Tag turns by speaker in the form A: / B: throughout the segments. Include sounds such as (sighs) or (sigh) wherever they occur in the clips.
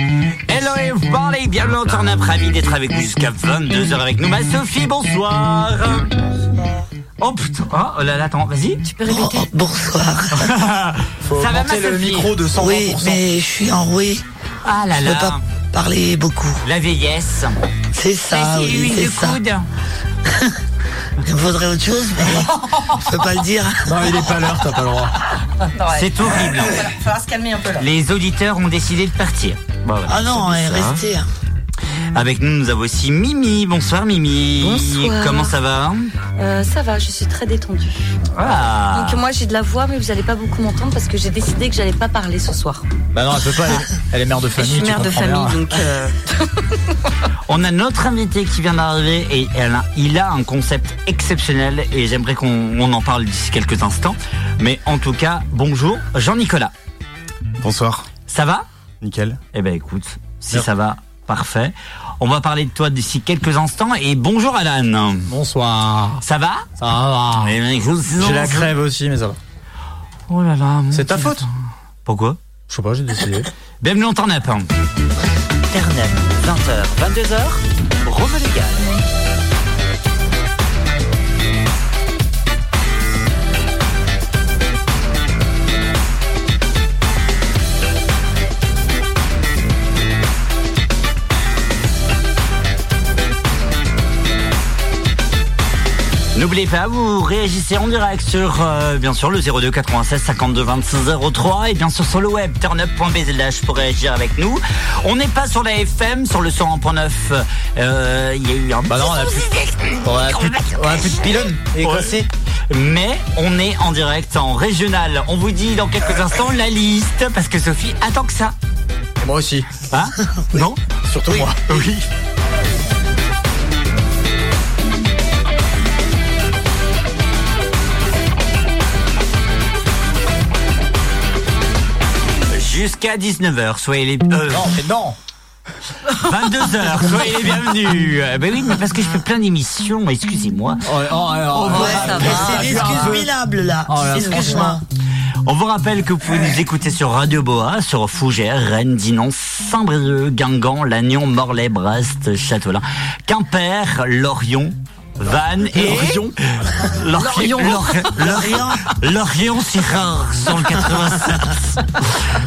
A: Hello everybody, bienvenue en temps après-midi d'être avec nous jusqu'à 22h avec nous. Ma Sophie, bonsoir. Oh putain, oh, oh là là, attends, vas-y.
B: Tu peux répéter
C: Oh,
A: (laughs)
C: Bonsoir.
A: Ça va ma
D: Montez le
A: Sophie
D: micro de 120%.
C: Oui, mais je suis enrouée.
A: Ah là
C: Je peux pas
A: là,
C: parler beaucoup.
A: la vieillesse.
C: C'est ça.
A: Vas-y,
C: Oui,
A: une
C: c'est
A: de
C: ça.
A: coude.
C: (laughs) Il me faudrait autre chose, mais je peux pas le dire.
D: (laughs) Non, il est pas l'heure, t'as pas le droit.
B: Non, ouais.
A: (laughs) C'est
B: Il
A: horrible.
B: va falloir- falloir se calmer un peu là.
A: Les auditeurs ont décidé de partir. Bon, voilà.
C: Ah non,
A: C'est
C: eh,
A: bizarre, hein.
C: restez.
A: Avec nous, nous avons aussi Mimi. Bonsoir Mimi.
E: Bonsoir.
A: Comment ça va
E: Euh, ça va, je suis très détendue.
A: ah.
E: Donc moi j'ai de la voix, mais vous allez pas beaucoup m'entendre parce que j'ai décidé que j'allais pas parler ce soir.
D: Bah non, elle peut pas. Elle est, elle est mère de
E: Et je
D: famille.
E: suis
D: tu
E: Ah. mère de
D: comprends
E: famille,
D: bien.
E: donc euh,
A: (laughs) On a notre invité qui vient d'arriver et elle a- il a un concept exceptionnel et j'aimerais qu'on on en parle d'ici quelques instants. Mais en tout cas, bonjour Jean-Nicolas.
F: Bonsoir.
A: Ça va
F: Nickel.
A: Eh ben écoute, si
D: Merci.
A: ça va, parfait. On va parler de toi d'ici quelques instants et bonjour Alan.
D: Bonsoir.
A: Ça va
D: Ça va.
A: Eh ben, écoute,
D: Ah, J'ai la crève aussi, mais ça va.
A: Oh là là. mon
D: C'est ta
A: petit
D: faute
A: lapin. Pourquoi
D: Je sais pas, j'ai
A: (laughs)
D: décidé.
A: Bienvenue en temps lapin.
B: 20h, 22h, Rome légal.
A: N'oubliez pas, vous réagissez en direct sur euh, bien sûr le 02 96 52 26 03 et bien sûr sur le web turnup.bzlh pour réagir avec nous. On n'est pas sur la FM, sur le 101.9. euh, Il y a eu un
D: Bah non, on a plus, on a plus, on a plus de pylône. Et
A: Ouais.
D: coincé.
A: mais on est en direct en régional. On vous dit dans quelques instants la liste parce que Sophie attend que ça.
D: Moi aussi. (laughs)
A: Hein Non
D: Surtout moi. (laughs)
A: Oui. Jusqu'à 19h, soyez les... euh,
D: Non, mais non.
A: 22h, soyez les bienvenus Euh, Ben oui, mais parce que je fais plein d'émissions, excusez-moi.
D: Oh, oh, oh, oh.
C: Ouais,
E: ça
C: mais
E: va.
C: c'est des excuses minables là.
D: Oh là,
C: Excuse-moi.
A: On vous rappelle que vous pouvez nous écouter sur Radio Boa, sur Fougères, Rennes, Dinan, Saint-Brieuc, Guingamp, Lannion, Morlaix, Brest, Châtelain, Quimper, Lorient, Vannes et... Lorient Lorient Lorient Lorient, c'est rare, sur le 87.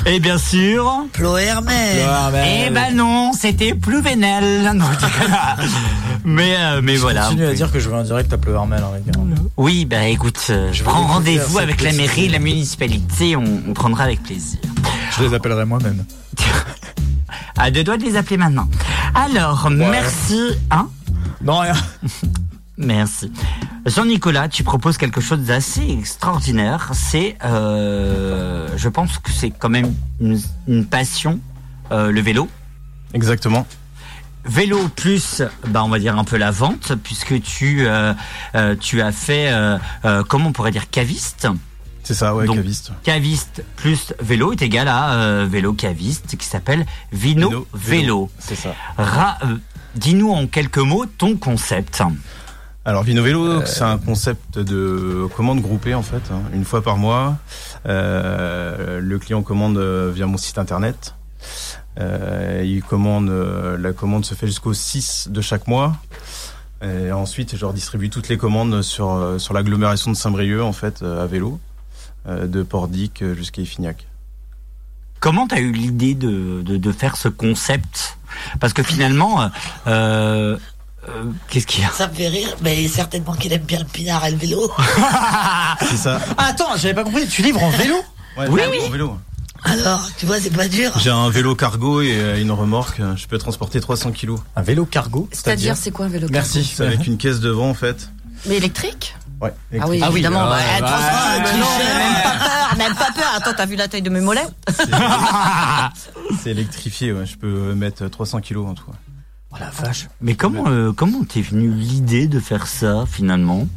A: Et bien sûr...
C: Plo Hermel.
D: Ah, mais-
A: Eh ben non, c'était plus (laughs) vénel. Ah. Mais, euh, mais
D: Je
A: voilà.
D: continue à dire que je vais en direct à Pleu Hermel, hein, les gars.
A: Oui, bah écoute, euh, je
D: vais
A: prends
D: découvrir
A: rendez-vous
D: cette
A: avec la
D: petite-
A: mairie, la municipalité, on- on prendra avec plaisir.
D: Je les appellerai moi-même.
A: (laughs) À deux doigts de les appeler maintenant. Alors, merci. Hein
D: Non, rien.
A: Merci. Jean-Nicolas, tu proposes quelque chose d'assez extraordinaire. C'est, euh, je pense que c'est quand même une, une passion, euh, le vélo.
F: Exactement.
A: Vélo plus, bah, on va dire un peu la vente, puisque tu, euh, euh, tu as fait, euh, euh, comment on pourrait dire, caviste.
F: C'est ça, ouais,
A: Donc,
F: caviste.
A: Caviste plus vélo est égal à euh, vélo caviste qui s'appelle Vino,
F: Vino
A: Vélo.
F: C'est ça.
A: Ra- euh, Dis-nous en quelques mots ton concept.
F: Alors, Vino Vélo, c'est un concept de commande groupée, en fait. hein. Une fois par mois, euh, le client commande euh, via mon site internet. Euh, il commande, euh, la commande se fait jusqu'au 6 de chaque mois. Et ensuite, je redistribue toutes les commandes sur, euh, sur l'agglomération de Saint-Brieuc, en fait, euh, à vélo, euh, de Pordic euh, jusqu'à Ifignac.
A: Comment t'as eu l'idée de, de, de faire ce concept Parce que finalement, euh, euh, euh, qu'est-ce qu'il y a
C: Ça me fait rire, mais certainement qu'il aime bien le pinard et le vélo.
F: C'est ça.
D: (laughs) Attends, j'avais pas compris. Tu livres en vélo
F: Ouais,
A: Oui,
F: en
A: oui.
F: vélo.
C: Alors, tu vois, c'est pas dur.
F: J'ai un vélo cargo et euh, une remorque. Je peux transporter 300 kilos.
D: Un vélo cargo.
E: c'est-à-dire c'est quoi un vélo
D: Merci.
F: C'est avec une caisse devant en fait.
E: Mais électrique
F: Ouais.
E: Ah oui,
D: Ah oui,
E: évidemment. bah,
D: bah, ouais,
E: attends,
D: bah,
E: mais
D: tu
E: non,
D: sais.
E: même pas peur, même pas peur. Attends, t'as vu la taille de mes mollets
D: (laughs)
F: C'est électrifié. Ouais. Je peux mettre 300 kilos en tout.
D: Oh la vache.
A: Mais comment euh, comment t'es venue l'idée de faire ça finalement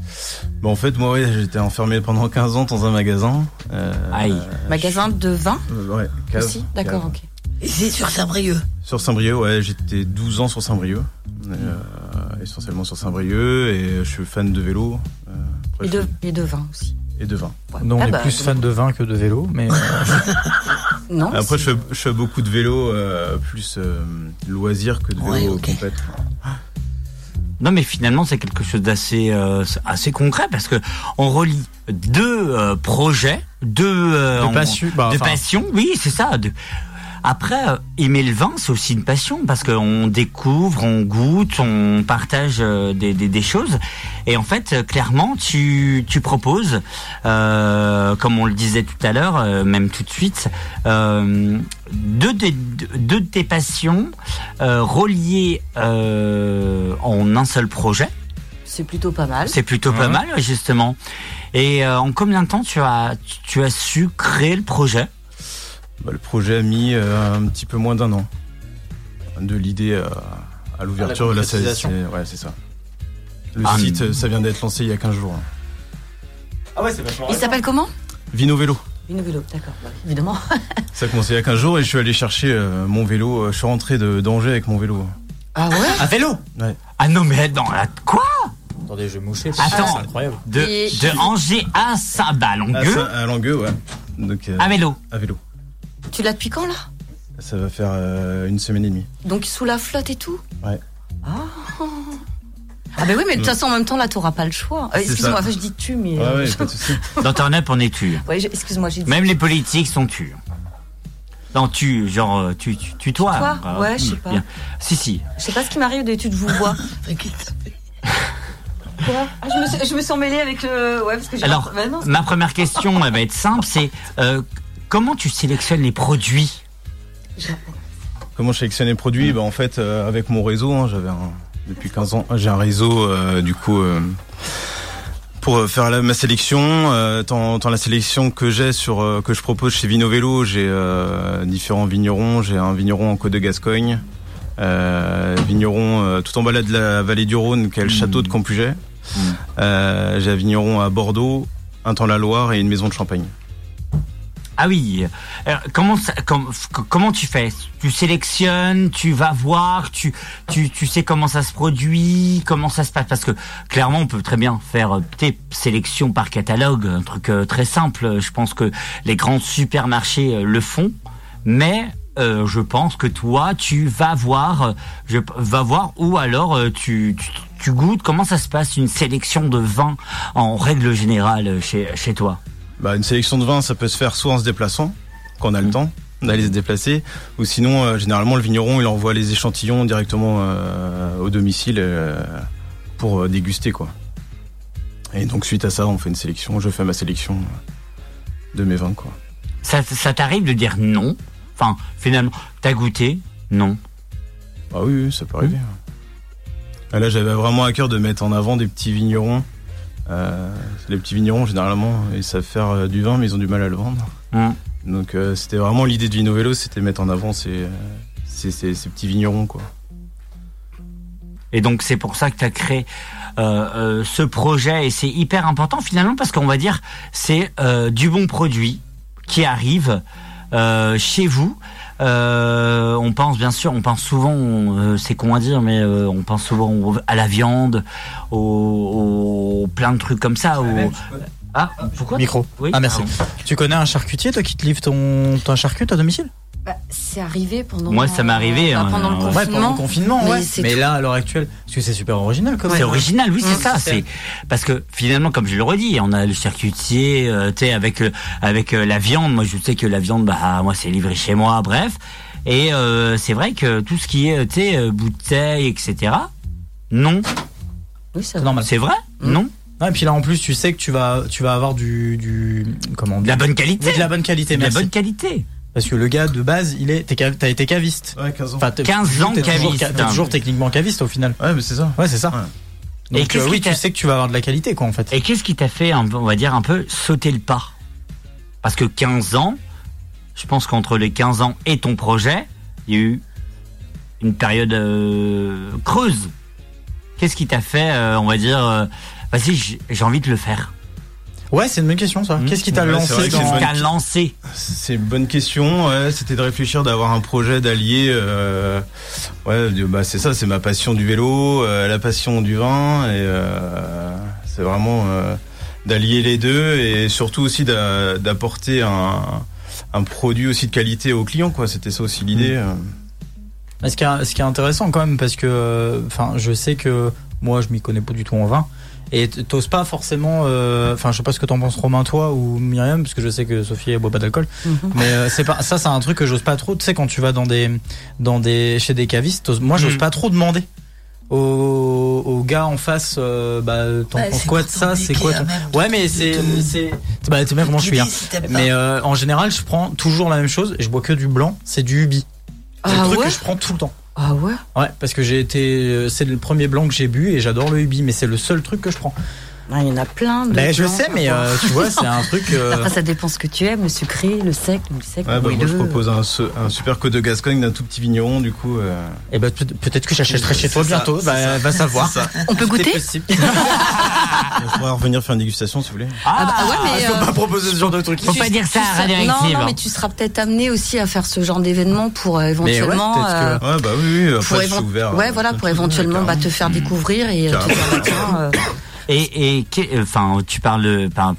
F: Bon, en fait, moi, ouais, j'étais enfermé pendant 15 ans dans un magasin. Euh,
A: Aïe.
E: (laughs) Magasin de vin
F: euh, ouais. cave,
E: aussi D'accord,
F: cave.
E: ok.
C: Ici sur Saint-Brieuc.
F: Sur Saint-Brieuc, ouais, j'étais 12 ans sur Saint-Brieuc. Euh, essentiellement sur Saint-Brieuc et je suis fan de vélo. euh, après,
E: Et de,
F: je-
E: et de vin aussi.
F: et de vin.
E: Ouais.
D: Non, on
E: Ah
D: est
E: bah,
D: plus fan de vin que de vélo, mais euh,
E: (laughs) Non.
F: Après,
E: c'est-
F: je fais, je fais beaucoup de vélo, euh, plus euh, loisir que de vélo
C: Ouais, ok.
F: compète.
A: Non, mais finalement, c'est quelque chose d'assez euh, assez concret parce que on relie deux euh, projets, deux, euh,
D: De
A: on-
D: passion, bah,
A: de
D: enfin-
A: passion. Oui, c'est ça. de- Après, euh, aimer le vin, c'est aussi une passion parce qu'on découvre, on goûte, on partage euh, des, des, des choses. Et en fait, euh, clairement, tu, tu proposes, euh, comme on le disait tout à l'heure, euh, même tout de suite, euh, deux, de, deux de tes passions euh, reliées euh, en un seul projet.
E: C'est plutôt pas mal.
A: C'est plutôt pas
F: Ouais.
A: mal, justement. Et euh, en combien de temps tu as, tu as su créer le projet
F: Bah, le projet a mis euh, un petit peu moins d'un an. De l'idée euh, à
E: Ah,
F: l'ouverture
D: À la
F: de la c'est-
D: concrétisation.
F: c'est- Ouais, c'est ça. Le
A: Ah,
F: site,
A: mais-
F: euh, ça vient d'être lancé il y a 15 jours. hein.
D: Ah ouais, c'est vachement
E: Il s'appelle comment
F: Vino Vélo.
E: Une vélo, d'accord, bah, évidemment.
F: Ça a commencé il y a 15 jours et je suis allé chercher euh, mon vélo. Je suis rentré de d'Angers avec mon vélo.
E: Ah (laughs) ouais
D: Un vélo
A: Ah non, mais attends, là, quoi
D: Attendez, je vais moucher.
A: Attends.
D: C'est incroyable.
A: de,
E: Et-
A: de Angers à
F: À,
A: Saint-Ballon-Gueux
F: Saint- Ah, à Langueux, ouais. Donc, euh,
A: à vélo.
F: à vélo.
E: Tu l'as depuis quand là
F: Ça va faire euh, une semaine et demie.
E: Donc sous la flotte et tout
F: Ouais.
E: Ah. Ah ben oui, mais de toute façon, en même temps, là, t'auras pas le choix. Euh,
F: C'est
E: excuse-moi,
F: ça.
E: enfin, je dis tu, mais...
D: Ah
F: Ouais,
E: euh,
F: ouais, pas de soucis.
A: (laughs) Dans Turn Up, on est tu.
E: (laughs) ouais, je- excuse-moi, j'ai dit...
A: Même les politiques sont tu. Non, tu, genre, euh, tu, tu, tu toi.
E: Tutoie Ouais, je sais pas.
A: Si, si.
E: Je sais pas ce qui m'arrive d'études, vous
D: (laughs)
E: vois. Quoi Ah, je, me suis, je me suis emmêlée avec le... Ouais, parce que j'ai...
A: Alors,
E: Bah non, c'est-
A: ma première question, elle va être simple, c'est euh, comment tu sélectionnes les produits
F: Comment je sélectionne les produits bah, En fait, euh, avec mon réseau, hein, j'avais un- depuis 15 ans, j'ai un réseau euh, du coup euh, pour euh, faire la, ma sélection. Euh, tant, tant la sélection que j'ai sur euh, que je propose chez Vino Vélo, j'ai euh, différents vignerons. J'ai un vigneron en Côte de Gascogne, euh, vigneron euh, tout en bas là de la vallée du Rhône, qui est le château de Campuget.
A: Mmh.
F: Euh, j'ai un vigneron à Bordeaux, un temps la Loire et une maison de Champagne.
A: Ah oui. Alors, comment, ça- com- f- comment tu fais Tu sélectionnes, tu vas voir, tu, tu, tu sais comment ça se produit, comment ça se passe Parce que clairement, on peut très bien faire euh, tes sélections par catalogue, un truc euh, très simple. Je pense que les grands supermarchés euh, le font, mais euh, je pense que toi, tu vas voir, euh, je vas voir, ou alors euh, tu, tu, tu goûtes. Comment ça se passe une sélection de vin en règle générale euh, chez, chez toi
F: Bah, une sélection de vins, ça peut se faire soit en se déplaçant, quand on
A: Mm.
F: a le temps d'aller se déplacer, ou sinon, euh, généralement, le vigneron, il envoie les échantillons directement euh, au domicile euh, pour euh, déguster, quoi. Et donc, suite à ça, on fait une sélection, je fais ma sélection euh, de mes vins, quoi.
A: Ça, ça t'arrive de dire non Enfin, finalement, t'as goûté Non.
F: Ah oui, oui, ça peut arriver. Ah, Là, j'avais vraiment à cœur de mettre en avant des petits vignerons. Euh, les petits vignerons, généralement, ils savent faire euh, du vin, mais ils ont du mal à le vendre.
A: Hein.
F: Donc euh, c'était vraiment l'idée de Vinovélo, c'était mettre en avant ces, euh, ces, ces- ces petits vignerons. Quoi.
A: Et donc, c'est pour ça que t'as créé euh, euh, ce projet. Et c'est hyper important, finalement, parce qu'on va dire, c'est euh, du bon produit qui arrive euh, chez vous. Euh, on pense bien sûr, on pense souvent, euh, c'est con à dire, mais euh, on pense souvent au- à la viande, au, au- plein de trucs comme ça. au- Ah, pourquoi
D: Micro.
A: Oui,
D: Ah, merci.
A: pardon.
D: Tu connais un charcutier, toi, qui te livre ton, ton charcute à domicile
E: bah, c'est arrivé pendant...
A: Moi, ça m'est arrivé,
E: bah,
A: hein,
E: pendant le
A: ouais,
E: confinement.
D: Ouais, pendant le confinement,
E: Mais
D: ouais.
E: c'est
D: Mais
E: tout.
D: là, à l'heure actuelle, parce que c'est super original, quand même.
A: C'est original, oui, c'est
E: Mmh,
A: ça. C'est parce que finalement, comme je le redis, on a le charcutier, euh, tu sais, avec euh, avec euh, la viande. Moi, je sais que la viande, bah, moi, c'est livré chez moi. Bref, et euh, c'est vrai que tout ce qui est, tu sais, euh, bouteille, etc. Non,
E: Oui, c'est
D: C'est
E: vrai.
D: normal.
A: c'est vrai, non,
D: Ouais, Hmm. Ah, et puis là, en plus, tu sais que tu vas, tu vas avoir du, du, comment
A: de
D: du-
A: la bonne
D: oui,
A: qualité,
D: de la bonne qualité,
A: de la
D: merci.
A: bonne qualité.
D: Parce que le gars de base, il est, t'es ca- t'as été caviste.
F: Ouais, 15 ans.
D: Enfin, t'es-
A: 15 ans
D: t'es toujours
A: caviste.
D: ca- T'es toujours techniquement caviste au final.
F: Ouais, mais c'est ça.
D: Ouais, c'est ça.
A: Et
D: Donc
A: qu'est-ce
D: euh,
A: qui
D: oui, tu
A: t'a-
D: sais que tu vas avoir de la qualité, quoi, en fait.
A: Et qu'est-ce qui t'a fait, un peu- on va dire, un peu sauter le pas Parce que 15 ans, je pense qu'entre les 15 ans et ton projet, il y a eu une période euh, creuse. Qu'est-ce qui t'a fait, euh, on va dire, euh, vas-y, j'ai- j'ai envie de le faire
D: Ouais, c'est une bonne question, ça.
A: Mmh.
D: Qu'est-ce qui t'a
F: Ouais, c'est
D: lancé
F: vrai que c'est
D: dans...
F: une bonne-
A: T'as lancé
F: C'est une bonne question. ouais, c'était de réfléchir, d'avoir un projet d'allier. euh, ouais, de- bah, c'est ça, c'est ma passion du vélo, euh, la passion du vin. Et euh, c'est vraiment euh, d'allier les deux et surtout aussi d'a- d'apporter un, un produit aussi de qualité au client, quoi. C'était ça aussi
D: Mm.
F: l'idée. euh.
D: Mais Ce qui, est, ce qui est intéressant quand même, parce que euh, enfin, je sais que moi, je m'y connais pas du tout en vin. Et t- t'oses pas forcément. euh, Enfin, je sais pas ce que t'en penses, Romain, toi ou Myriam, parce que je sais que Sophie elle boit pas d'alcool. Mais euh, c'est pas ça, c'est un truc que j'ose pas trop. Tu sais, quand tu vas dans des, dans des, chez des cavistes, t'oses- moi, j'ose
A: Mhm.
D: pas trop demander aux, aux gars en face. euh, bah, t'en
C: Ouais,
D: penses
C: c'est
D: quoi de
C: pour
D: ça C'est
C: t'impliquer,
D: quoi ton-
C: hein, même.
D: Ouais, mais c'est, c'est, bah, tu sais bien comment je suis.
C: Tu
D: hein.
C: dis si t'aimes pas.
D: Mais euh, en général, je prends toujours la même chose. Je bois que du blanc. C'est du Ubi. C'est
E: Ah
D: le truc
E: ouais
D: que je prends tout le temps.
E: Ah ouais
D: Ouais, parce que j'ai été, euh, c'est le premier blanc que j'ai bu et j'adore le Ubi, mais c'est le seul truc que je prends.
E: Ah, Il y en a plein de.
D: Ben, je
E: gens
D: sais,
E: à
D: mais
E: boire.
D: euh, tu
E: (laughs)
D: vois, c'est un truc. euh,
E: Après, ça dépend ce que tu aimes, le sucré, le sec, le sec,
F: Ouais, bah,
E: le
F: moi, je
E: moelleux.
F: propose un, se- un super code de Gascogne d'un tout petit vigneron, du coup. euh,
D: eh ben, peut- peut-être que j'achèterai chez toi
F: C'est ça,
D: bientôt.
F: c'est
D: Bah,
F: ça.
D: va savoir.
E: On peut
D: C'est
E: goûter
D: possible.
C: Euh,
F: On pourra revenir faire une dégustation si vous voulez.
E: Ah bah ouais, mais. euh,
D: proposer ce genre de truc.
A: Faut pas dire
E: tu
A: ça à
E: seras-
A: Radio
E: non,
A: Active.
E: non, mais tu seras peut-être amené aussi à faire ce genre d'événement pour euh,
D: ouais,
E: éventuellement.
D: peut-être que-
E: euh,
F: Ouais, bah oui, oui, après,
E: pour
F: je suis
E: évent-
F: ouvert. hein.
D: euh,
E: ouais, voilà, pour éventuellement bah, te faire découvrir et euh, te dire, bah, tiens, euh,
A: Et, et que- enfin, tu parles, enfin,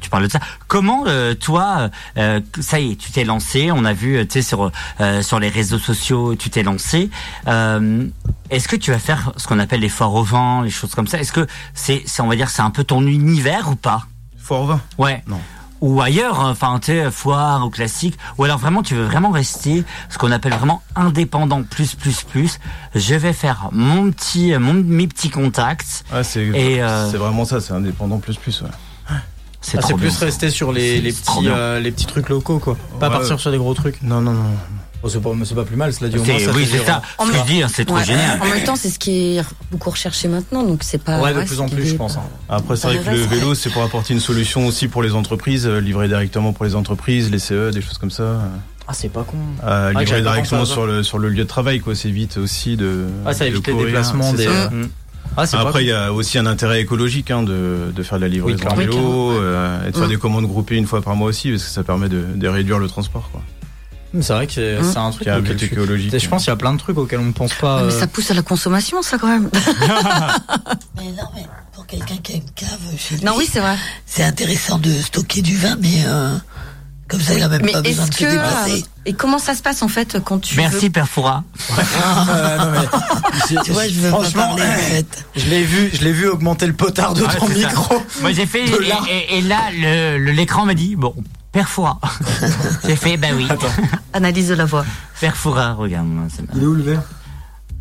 A: tu parles de ça. Comment euh, toi, euh, ça y est, tu t'es lancé. On a vu, euh, tu sais, sur euh, sur les réseaux sociaux, tu t'es lancé. Euh, Est-ce que tu vas faire ce qu'on appelle les foires au vent, les choses comme ça Est-ce que c'est, c'est- on va dire, c'est un peu ton univers ou pas
F: Foire au vin.
A: Ouais.
F: Non.
A: Ou ailleurs, hein, enfin, tu sais, foire ou classique. Ou alors vraiment, tu veux vraiment rester ce qu'on appelle vraiment indépendant, plus, plus, plus. Je vais faire mon petit, mon, mes petits contacts.
F: Ouais, c'est
A: Et, euh,
F: c'est vraiment ça, c'est indépendant plus plus. Ouais.
A: C'est
D: Ah,
A: trop
D: c'est
A: bien,
D: plus
A: ça.
D: rester sur les,
A: C'est-
D: les
A: c'est trop
D: petits
A: bien.
D: euh, les petits trucs locaux quoi. Pas
F: Ouais,
D: partir
F: ouais.
D: sur des gros trucs.
F: Non, non, non.
D: Oh, c'est pas c'est pas plus mal cela dit au moins
A: C'est-
D: ça
A: oui,
D: fait
A: c'est
D: dire,
A: ça.
E: en
A: Ce que
E: même-
A: je dis, hein, c'est trop
E: ouais.
A: génial.
E: En même temps, c'est ce qui est beaucoup recherché maintenant, donc c'est pas.
D: euh, Ouais, de
E: ouais,
D: plus
E: c'est
D: en plus, je
E: des-
D: pense. hein.
F: Après,
E: Ah,
F: c'est vrai que le vélo, c'est pour apporter une solution aussi pour les entreprises, euh, livrer directement pour les entreprises, les CE, des choses comme ça. euh,
D: Ah, c'est pas con.
F: Euh,
D: que j'avais
F: livrer
D: pas
F: directement
D: pensé à ça.
F: sur le, sur le lieu de travail, quoi. C'est vite aussi de.
D: Ah, ça
F: de
D: évite les
F: courir,
D: déplacements
F: c'est
D: des.
F: ça.
D: euh, Ah, c'est pas
F: Après,
D: con.
F: il y a aussi un intérêt écologique hein, de, de faire de la livraison
D: Oui,
F: en
D: clairement.
F: vélo euh, et de faire
E: Mm.
F: des commandes groupées une fois par mois aussi, parce que ça permet de, de réduire le transport, quoi.
D: C'est vrai que c'est
A: Hein
D: c'est un
F: Qui
D: truc.
F: est un
D: auquel
F: côté
D: tu-
F: écologique.
D: Je pense qu'il y a plein de trucs auxquels on ne pense pas.
E: Mais
D: euh,
E: ça pousse à la consommation, ça quand
D: (laughs)
E: même. (laughs)
C: Mais non, mais pour quelqu'un qui a une cave chez lui,
E: non, oui, c'est vrai.
C: c'est intéressant de stocker du vin, mais euh, comme ça, il a même
E: Mais
C: pas besoin
E: est-ce
C: de se
E: que euh,
C: déplacer.
E: et comment ça se passe en fait quand tu
A: Merci, Père Foura.
C: Ah,
D: Euh, non, mais-
C: Tu vois, je veux pas
D: Franchement, eh,
C: parler en fait.
D: je l'ai vu, je l'ai vu augmenter le potard de
A: Ouais,
D: ton
A: c'est ça.
D: micro.
A: Moi, j'ai fait,
D: De là.
A: et, et- et là, le- le- l'écran m'a dit, bon, Père
D: (laughs)
A: Foura. j'ai fait, bah oui. (laughs)
E: veux analyse de la voix
A: Père Foura, regarde. moi, c'est-
D: est où le verre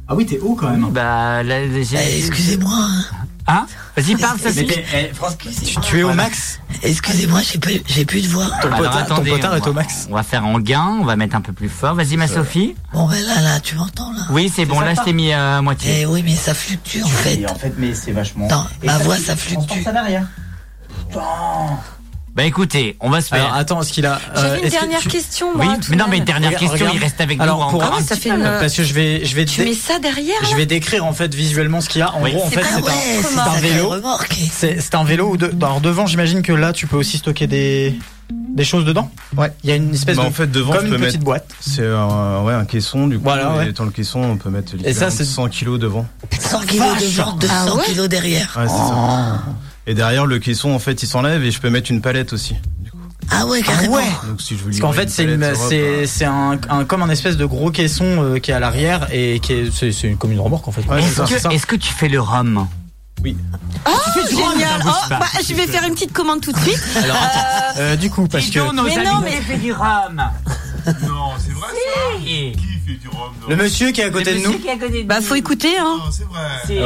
D: Ah oui, t'es haut quand même.
A: Bah, là, j'ai-
C: Eh, Excusez-moi, hein.
A: Hein Vas-y, parle, ça
D: Mais
A: c'est.
D: t'es- eh, Franck, tu, tu es au max.
C: excusez-moi, j'ai plus, j'ai plus de voix.
D: Ton
A: Alors,
D: potard, ton
A: Ah, attendez,
D: potard
A: on
D: est
A: va-
D: au max. Euh.
A: On va faire en gain, on va mettre un peu plus fort. Vas-y, ma Sophie.
C: Bon, ben là, là, tu m'entends là
A: Oui, c'est bon, là, je t'ai mis euh, à moitié.
C: Eh oui, mais ça fluctue en fait.
D: fait, mais c'est vachement.
C: Non, ma voix, ça fluctue.
A: Bah, écoutez, on va se
D: Alors
A: faire.
D: attends, ce qu'il a. euh,
E: J'avais une
D: est-ce que
E: dernière
D: tu-
E: question.
A: Oui,
E: Moi, tout
A: mais
E: de
A: non, mais
E: même.
A: dernière
D: Regarde,
A: question, il
D: regarde.
A: reste avec nous
D: Alors, pour
A: encore.
E: Ah
A: un
E: ouais, ça
A: petit
E: fait
A: peu.
E: une.
D: Parce que je vais, je vais,
E: Tu
D: dé-
E: mets ça derrière
D: je vais décrire en fait visuellement ce qu'il y a. En
A: Oui.
D: gros, en
E: C'est
D: fait,
E: pas
C: Ah
D: c'est un,
C: ouais,
D: c'est
C: c'est
D: un
C: un
D: vélo.
C: remorque.
D: C'est c'est un vélo ou deux. Alors devant, j'imagine que là, tu peux aussi stocker des des choses dedans. Ouais. Il y a une espèce
F: Bah,
D: de
F: en fait, devant, tu
D: comme une
F: peux
D: petite
F: mettre-
D: boîte.
F: C'est un, ouais, un caisson, du coup.
D: Voilà, ouais.
F: Et dans le caisson, on peut mettre
D: Et ça, c'est-
F: 100 kilos devant.
C: 100 kilos devant, 200
E: Ah ouais
C: kilos derrière.
F: Ouais, c'est ça.
D: Oh.
F: Et derrière, le caisson, en fait, il s'enlève et je peux mettre une palette aussi.
C: Ah ouais, carrément.
F: Donc, si je veux
D: Parce qu'en
F: livrer
D: fait, c'est une-
F: palette Europe,
D: c'est
F: euh,
D: c'est un, un- comme un espèce de gros caisson euh, qui est à l'arrière et qui est c'est c'est une comme une remorque en fait.
F: Ouais,
A: Est-ce
F: c'est
A: que,
F: ça.
A: est-ce que tu fais le rhum
E: Oh, génial
A: ça bouge
E: Oh,
A: pas.
E: bah, Je vais faire une petite commande tout de
A: (laughs)
E: suite.
D: Alors attends, euh, du coup parce que
E: Mais non, mais-
A: fait du rhum.
G: Non, c'est vrai ça
A: Et-
G: Qui fait du rhum non
D: le monsieur qui est à côté de nous.
E: Bah, faut écouter, hein.
G: Non, c'est vrai.
D: Ouais.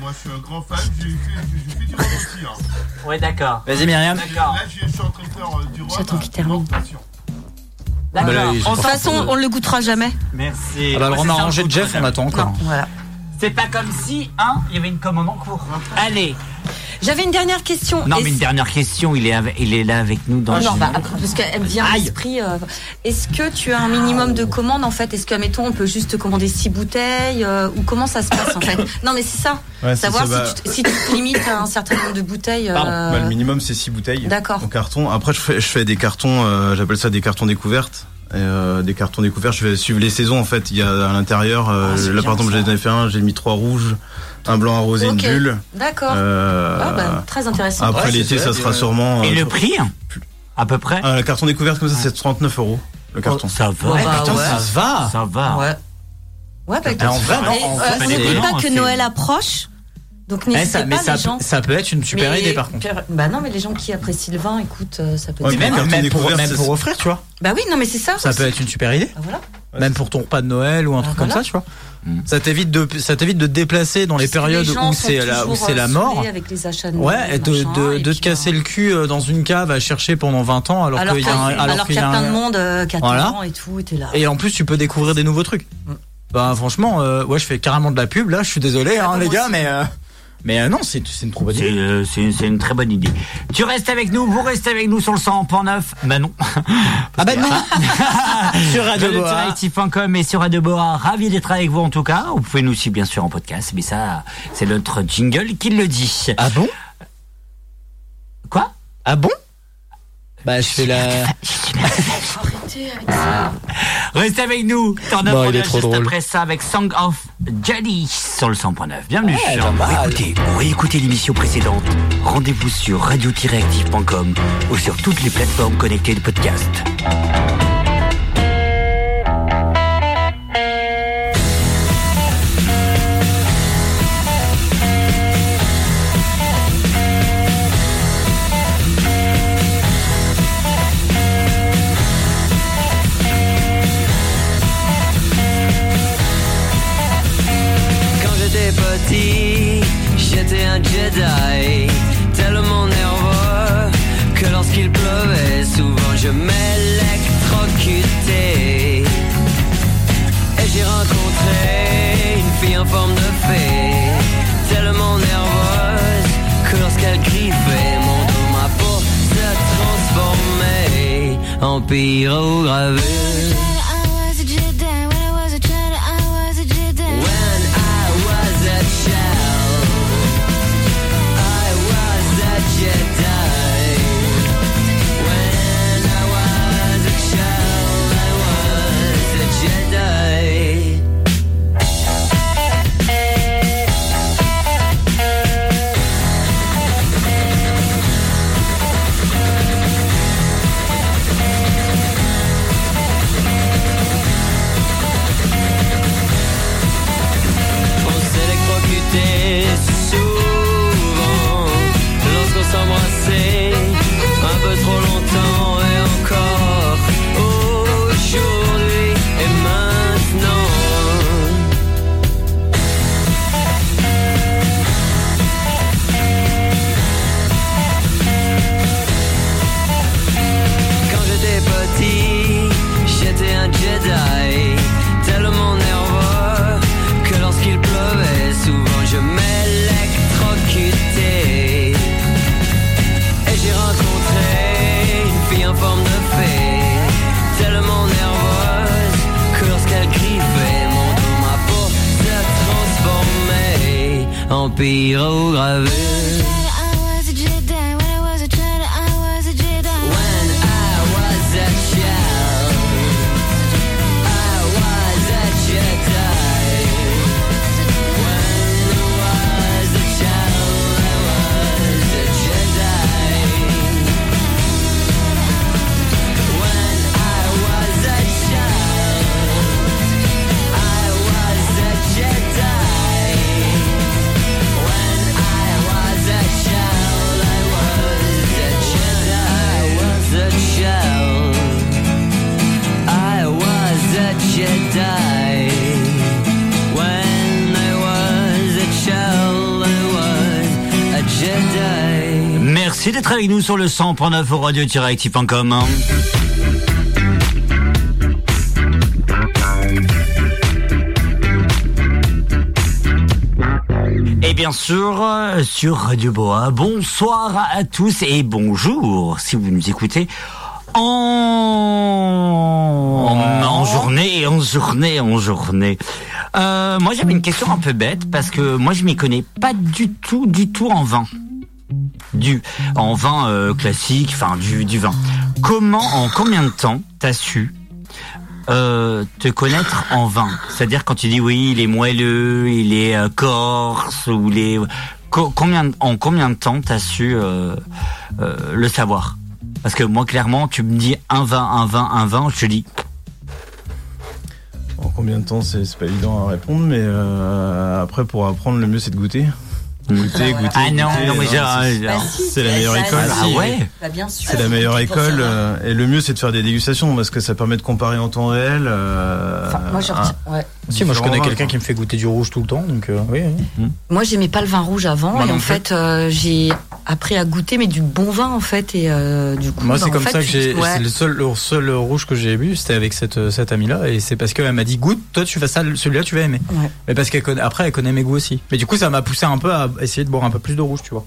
G: Moi, je suis un grand fan, j'ai fait, j'ai- j'ai fait du rhum aussi. hein.
A: Ouais, d'accord.
D: Vas-y Myriam.
A: D'accord.
G: Là, je je suis en train de faire euh, du rhum.
E: J'attends
G: à
E: qu'il termine.
G: grande passion.
D: Bah là,
A: D'accord.
D: ils
A: On
D: sont
E: De toute
A: s'en-
E: façon, on le goûtera jamais.
A: Merci.
D: Ah bah, alors
A: Ouais,
D: on a
A: c'est ça,
D: rangé
A: on
D: de Jeff, on attend encore.
E: Non, voilà.
A: C'est pas comme si, hein, il y avait une commande en cours. Allez.
E: J'avais une dernière question.
A: Non,
E: Est-ce-
A: mais une dernière question. Il est, avec- il est là avec nous dans
E: Ah
A: le
E: non, bah, après, parce qu'elle me vient à
A: Aïe.
E: l'esprit. euh, Est-ce que tu as un minimum de commandes en fait Est-ce que, mettons, on peut juste commander six bouteilles euh, Ou comment ça se passe
A: (coughs)
E: en fait Non, mais c'est ça.
F: Ouais, c'est
E: Savoir
F: ça, bah-
E: si, tu, te- si tu te limites à un certain nombre de bouteilles.
D: Pardon.
E: euh,
F: Bah, le minimum, c'est 6 bouteilles
E: D'accord.
F: en carton. Après, je fais, je fais des cartons, euh, j'appelle ça des cartons découvertes. Et, euh, des cartons découvertes, je vais suivre les saisons en fait. Il y a à l'intérieur, euh,
A: Ah, c'est
F: là
A: bien
F: par exemple,
A: ça.
F: j'en ai fait un, j'ai mis trois rouges, un blanc arrosé,
E: Ok.
F: une bulle.
E: D'accord.
F: Euh,
E: Ah, bah, très intéressant.
F: après
D: Ouais,
F: l'été,
D: c'est
F: ça
D: vrai,
F: sera
D: euh,
F: sûrement.
A: Et
F: euh,
A: le prix hein, à peu près Oh,
F: Un carton découverte comme ça, c'est 39 euros le carton. Oh,
A: Ça va,
E: Ouais, bah,
D: Putain,
E: ouais.
D: ça va
A: ça va.
E: Ouais. Ouais, bah,
D: Ah, en vrai, non,
E: Et,
D: en
E: euh, on
D: vrai,
A: c'est
E: n'oublie pas
A: étonnant,
E: que
A: c'est-
E: Noël approche, donc
D: Eh,
E: n'hésitez
D: ça,
E: pas
D: mais
E: les
D: ça,
E: gens.
D: ça peut être une super
E: Mais-
D: idée par contre.
E: Pierre- Bah non, mais les gens qui apprécient le vin, écoute, euh, ça peut
F: Ouais,
E: être.
D: Mais même,
F: carton
D: même pour,
F: découverte,
D: même
F: c'est-
D: pour offrir, tu vois.
E: Bah oui, non, mais c'est ça.
D: Ça
E: aussi.
D: peut être une super idée.
E: Bah voilà.
F: Ouais,
D: Même pour ton repas de Noël ou un
E: Ah,
D: truc
E: voilà.
D: comme ça, tu vois.
A: Mm.
D: Ça t'évite de, ça t'évite de te déplacer dans les
E: Parce que
D: périodes
E: gens
D: où c'est
E: sont
D: la, où
E: toujours,
D: c'est
E: euh,
D: la mort.
E: saoulés Avec les achats de
D: Ouais, et de, de, de te casser le cul euh, dans une cave à chercher pendant 20 ans alors,
E: Alors
D: qu'il
E: qu'il
D: y a, un- alors qu'il
E: y a plein de
D: un-
E: monde euh, qui attend
D: Voilà.
E: et tout, et t'es là.
D: Et en plus, tu peux découvrir des nouveaux trucs.
E: Mm.
D: Bah, franchement, euh, ouais, je fais carrément de la pub là, je suis désolé,
E: Ah,
D: hein,
E: bah, moi
D: les gars,
E: aussi.
D: mais. euh, mais euh, non, c'est c'est une trop bonne
A: C'est
D: idée.
A: euh, c'est- c'est une très bonne idée. Tu restes avec nous, vous restez avec nous sur le 100.9. Bah non.
D: Ah bah
A: (laughs)
D: non Sur Radio Boa.
A: Radioactive.com et sur Radio Boa. Ravi d'être avec vous en tout cas. Vous pouvez nous suivre bien sûr en podcast, mais ça, c'est notre jingle qui le dit.
D: Ah bon
A: Quoi
D: Ah bon Bah, je fais la.
A: Restez avec nous. T'en as
D: Non, il
A: un
D: est trop
A: juste
D: drôle.
A: après ça avec Song of Jelly sur le 100.9. Bienvenue.
D: Ouais, pas mal.
A: Écoutez, ou réécoutez l'émission précédente. Rendez-vous sur radio-active.com ou sur toutes les plateformes connectées de podcast.
H: Quand j'étais petit, j'étais un Jedi, tellement nerveux que lorsqu'il pleuvait, souvent je m'électrocutais. Et j'ai rencontré une fille en forme de fée, tellement nerveuse que lorsqu'elle griffait mon dos, ma peau se transformait en pyrogravure.
I: I was a Jedi. When I was a child, I was a Jedi.
H: When I was a child, I was a Jedi. When I was a child, I was a Jedi. On s'électrocutait souvent lorsqu'on s'embrassait un peu trop longtemps et encore aujourd'hui et maintenant. Quand j'étais petit, j'étais un Jedi, tellement nerveux que lorsqu'il pleuvait, souvent je m'électrocutais. Et j'ai rencontré une fille en forme de fée, tellement nerveuse que lorsqu'elle griffait mon dos, ma peau se transformait en pyrogravure.
I: I was a Jedi. When I was a child, I was a Jedi.
H: When I was a child, I was a Jedi. When I was a child, I was a Jedi. When I was a child, I was a Jedi. When I was a child, I was a Jedi. I was a child. I was a Jedi. When I was a child, I was a Jedi.
A: Merci d'être avec nous sur le 100.9 au radio-active.com. Et bien sûr, euh, sur Radio Boa, bonsoir à tous et bonjour si vous nous écoutez en, en, en journée, en journée, en journée. Euh, moi j'avais une question un peu bête parce que moi je m'y connais pas du tout, du tout en vin du en vin euh, classique, enfin du, du vin. Comment, en combien de temps t'as su euh, te connaître en vin C'est-à-dire quand tu dis oui, il est moelleux, il est euh, corse ou les combien en combien de temps t'as su euh, euh, le savoir Parce que moi, clairement, tu me dis un vin, un vin, un vin, je te dis
F: En combien de temps, c'est c'est pas évident à répondre, mais euh, après, pour apprendre, le mieux, c'est de goûter. Goûter, goûter.
A: Ah non,
F: goûter,
A: non, mais
F: hein,
A: j'ai-
F: c'est-
A: ah,
F: c'est la meilleure école.
A: Ah
F: si.
A: ouais
E: Bah, bien sûr.
F: C'est la meilleure
E: Pour ça,
F: école
E: là.
F: euh, et le mieux c'est de faire des dégustations parce que ça permet de comparer en temps réel. euh,
E: Enfin, moi, je
F: un-
E: retiens- ouais.
D: Si, moi je connais
F: différents
D: quelqu'un
F: vins,
D: qui me fait goûter du rouge tout le temps, donc euh, oui. oui.
E: Moi, j'aimais pas le vin rouge avant,
F: Moi
E: et
F: non
E: en
F: plus.
E: fait, euh, j'ai appris à goûter, mais du bon vin, en fait, et euh, du coup.
D: Moi,
E: bah,
D: c'est
E: en
D: comme
E: fait,
D: ça que
E: tu-
D: j'ai.
E: ouais.
D: C'est le seul, le seul rouge que j'ai bu, c'était avec cette, euh, cette amie-là, et c'est parce qu'elle m'a dit goûte, toi tu fais ça, celui-là tu vas aimer.
E: Ouais.
D: Mais parce qu'elle conna- après elle connaît mes goûts aussi. Mais du coup, ça m'a poussé un peu à essayer de boire un peu plus de rouge, tu vois.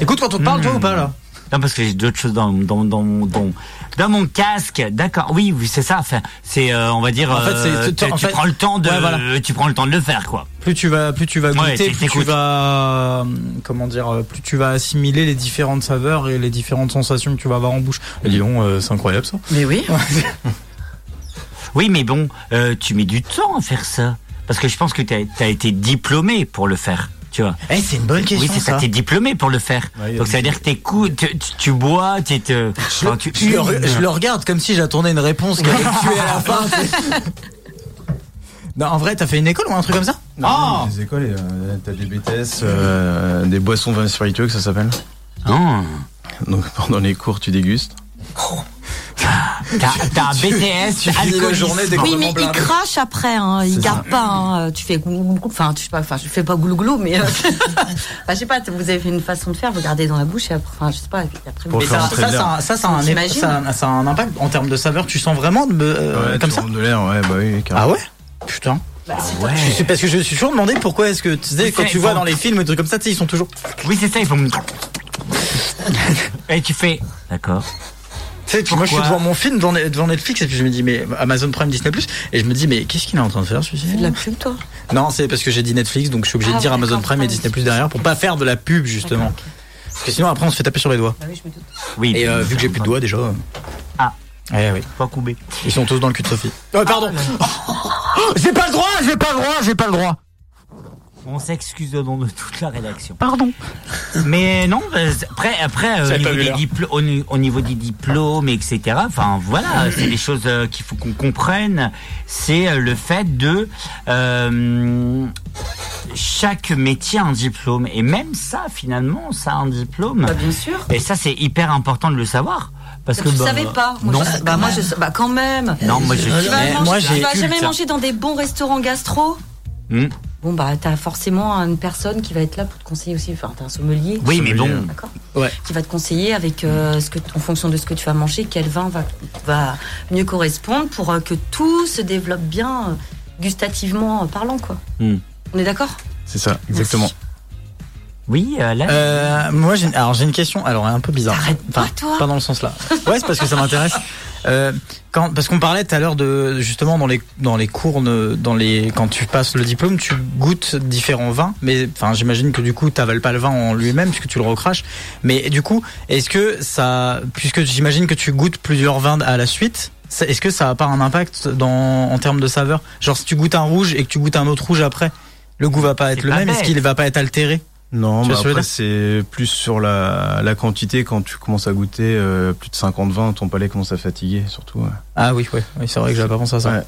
D: Écoute, quand on te parle, toi
A: Mmh.
D: ou pas là
A: Non, parce que j'ai d'autres choses dans, dans, dans, mon- dans, dans mon casque. D'accord, oui, oui, c'est ça. Enfin, c'est, euh, on va dire,
D: En fait, c'est-
A: euh,
D: c'est-
A: tu,
D: en
A: tu
D: fait-
A: prends le temps de,
D: Ouais, voilà.
A: tu prends le temps de le faire, quoi.
D: Plus tu vas, plus tu vas
A: Ouais,
D: goûter,
A: t'es-
D: plus tu
A: t'écoutes.
D: vas, hum, comment dire, euh, plus tu vas assimiler les différentes saveurs et les différentes sensations que tu vas avoir en bouche. Et dis donc, euh, c'est incroyable ça.
E: Mais oui. (laughs)
A: Oui, mais bon, euh, tu mets du temps à faire ça. Parce que je pense que tu as, été diplômé pour le faire. Tu vois.
D: Eh, c'est une bonne question
A: Oui, c'est ça.
D: ça.
A: T'es diplômé pour le faire.
F: Ouais, il y a
A: Donc ça veut
F: des-
A: dire que t'écoutes, tu, tu, tu bois, t'es, te- enfin, tu
D: Je le, re- je le regarde comme si j'attendais une réponse qui allait me tuer à la fin.
E: (laughs)
F: euh.
D: Non, en vrai, t'as fait une école ou un truc comme ça
F: Non,
D: Ah.
F: non, Des écoles, et, euh, t'as des BTS, euh, des boissons vins spiritueux que ça s'appelle.
A: Ah.
F: Donc pendant les cours tu dégustes.
D: Ah.
A: T'as,
F: (laughs)
A: t'as un BTS, alcoolisme.
E: Oui, mais il crache après, hein, il
F: C'est
E: garde pas. hein, euh, Tu fais glou, glou, glou, enfin, tu sais pas, enfin, je fais pas glou glou, mais euh, (laughs) enfin, je sais pas. Vous avez une façon de faire, vous gardez dans la bouche et après, enfin, je sais pas. et puis après, vous-
F: Pour
D: Mais ça,
F: faire entrer
D: ça,
F: de
D: ça, ça, ça a un,
E: T'imagines
D: ça, a- ça a un impact en termes de saveur. Tu sens vraiment de, euh,
F: Ouais,
D: comme
F: tu
D: ça
F: rentres de l'air, ouais, bah oui, carrément.
D: Ah ouais Putain.
A: Ouais.
D: Je suis- parce que je me suis toujours demandé pourquoi est-ce que tu sais,
A: Bah, Oui,
D: quand
A: c'est-
D: tu vois
A: bon.
D: dans les films ou des trucs comme ça, tu sais, ils sont toujours.
A: Oui, c'est ça, ils font.
D: (laughs)
A: Et tu fais. D'accord.
D: Tu sais, moi je suis
A: Pourquoi
D: devant mon film, devant, devant Netflix, et puis je me dis, mais Amazon Prime, Disney Plus, et je me dis, mais qu'est-ce qu'il est en train de faire celui-ci
E: fais de la pub, toi.
D: Non, c'est parce que j'ai dit Netflix, donc je suis obligé
E: Ah,
D: de dire
E: ouais,
D: Amazon
E: d'accord,
D: Prime et
E: pardon.
D: Disney Plus derrière pour pas faire de la pub justement.
E: D'accord,
D: Parce que sinon après on se fait taper sur les doigts.
E: Bah oui, je me doute.
A: Oui.
D: Et euh, vu que j'ai plus de doigts déjà. euh.
A: Ah.
D: Eh oui.
A: Pas coubé.
D: Ils sont tous dans le cul de Sophie. Oh, pardon.
A: Ah,
D: (laughs) j'ai pas le droit, j'ai pas le droit, j'ai pas le droit.
A: On s'excuse au nom de toute la rédaction. Pardon. Mais non, euh, après, après euh,
D: J'avais
A: au, niveau
D: pas vu
A: des
D: l'heure.
A: diplo- au nu- au niveau des diplômes, etc. Enfin, voilà, c'est des choses euh, qu'il faut qu'on comprenne. C'est euh, le fait de euh, chaque métier a un diplôme, et même ça, finalement, ça a un diplôme.
E: Bah, bien sûr.
A: Et ça, c'est hyper important de le savoir, parce
E: Tu
A: que
E: ne
A: bah,
E: savais pas. Moi,
A: non,
E: je sais- bah, moi, je sais- bah, quand même.
A: non, moi je.
E: Tu vas,
D: Mais
E: manger-
D: moi,
E: tu
D: j'ai
E: vas
D: culte,
E: jamais
D: ça.
E: manger dans des bons restaurants gastro
A: Hmm.
E: Bon, bah, t'as forcément une personne qui va être là pour te conseiller aussi. Enfin, t'as un sommelier.
A: Oui, mais bon.
E: D'accord
D: Ouais.
E: Qui va te conseiller avec euh, ce que, en fonction de ce que tu vas manger, quel vin va, va mieux correspondre pour euh, que tout se développe bien euh, gustativement euh, parlant, quoi.
A: Hmm.
E: On est d'accord
F: C'est ça, exactement.
A: Oui, euh, là.
D: Euh, moi, j'ai, alors j'ai une question. Alors un peu bizarre.
E: T'arrêtes pas, toi
D: pas dans le sens là. Ouais, c'est parce que
A: (laughs)
D: ça m'intéresse. Euh, quand, parce qu'on parlait tout à l'heure de justement dans les dans les cours, ne- dans les quand tu passes le diplôme, tu goûtes différents vins. Mais enfin, j'imagine que du coup, t'avales pas le vin en lui-même puisque tu le recraches. Mais du coup, est-ce que ça, puisque j'imagine que tu goûtes plusieurs vins à la suite. ça- Est-ce que ça a pas un impact dans, en termes de saveur Genre si tu goûtes un rouge et que tu goûtes un autre rouge après, le goût va pas être
A: C'est
D: le
A: pas
D: même, est-ce
A: bête.
D: qu'il va pas être altéré
F: Non,
D: Tu
F: mais
D: vois ce que je veux
F: après c'est plus sur la, la quantité quand tu commences à goûter euh, plus de 50 vins, ton palais commence à fatiguer surtout. ouais.
D: Ah oui, ouais, oui, c'est vrai que j'avais pas pensé à ça.
F: Ouais.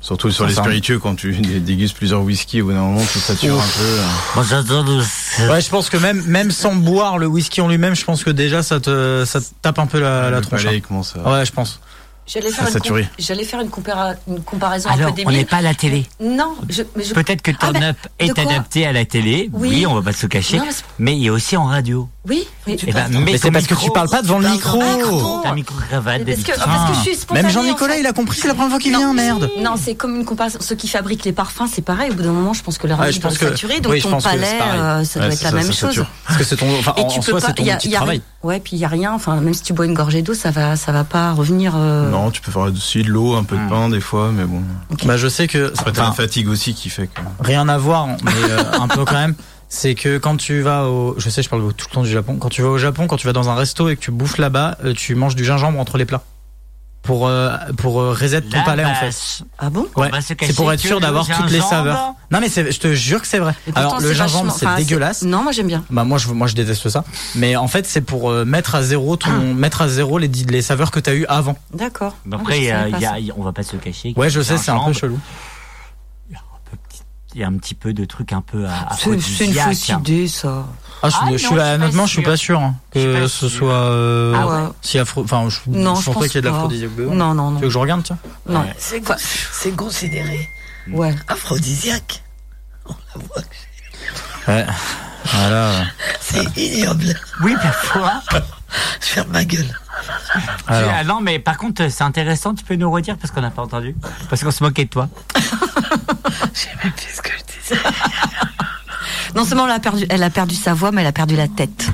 F: Surtout sur
D: Ça,
F: les
D: ça-
F: spiritueux quand tu dé- dégustes plusieurs whisky au bout d'un moment tu satures un peu. euh.
A: Moi, j'adore le-
D: Ouais, je pense que même, même sans boire le whisky en lui-même, je pense que déjà ça te, ça te tape un peu la, la
F: le
D: tronche.
F: palais il commence à
D: hein. Ouais, je pense.
E: J'allais
F: Ah,
E: faire, une,
F: saturé.
E: comp- j'allais faire une, compara- une comparaison un
A: Alors,
E: peu
A: on n'est
E: débile.
A: pas à la télé.
E: Non, je, mais je
A: Peut-être que ton
E: Ah, mais
A: up est
E: quoi
A: adapté à la télé. Oui.
E: Oui.
A: on va pas se le cacher.
E: Non, mais c'est-
A: mais il est aussi en radio.
E: Oui, oui.
A: Eh ben,
D: Mais,
A: mets
D: c'est
A: ton
D: parce que
A: micro.
D: tu parles pas devant le micro.
E: Ah, pardon.
A: T'as un micro-cravate.
E: Parce que, oh,
A: d'habitude.
E: parce que je suis spontanée.
D: Ah. Même
E: en
D: Jean-Nicolas,
E: fait.
D: il a compris, c'est la première fois qu'il
E: Non,
D: vient, merde.
E: Non, c'est comme une comparaison. Ceux qui fabriquent les parfums, c'est pareil. Au bout d'un moment, je pense que leur
D: Ouais,
E: avis
D: je
E: doit
D: pense
E: être
D: que-
E: saturé, donc
D: oui, je
E: ton
D: pense que c'est
E: palais,
D: pareil.
E: euh, ça
F: Ouais,
E: doit être
F: c'est
E: la
F: ça,
E: même
F: ça
E: chose.
F: sature.
D: Parce que c'est ton, enfin, en, en soi, c'est ton
E: y a-
D: petit
E: y a
D: travail.
E: rien- Ouais, puis il y a rien. Enfin, même si tu bois une gorgée d'eau, ça va, ça va pas revenir. euh,
F: Non, tu peux faire aussi de l'eau, un peu de pain des fois, mais bon.
D: Hmm. Bah, je sais que,
F: Après, t'as
D: enfin,
F: la fatigue aussi qui fait que.
D: rien à voir, mais euh, un peu quand même. C'est que quand tu vas au, je sais, je parle tout le temps du Japon. Quand tu vas au Japon, quand tu vas dans un resto et que tu bouffes là-bas, euh, tu manges du gingembre entre les plats. pour euh, pour euh, reset ton
A: La
D: palais en fait.
A: vache.
E: Ah bon
A: On
D: Ouais,
A: va se
D: bah, c'est pour
A: cacher
D: être
A: que
D: sûr
A: le
D: d'avoir toutes les
A: gingembre-
D: saveurs. Non mais c'est- je te jure que c'est vrai.
E: Et pourtant,
D: Alors le
E: c'est
D: gingembre
E: vachement-
D: c'est
E: enfin,
D: dégueulasse.
E: Non, moi j'aime bien.
D: Bah moi je moi je déteste ça. Mais en fait c'est pour euh, mettre à zéro ton mettre à zéro les les saveurs que t'as eu avant.
E: Ah. D'accord.
A: Mais
E: Ah,
A: Après,
E: je
A: il y a-
E: savais pas
A: il y
E: ça.
A: a- il y a- on va pas se cacher.
D: Ouais je sais c'est un peu
A: Gingembre,
D: chelou.
A: Il y a un petit peu de trucs un peu à.
E: C'est c'est une fausse idée, ça.
D: hein. Ah, je,
A: Ah,
D: suis-
A: non,
D: je
A: je
D: suis
A: suis pas
D: honnêtement je suis
A: sûr.
D: pas sûr hein,
A: Je suis
D: que
A: pas
D: ce
A: sûr.
D: soit euh,
E: Ah ouais.
D: si afro enfin je,
E: Non,
D: je
E: je
D: pense pas
E: pense
D: qu'il y ait de
E: pas.
D: l'aphrodisiaque dedans.
E: Non, non,
D: Tu veux
E: non.
D: que je regarde tiens
E: Non.
C: C'est con- c'est considéré
E: Ouais.
C: aphrodisiaque. On la voit.
D: Ouais.
A: (laughs)
D: Voilà. Oh,
C: C'est
D: Ah.
C: ignoble.
A: Oui, parfois.
C: Je ferme ma gueule.
D: Alors.
A: Ah non, mais par contre, c'est intéressant. Tu peux nous redire parce qu'on n'a pas entendu. Parce qu'on se moquait de toi.
C: Qu'est-ce que je disais
E: Non seulement elle a perdu, elle a perdu sa voix, mais elle a perdu la tête.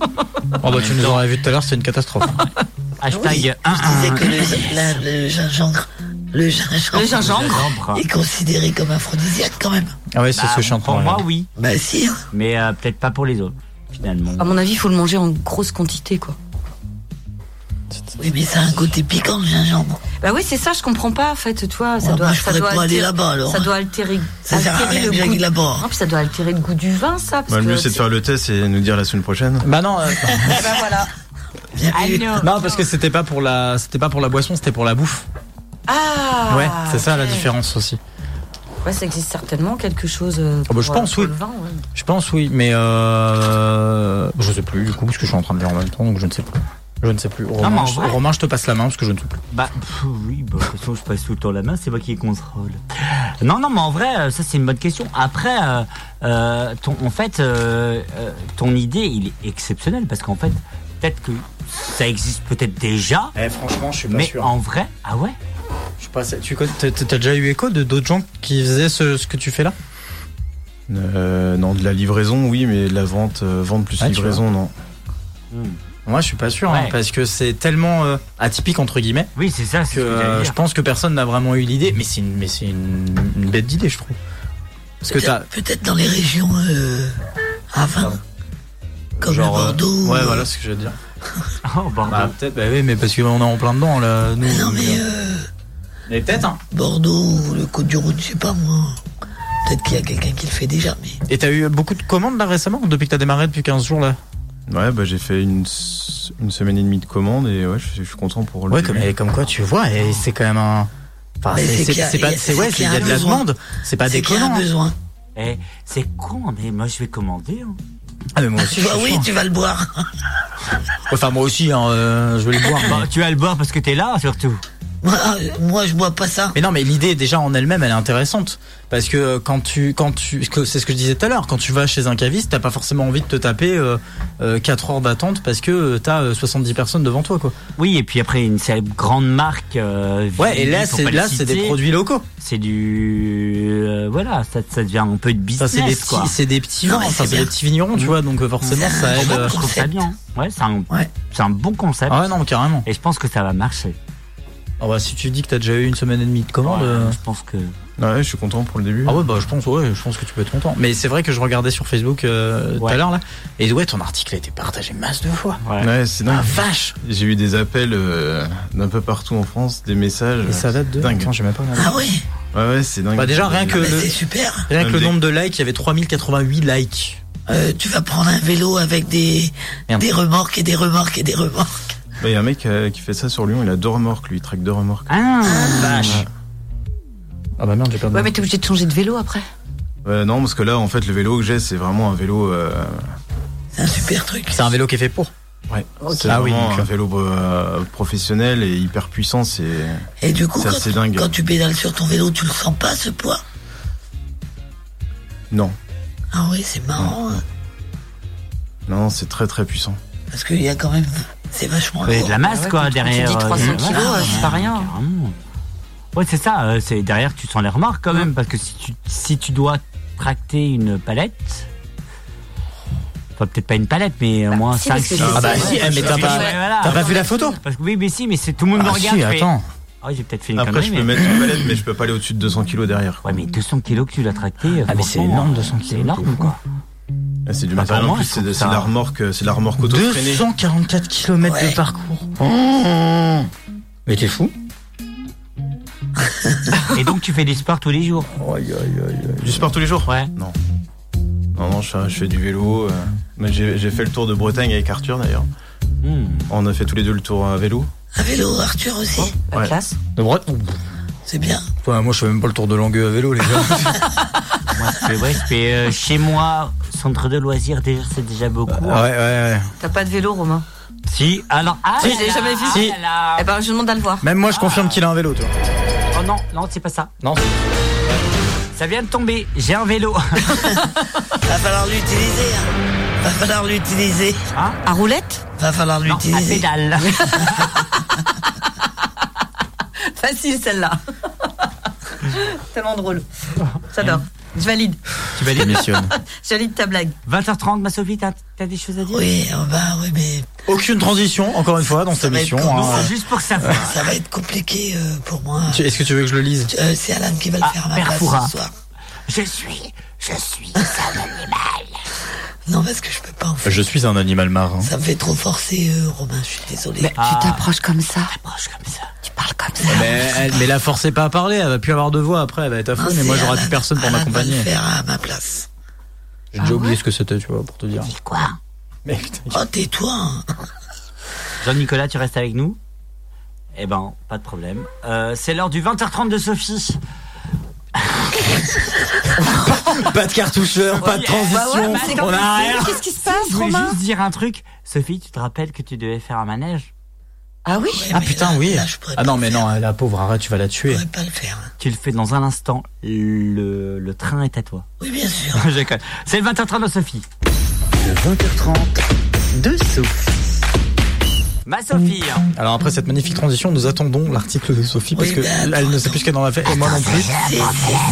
D: Oh bah tu nous aurais vu tout à l'heure, c'est une catastrophe.
C: Oui,
A: (laughs) Hashtag
D: Ah,
C: Je
A: 1
C: disais que le, gi- la- le gingembre. Le gingembre.
E: Le gingembre.
C: Est considéré comme aphrodisiaque quand même.
D: Ah ouais, c'est ce que je suis en train de
A: Bah, Pour moi,
D: regarder.
A: oui.
C: Bah si. hein. Ah,
A: Mais euh, peut-être pas pour les autres, finalement.
E: À mon avis, il faut le manger en grosse quantité, quoi.
C: Oui, mais ça a un côté piquant le gingembre.
E: Bah oui, c'est ça, je comprends pas, en fait, toi. Ça
C: Ouais,
E: doit,
C: moi, je
E: ça
C: pourrais
E: doit
C: pas aller
E: altérer-
C: là-bas, alors.
E: Ça doit altérer,
C: Ça sert à
E: altérer
C: rien
E: le
C: que j'aille
E: goût.
C: là-bas.
E: Non, puis ça doit altérer le goût du vin, ça. Parce
F: Bah, le
E: que
F: mieux, c'est de faire le test et nous dire la semaine prochaine.
D: Bah non, euh,
E: Eh ben voilà.
A: Ah (laughs) non.
D: non parce que c'était pas pour la c'était pas pour la boisson, c'était pour la bouffe.
E: Ah
D: ouais, c'est ça la
E: ok.
D: différence aussi.
E: Ouais, ça existe certainement quelque chose. euh,
D: Ah bah, je
E: pour,
D: pense,
E: euh, pour
D: oui.
E: le vin, ouais.
D: Je pense oui, mais euh, je sais plus du coup parce que je suis en train de dire en même temps donc je ne sais plus. Je ne sais plus. Romain,
A: mais en
D: je,
A: vrai-
D: Romain, je te passe la main parce que je ne sais plus.
A: Bah pff, oui, bah, de toute façon, je passe tout le temps la main, c'est moi qui contrôle. Non, non, mais en vrai, euh, ça c'est une bonne question. Après, euh, euh, ton, en fait, euh, euh, ton idée, il est exceptionnel parce qu'en fait, peut-être que ça existe peut-être déjà,
D: Eh franchement, je suis
A: mais en vrai, ah ouais.
D: Je suis pas assez- Tu connais- t'as- t'as déjà eu écho de d'autres gens qui faisaient ce, ce que tu fais là
F: (laughs) Euh, non, de la livraison, oui, mais de la vente, euh, vente plus
D: Ah, tu
F: livraison, non.
D: Moi, je suis pas sûr hein,
A: Ouais.
D: parce que c'est tellement euh, atypique entre guillemets
A: Oui, c'est ça.
D: que
A: C'est ce que
D: euh,
A: j'allais
D: je
A: dire.
D: pense que personne n'a vraiment eu l'idée. Mais c'est une mais c'est une, une bête d'idée, je trouve. Parce que t'as
C: Peut-être peut-être dans les régions euh, à vin. Comme
D: Genre,
C: le
D: euh,
C: Bordeaux.
D: Ouais,
C: euh,
D: voilà ce que je
F: (laughs)
D: veux dire.
F: Ah,
A: Oh, Bordeaux.
D: Bah, peut-être, bah oui, mais parce qu'on est en plein dedans, là, nous.
C: Non mais euh,
D: Mais peut-être, hein.
C: Bordeaux ou le Côte du Rhône, je sais pas moi. Peut-être qu'il y a quelqu'un qui le fait déjà, mais.
D: Et t'as eu beaucoup de commandes, là, récemment, depuis que t'as démarré depuis 15 jours, là
F: Ouais, bah j'ai fait une, s- une semaine et demie de commande et ouais, je, suis- je suis content pour Oh, le.
D: Ouais,
F: début.
D: comme, et comme quoi, tu vois, et c'est quand même un. Enfin,
C: Mais
D: c'est
C: c'est
D: c'est-
C: qu'il y a-
D: c'est pas.
C: il y a-
D: C'est ouais,
C: c'est
D: il y a de
C: qu'il y a
D: la
C: un besoin.
D: demande. C'est pas
C: c'est qu'il y a
D: déconnant.
C: un besoin.
A: Eh, c'est con, mais moi je vais commander. hein.
D: Ah, mais moi aussi,
C: Tu
D: je
C: vois,
D: suis
C: Bah oui,
D: chaud.
C: tu vas le boire.
D: Enfin, moi aussi, hein, euh, je vais le boire. mais-
A: Bah, tu vas le boire parce que t'es là surtout.
C: Moi, ah, moi, je bois pas ça.
D: Mais non, mais l'idée déjà en elle-même, elle est intéressante parce que euh, quand tu, quand tu, ce que- c'est ce que je disais tout à l'heure, quand tu vas chez un caviste, t'as pas forcément envie de te taper euh, 4 heures d'attente parce que euh, t'as euh, 70 personnes devant toi, quoi.
A: Oui, et puis après une célèbre grande marque. euh,
D: Ouais, et
A: Vivendi,
D: là,
A: pour
D: c'est
A: pas le
D: là, c'est des
A: citer.
D: produits locaux.
A: c'est du euh, voilà ça, ça devient un peu de
D: Ça,
A: business
D: c'est des
A: quoi
D: petits, c'est des petits,
C: Non,
D: vins,
C: mais
D: enfin,
C: c'est
D: c'est des
C: bien.
D: petits vignerons, tu vois, donc euh, forcément, ça
C: C'est
D: aide.
C: un
D: euh,
A: je trouve ça
C: concept.
A: bien ouais c'est un,
C: Ouais.
A: c'est un bon concept
D: Ah ouais, non, carrément.
A: et je pense que ça va marcher
D: Ah bah, si tu dis que t'as déjà eu une semaine et demie de commande. euh,
A: je pense que
F: Ouais, je suis content pour le début.
D: Ah ouais bah je pense ouais je pense que tu peux être content mais c'est vrai que je regardais sur Facebook euh, tout à
A: Ouais.
D: l'heure là et ouais ton article a été partagé masse de fois
A: ouais.
F: Ouais, c'est dingue.
D: ah vache
F: J'ai eu des appels euh, d'un peu partout en France, des messages.
D: Et ça date de.
F: Dingue.
D: Attends, j'ai même pas regardé.
C: Ah oui,
F: Ouais, ouais, c'est dingue.
D: Bah, déjà, rien que-
F: Ouais,
C: mais
D: le-
C: c'est super.
D: Rien que le
F: Même
D: nombre de likes, il y avait 3088 likes.
C: Euh, tu vas prendre un vélo avec des,
D: Merde.
C: des remorques et des remorques et des remorques.
F: Il y a un mec euh, qui fait ça sur Lyon, il a deux remorques, lui, il traque deux remorques.
A: ah,
D: Vache. Ah bah merde, j'ai perdu.
E: Ouais, mais t'es obligé de changer de vélo après.
F: Euh, non, parce que là, en fait, le vélo que j'ai, c'est vraiment un vélo. euh,
C: C'est un super truc.
D: C'est un vélo qui est fait pour.
F: ouais, c'est
D: Ah oui,
F: vraiment
D: donc,
F: un vélo euh, professionnel et hyper puissant. C'est.
C: Et du coup,
F: C'est assez
C: quand,
F: dingue.
C: quand tu pédales sur ton vélo, tu le sens pas ce poids
F: Non,
C: Ah oui, c'est marrant. hein,
F: non, c'est très très puissant.
C: parce qu'il y a quand même. C'est vachement Ah
A: Ouais,
C: lourd.
A: de la masse
E: Ouais,
A: quoi
E: quand- quand tu
A: derrière
E: dis
A: euh,
E: 300
A: voilà,
E: kilos, euh, c'est pas rien.
A: carrément. ouais c'est ça euh, c'est derrière tu sens les remarques quand même parce que si tu si tu dois tracter une palette Enfin, peut-être pas une palette, mais au moins
E: si,
A: 5
E: parce que c'est-
D: Ah bah si, eh, mais t'as pas- T'as pas vu la photo
A: Parce que oui, mais si, mais c'est tout le monde me
D: Ah
A: regarde.
D: si,
A: je fais,
D: attends.
A: Ah, j'ai peut-être fait une
F: Après,
A: connerie,
F: je peux
A: mais...
F: mettre une palette, mais je peux pas aller au-dessus de 200 kilos derrière. quoi.
A: Ouais, mais 200 kilos que tu l'as tracté.
D: Ah, mais
A: franchement,
D: c'est énorme, 200
A: C'est
D: kilos, t'es
A: énorme,
D: fou.
A: quoi.
F: Ah, C'est du
A: Bah,
F: matériel
A: pour
F: en
A: moi,
F: plus,
A: je
F: c'est de,
A: trouve
F: c'est de
A: ça-
F: la remorque, euh, c'est de la remorque auto-freinée.
D: 244 km
C: Ouais.
F: Oh.
D: de parcours. Mais t'es fou
A: Et donc tu fais du sport tous les jours
F: Du sport tous les jours
A: Ouais.
F: Non. Non, non, je, je fais du vélo. euh, mais j'ai j'ai fait le tour de Bretagne avec Arthur d'ailleurs.
A: Hmm. Oh.
F: On a fait tous les deux le tour à vélo.
C: Un vélo, Arthur aussi.
E: La
F: Ouais.
E: classe.
D: De droite
C: C'est bien.
D: Moi je fais même pas le tour de Langueux à vélo les gars.
A: (laughs) Moi, je fais, ouais, je fais, euh, chez moi, centre de loisirs, déjà, c'est déjà beaucoup. hein.
F: Ouais, ouais, ouais.
E: T'as pas de vélo, Romain
A: Si, alors. Ah,
E: Si, je l'ai jamais vu.
A: Si. Ah.
E: Eh ben, je demande à le voir.
D: Même moi je confirme qu'il a un vélo toi.
A: Oh non, non, c'est pas ça.
D: Non
A: Ça vient de tomber, j'ai
E: (laughs)
A: un vélo.
C: Va falloir l'utiliser. hein. Va falloir l'utiliser.
E: À roulette
C: Va falloir
A: Ah. Non,
E: Ah,
A: à
C: l'utiliser. (laughs)
A: pédale.
E: (laughs) Facile celle-là. (laughs) Tellement drôle.
A: Hmm.
E: J'adore. Je valide.
D: Tu vas démissionne.
E: (laughs) Je valide ta blague.
A: 20h30, ma Sophie, t'as t'as des choses à dire
C: Oui, euh, bah oui, mais
D: Aucune transition, encore une fois, dans cette
C: va être
D: émission.
C: cool.
A: Non,
D: hein.
A: c'est juste pour savoir.
C: ça va être compliqué euh, pour moi.
D: Tu- Est-ce que tu veux que je le lise
C: Euh, c'est Alan qui va le
A: Ah,
C: faire à ma
A: Père
C: place
A: Foura.
C: ce soir.
A: Je suis, je suis un animal.
C: (laughs) Non, parce que je peux pas en faire.
F: Je suis un animal marin.
C: Ça me fait trop forcer, euh, Romain, je suis désolé.
A: Ah.
E: t'approches comme ça.
A: Proche comme ça.
E: Tu parles comme ça.
D: mais, elle, mais la forcez pas à parler, elle va plus avoir de voix après, elle va être affreuse, mais moi j'aurai plus personne pour
C: Je
D: m'accompagner.
C: vais le faire à ma place.
D: J'ai déjà oublié ce que c'était, tu vois, pour te dire.
A: Quoi
D: Mais putain,
C: Oh, tais-toi. hein.
A: (laughs) Jean-Nicolas, tu restes avec nous Eh ben, pas de problème. Euh, c'est l'heure du 20h30
C: (laughs)
A: de Sophie.
D: Pas de cartoucheur, Euh, pas de
A: Oh, Bah
D: transition, on a rien.
E: Qu'est-ce qui se passe,
A: Je voulais
E: Romain
A: juste dire un truc. Sophie, tu te rappelles que tu devais faire un manège
E: Ah oui
C: Ouais,
D: Ah
C: mais
D: putain,
C: là-
D: oui.
C: là, je pourrais
D: Ah
C: pas
D: non,
C: le
D: mais
C: faire.
D: non, la pauvre, arrête, tu vas la
C: Je
D: tuer.
C: pourrais pas le faire. hein.
A: Tu le fais dans un instant. Le, le train est à toi.
C: Oui, bien sûr.
A: (laughs) Je déconne. c'est le 20h30 de Sophie. Le 20h30 de Sophie. Ma Sophie.
D: Alors après cette magnifique transition, nous attendons l'article de Sophie parce
C: Oui,
D: que
C: mais attends,
D: elle ne sait plus ce qu'elle en a fait et moi non plus.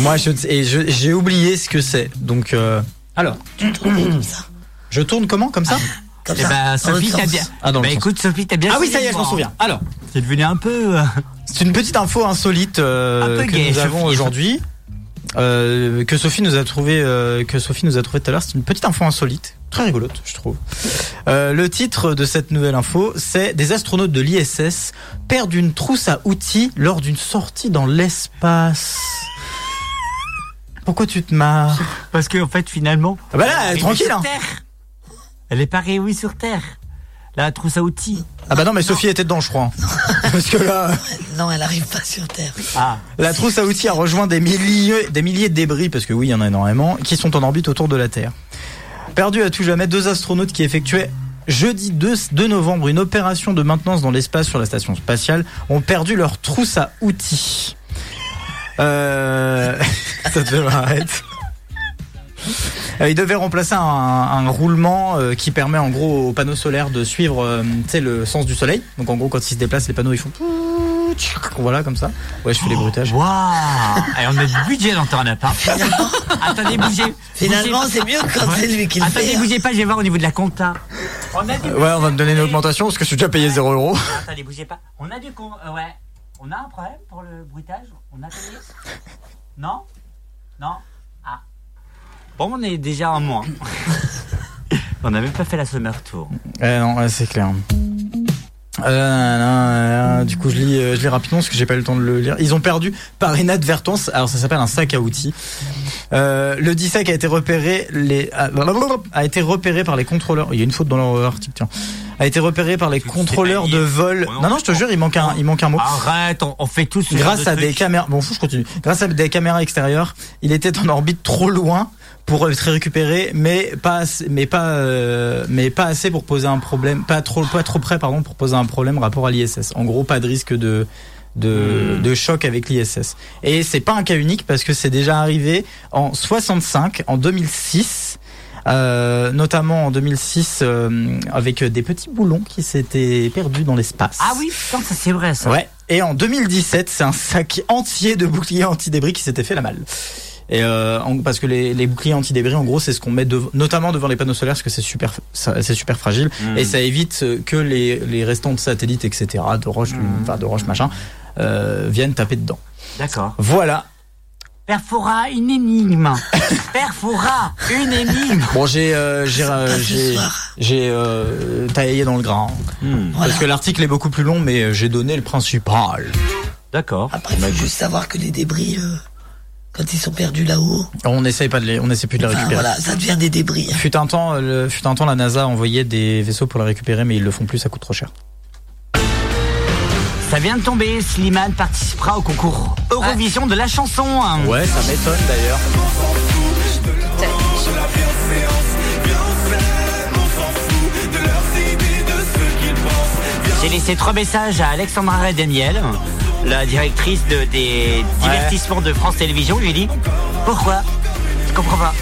D: Moi je ne sais- et je- j'ai oublié ce que c'est. Donc euh, alors,
C: Comme ça.
D: je tourne comment comme ça
C: Comme
A: Eh
C: ça.
A: ben,
C: dans
A: Sophie,
C: l'autre
A: t'as
C: sens.
A: bien.
D: Ah, dans le
A: bah,
D: sens.
A: écoute, Sophie, t'as bien.
D: Ah oui,
A: saisi
D: ça y est,
A: le
D: je m'en
A: point.
D: souviens. Alors,
A: C'est devenu un peu. euh,
D: c'est une petite info insolite euh,
A: Un peu
D: que
A: gay,
D: nous avons
A: Sophie.
D: aujourd'hui. euh, que Sophie nous a trouvé euh, que Sophie nous a trouvé tout à l'heure, c'est une petite info insolite, très rigolote, je trouve. Euh, le titre de cette nouvelle info, c'est des astronautes de l'ISS perdent une trousse à outils lors d'une sortie dans l'espace. Pourquoi tu te marres
A: Parce qu'en fait, finalement.
D: Ah bah là,
A: elle est
D: tranquille.
A: sur
D: hein.
A: Terre. Elle est pas réouïe sur Terre. La trousse à outils.
D: Ah bah non, mais Sophie était dedans, je crois. (laughs) Parce
C: (laughs)
D: que là,
C: Non, elle arrive pas sur Terre.
A: Ah.
D: La trousse à outils a rejoint des milliers, des milliers de débris, parce que oui, il y en a énormément, qui sont en orbite autour de la Terre. Perdu à tout jamais, deux astronautes qui effectuaient jeudi 2, 2 novembre une opération de maintenance dans l'espace sur la station spatiale ont perdu leur trousse à outils. Euh... (laughs) Ça te fait marrer, arrête. Euh, Ils devaient remplacer un, un roulement euh, qui permet en gros aux panneaux solaires de suivre euh, tu sais, le sens du soleil. Donc en gros quand ils se déplacent les panneaux ils font... Voilà comme ça. Ouais je fais les bruitages.
A: Waouh Et on a du budget dans ton appart. Attendez, bougez.
C: Finalement,
A: Bougez
C: c'est mieux quand
A: Ouais.
C: c'est lui qui le fait.
A: Attendez,
C: hein.
A: bougez pas, je vais voir au niveau de la compta. On a du
D: (laughs) Ouais, on va me donner une augmentation parce que je suis déjà payé 0
C: Oh.
D: euros.
A: Attendez, bougez pas. On a du con. euh, ouais. On a un problème pour le bruitage On a payé Non Non Ah. Bon, on est déjà
C: (laughs)
A: en moins. on n'a même pas fait la summer tour.
D: (laughs) Eh non, ouais, c'est clair. Euh, là, là, là, du coup, je lis, euh, je lis rapidement parce que j'ai pas eu le temps de le lire. Ils ont perdu par inadvertance. Alors, ça s'appelle un sac à outils. Euh, le 10 sac a été repéré les ah, bah, a, a été repéré par les contrôleurs. Il y a une faute dans leur article. Tiens. A été repéré par les
A: sais
D: contrôleurs
A: pas
D: de
A: lire.
D: vol.
A: Oh non, Ah,
D: Non, non, je te
A: oh.
D: jure, il manque un, il manque un mot.
A: Arrête, on, on fait tous. ce genre
D: Grâce
A: de
D: à des
A: trucs.
D: caméras, bon, fou, je continue. Grâce à des caméras extérieures, il était en orbite trop loin pour être récupéré, mais pas, assez- mais pas, euh, mais pas assez pour poser un problème, pas trop, pas trop près, pardon, pour poser un problème rapport à l'ISS. En gros, pas de risque de
A: Hmm.
D: de, de choc avec l'ISS. Et c'est pas un cas unique parce que c'est déjà arrivé en 65, en 2006. euh, notamment en 2006 euh, avec des petits boulons qui s'étaient perdus dans l'espace.
A: Ah oui, putain, ça c'est vrai ça.
D: Ouais. Et en 2017, c'est un sac entier de boucliers anti-débris qui s'était fait la malle. Et euh, en- parce que les, les boucliers anti-débris, en gros, c'est ce qu'on met dev- notamment devant les panneaux solaires, parce que c'est super, ça- c'est super fragile,
A: Mm.
D: et ça évite euh, que les, les restants de satellites, etc., de roches, enfin de roches machin, euh, viennent taper dedans.
A: D'accord.
D: Voilà.
A: Perfora une énigme. qui perfora une énigme.
D: Bon, j'ai euh, j'ai euh, j'ai j'ai euh, taillé dans le gras. hein.
A: Hmm.
D: Parce que l'article est beaucoup plus long, mais euh, j'ai donné le principal.
A: D'accord. Bah,
C: Après, il faut juste savoir que les débris, euh, quand ils sont perdus là-haut,
D: On essaye pas de les, on essaie plus de les
C: enfin,
D: récupérer.
C: voilà, ça devient des débris.
D: Fut un temps, euh, le- fut un temps, la NASA envoyait des vaisseaux pour les récupérer, mais ils le font plus, ça coûte trop cher.
A: Ça vient de tomber, Slimane participera au concours Eurovision de la chanson. hein.
D: Ouais, ça m'étonne d'ailleurs.
A: J'ai laissé trois messages à Alexandra Redeniel, la directrice de- des divertissements de France Télévisions. Je lui ai dit Pourquoi Je comprends pas.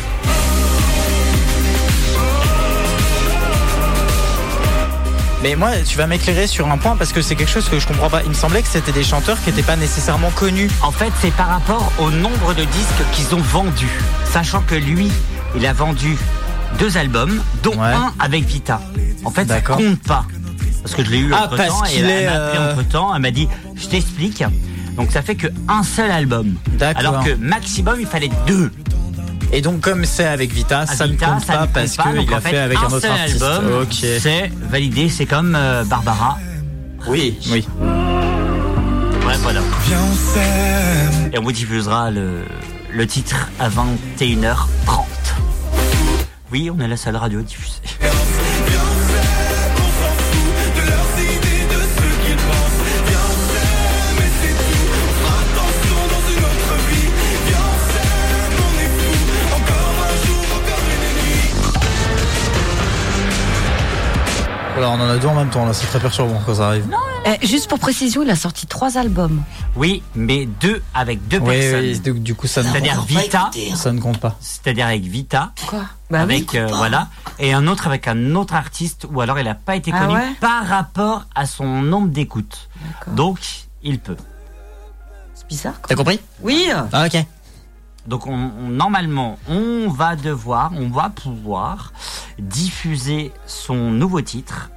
D: Mais moi, tu vas m'éclairer sur un point parce que c'est quelque chose que je comprends pas. Il me semblait que c'était des chanteurs qui n'étaient pas nécessairement connus.
A: En fait, c'est par rapport au nombre de disques qu'ils ont vendus. Sachant que lui, il a vendu deux albums, dont
D: Ouais.
A: un avec Vita. En fait, ça
D: D'accord.
A: compte pas. Parce que je l'ai eu
D: Ah,
A: entre temps,
D: parce
A: et
D: qu'il
A: elle,
D: est,
A: m'a appelé
D: euh,
A: entre temps, elle m'a dit Je t'explique. Donc ça fait que un seul album.
D: D'accord.
A: Alors que maximum, il fallait deux.
D: Et donc, comme c'est avec Vita, ça ne
A: Vita,
D: compte
A: ça
D: pas
A: ne compte
D: parce
A: pas. Donc,
D: qu'il
A: en
D: a fait avec un autre
A: seul
D: artiste.
A: album.
D: Ok.
A: C'est validé, c'est comme euh, Barbara.
D: Oui, oui.
A: Ouais, voilà. Et on vous diffusera le, le titre à 21h30. Oui, on est la seule radio diffusée.
D: Alors, on en a deux en même temps là, c'est très perturbant quand ça arrive.
E: Euh, juste pour précision, il a sorti trois albums.
A: Oui, mais deux avec deux
D: oui,
A: personnes.
D: oui, donc, du coup, ça ne compte
A: C'est-à-dire
D: pas.
C: On va
A: Vita.
C: écouter.
D: Ça ne compte pas.
A: C'est-à-dire avec Vita,
E: hein. Quoi Bah oui.
A: avec euh, voilà, et un autre avec un autre artiste, ou alors il n'a pas été
E: Ah
A: connu
E: ouais
A: par rapport à son nombre d'écoutes.
E: D'accord.
A: Donc il peut.
E: C'est bizarre quoi.
D: T'as compris
E: Oui.
D: Ah, ok.
A: Donc on, on- normalement, on va devoir, on va pouvoir diffuser son nouveau titre.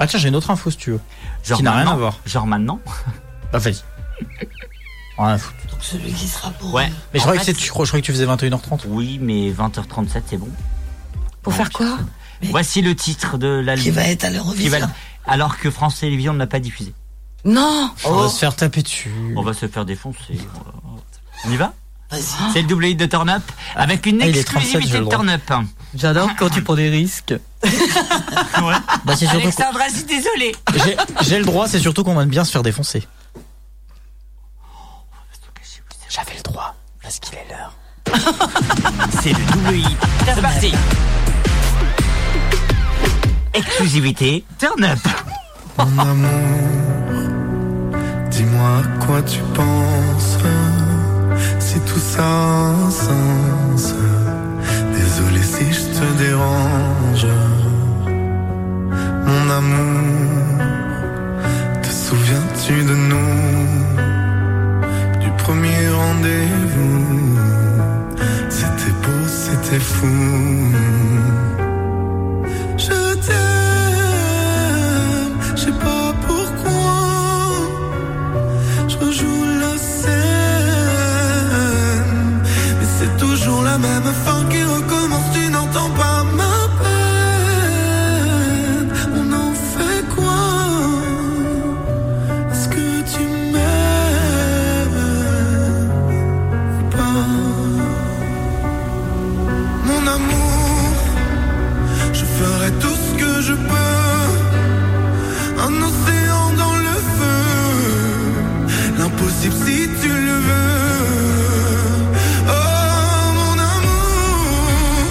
D: Ah, tiens, j'ai une autre info si tu veux. Qui n'a rien
A: maintenant.
D: à voir.
A: Genre maintenant. (laughs)
D: Ah, vas-y. Rien à foutre.
C: Donc celui qui sera pour.
A: Ouais.
D: Mais je
A: En
D: croyais, que
A: fait,
D: c'est- tu, je croyais que tu faisais 21h30.
A: Oui, mais 20h37, c'est bon.
E: Pour faire quoi
A: Voici le titre de
C: Qui
A: l'album.
C: va être à
A: qui va-
C: l'Eurovision.
A: Alors que France Télévisions ne l'a pas diffusé.
E: Non.
D: On
A: Oh.
D: va se faire taper dessus.
A: On va se faire défoncer. euh, On y va
C: Vas-y.
A: C'est le double hit de Turn Up avec une
D: Ah, il est 37, j'ai
A: exclusivité
D: le
A: de
D: droit.
A: Turn Up.
B: J'adore quand tu prends des risques.
A: Ouais.
D: Bah,
A: (laughs)
D: c'est surtout
A: Alexandra, je suis désolé. (laughs)
D: qu'on- j'ai- J'ai le droit, c'est surtout qu'on aime bien se faire défoncer. J'avais le droit, parce qu'il est l'heure.
A: (laughs) C'est le double hit. C'est parti. Exclusivité Turn Up.
J: Mon amour, dis-moi à quoi tu penses. Si tout ça a un sens, désolé si je te dérange. Mon amour, te souviens-tu de nous, du premier rendez-vous? C'était beau, c'était fou. Je t'aime, je sais pas pourquoi. Je rejoue la scène, mais c'est toujours la même fin qui recommence. Tu n'entends pas ma peine. On en fait quoi Est-ce que tu m'aimes ou pas, mon amour? Je ferai tout ce que je peux. Un océan dans le feu. L'impossible si tu le veux. Oh mon amour,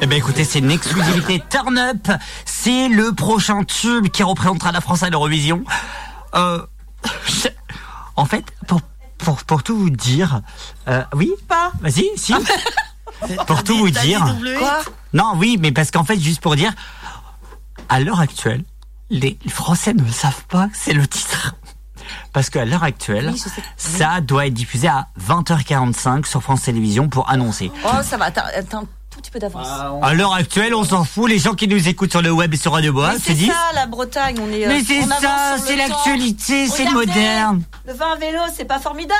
A: Eh ben écoutez, c'est une exclusivité Turn Up. C'est le prochain tube qui représentera la France à l'Eurovision. Euh, (laughs) je- en fait, pour, pour, pour tout vous dire, euh, oui, pas, vas-y, si.
E: Ah,
A: pour tout vous dire.
E: Quoi
A: (laughs) Non, oui, mais parce qu'en fait, juste pour dire, à l'heure actuelle, les Français ne le savent pas, c'est le titre. Parce qu'à l'heure actuelle,
E: Oui, je sais.
A: ça doit être diffusé à 20h45 sur France Télévisions pour annoncer.
E: Oh, ça va, t'as t'as un tout petit peu d'avance.
A: À l'heure actuelle, on s'en fout, les gens qui nous écoutent sur le web et sur Radio Boa
E: Mais
A: se
E: c'est
A: disent...
E: ça, la Bretagne, on est. euh,
A: Mais c'est
E: on avance
A: ça,
E: sur le
A: c'est
E: temps.
A: l'actualité, c'est
E: Regardez,
A: moderne.
E: Le vin à vélo, c'est pas formidable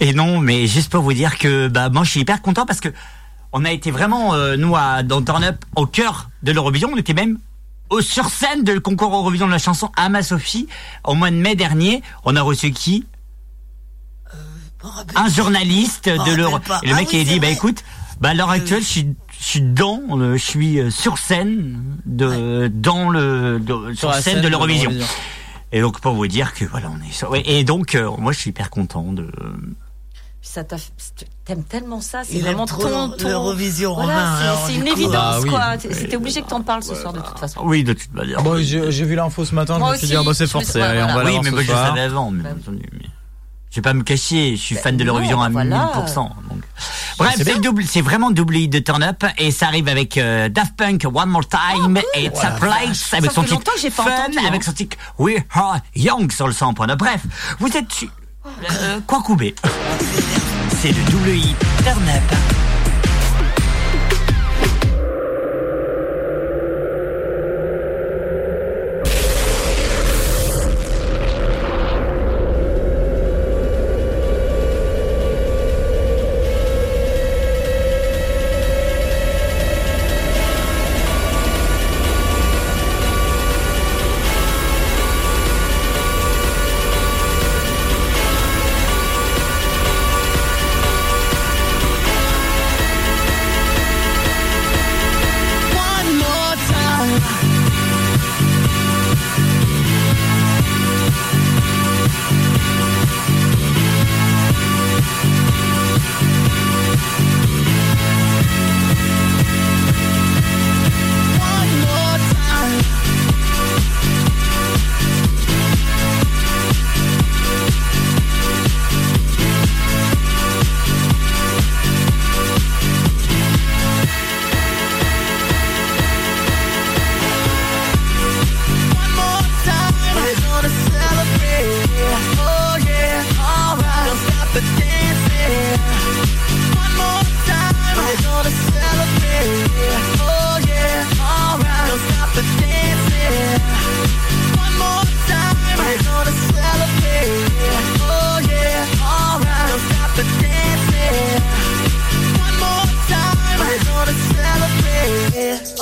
A: Et non, mais juste pour vous dire que bah moi je suis hyper content parce que on a été vraiment euh, nous à, dans Turn Up au cœur de l'Eurovision, on était même au sur scène de le concours Eurovision de la chanson à ma Sophie au mois de mai dernier, on a reçu qui
C: Euh,
A: un journaliste
C: m'en
A: de l'Euro.
C: rappelle pas.
A: Et le
C: Ah
A: mec
C: oui,
A: il a
C: c'est
A: dit bah
C: vrai. Euh,
A: écoute, bah à l'heure actuelle je suis je suis dans le- je suis euh, sur scène de dans le de- sur
D: la
A: scène de l'Eurovision. Et donc pour vous dire que voilà, on est sur- ouais, et donc euh, moi je suis hyper content de
E: Puis ça t'a- T'aimes tellement ça, c'est
C: Il aime
E: vraiment
C: trop
E: ton. ton-
C: l'Eurovision, Romain,
E: Voilà, c'est-
C: alors,
E: c'est
C: du
E: une
C: coup.
E: évidence,
D: Bah oui.
E: quoi. T'es- C'était obligé que t'en parles ce soir, de
A: bah,
E: toute façon.
A: Oui, de toute manière.
D: Bon, j'ai j'ai vu l'info ce matin,
E: Moi
D: je me suis
E: aussi,
D: dit, ah bah c'est
E: je me suis-
D: forcé,
E: ouais,
D: allez, on
E: voilà.
D: va
A: oui,
D: l'avoir
A: mais
D: ce
A: moi je le
D: soir.
A: savais avant. Mais,
E: Bah.
A: entendu, mais je vais pas me cacher, je suis fan de
E: non,
A: l'Eurovision à
E: voilà.
A: 1000%. donc. Bref,
D: c'est
A: c'est double, c'est vraiment double hit de Turn Up et ça arrive avec euh, Daft Punk One More Time et It's a Place avec
E: Oh, Ça
A: son
E: fait
A: titre
E: longtemps que j'ai pas
A: Fun
E: entendu, hein.
A: avec son titre We Are Young sur le 100.9. Bref, vous êtes dessus. Euh, quoi couper C'est le double hit Turn Up.
J: Oh, Oh,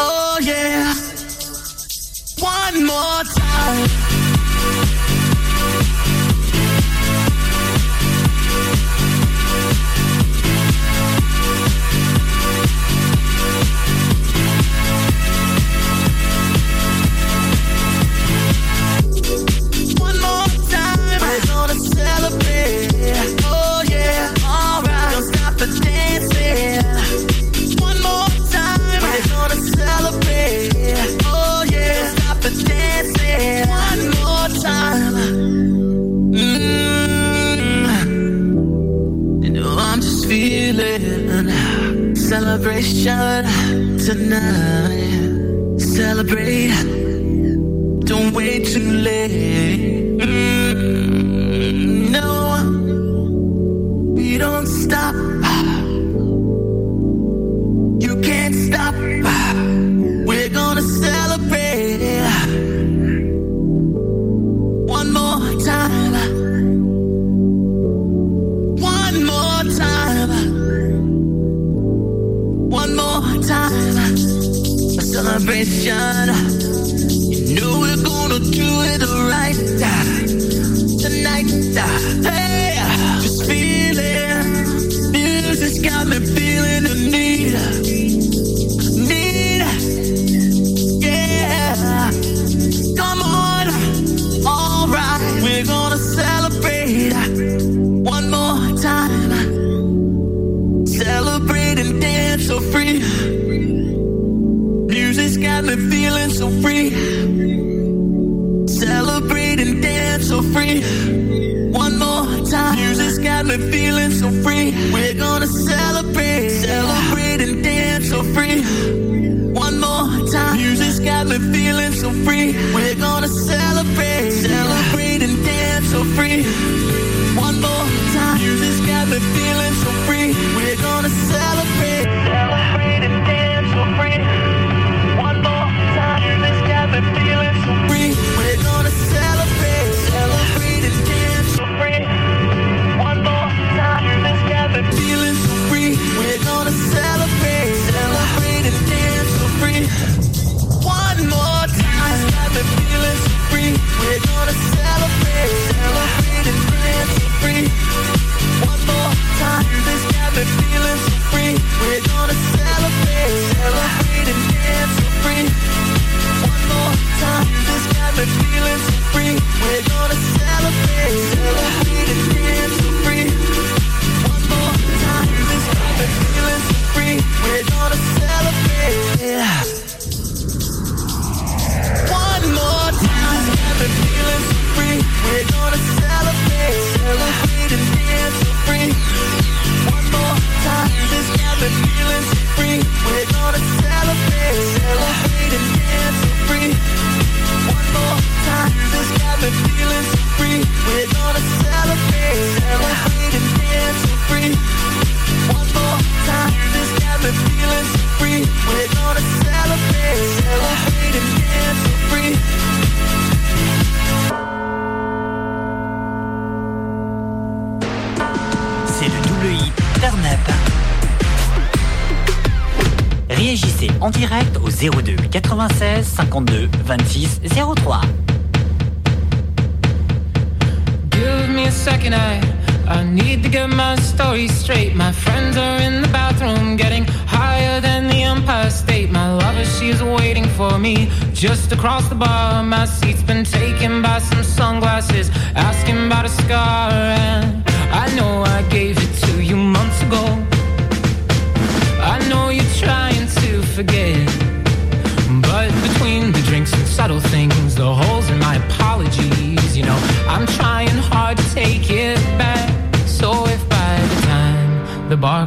J: Oh yeah, one more time. One more time, we're gonna celebrate. Oh yeah, alright, don't stop the dancing. One more time, we're gonna celebrate. Oh yeah, stop the dancing. One more time. Mm. You know I'm just feeling celebration tonight. Celebrate. Don't wait too late. Mm, no, we don't stop. You can't stop. (sighs) We're gonna celebrate one more time. One more time. One more time. A celebration. Know we're gonna do it right tonight. Hey, just feeling. Music's got me feeling the need, need. Yeah, come on. All right, we're gonna celebrate one more time. Celebrate and dance so got me feeling so free. We're gonna celebrate, celebrate and dance so free. One more time. Music's got me feeling so free. We're gonna celebrate, celebrate and dance so free. One more time. Music's got me feeling so free. We're gonna celebrate, celebrate and dance so free. One more time. Music's got me feeling so free. We're gonna celebrate, celebrate and dance so free. One more time. Music's got me feeling so free. We're gonna celebrate, celebrate and dance so free. One more time. Music's got me feeling so free. We're gonna celebrate, celebrate and dance so free. One more time. Music's got me feeling so free. We're gonna celebrate, celebrate and dance so free. One more time. This got me feeling so free. We're gonna celebrate, celebrate and dance so free. One more time. This got me feeling so free. We're gonna celebrate. One more time. This got me feeling so free. We're gonna celebrate, celebrate and dance so free. One more time. This got me feeling so free. We're gonna celebrate, celebrate and dance so free. One more time, this got me feeling so free. We're gonna celebrate, celebrate and dance so free. One more time, this got me feeling so free. We're gonna celebrate, celebrate and dance so free.
A: C'est le double I Ternap. Réagissez en direct au 02 96 52 26 03.
K: Give me a second, I I need to get my story straight. My friends are in the bathroom, getting higher than the Empire State. My lover, she's waiting for me just across the bar. My seat's been taken by some sunglasses, asking about a scar. And I know I gave it to you months ago. I know you're trying to forget. But between the drinks and subtle things, the holes in my apologies, you know, I'm trying hard to take it back. So if by the time the bar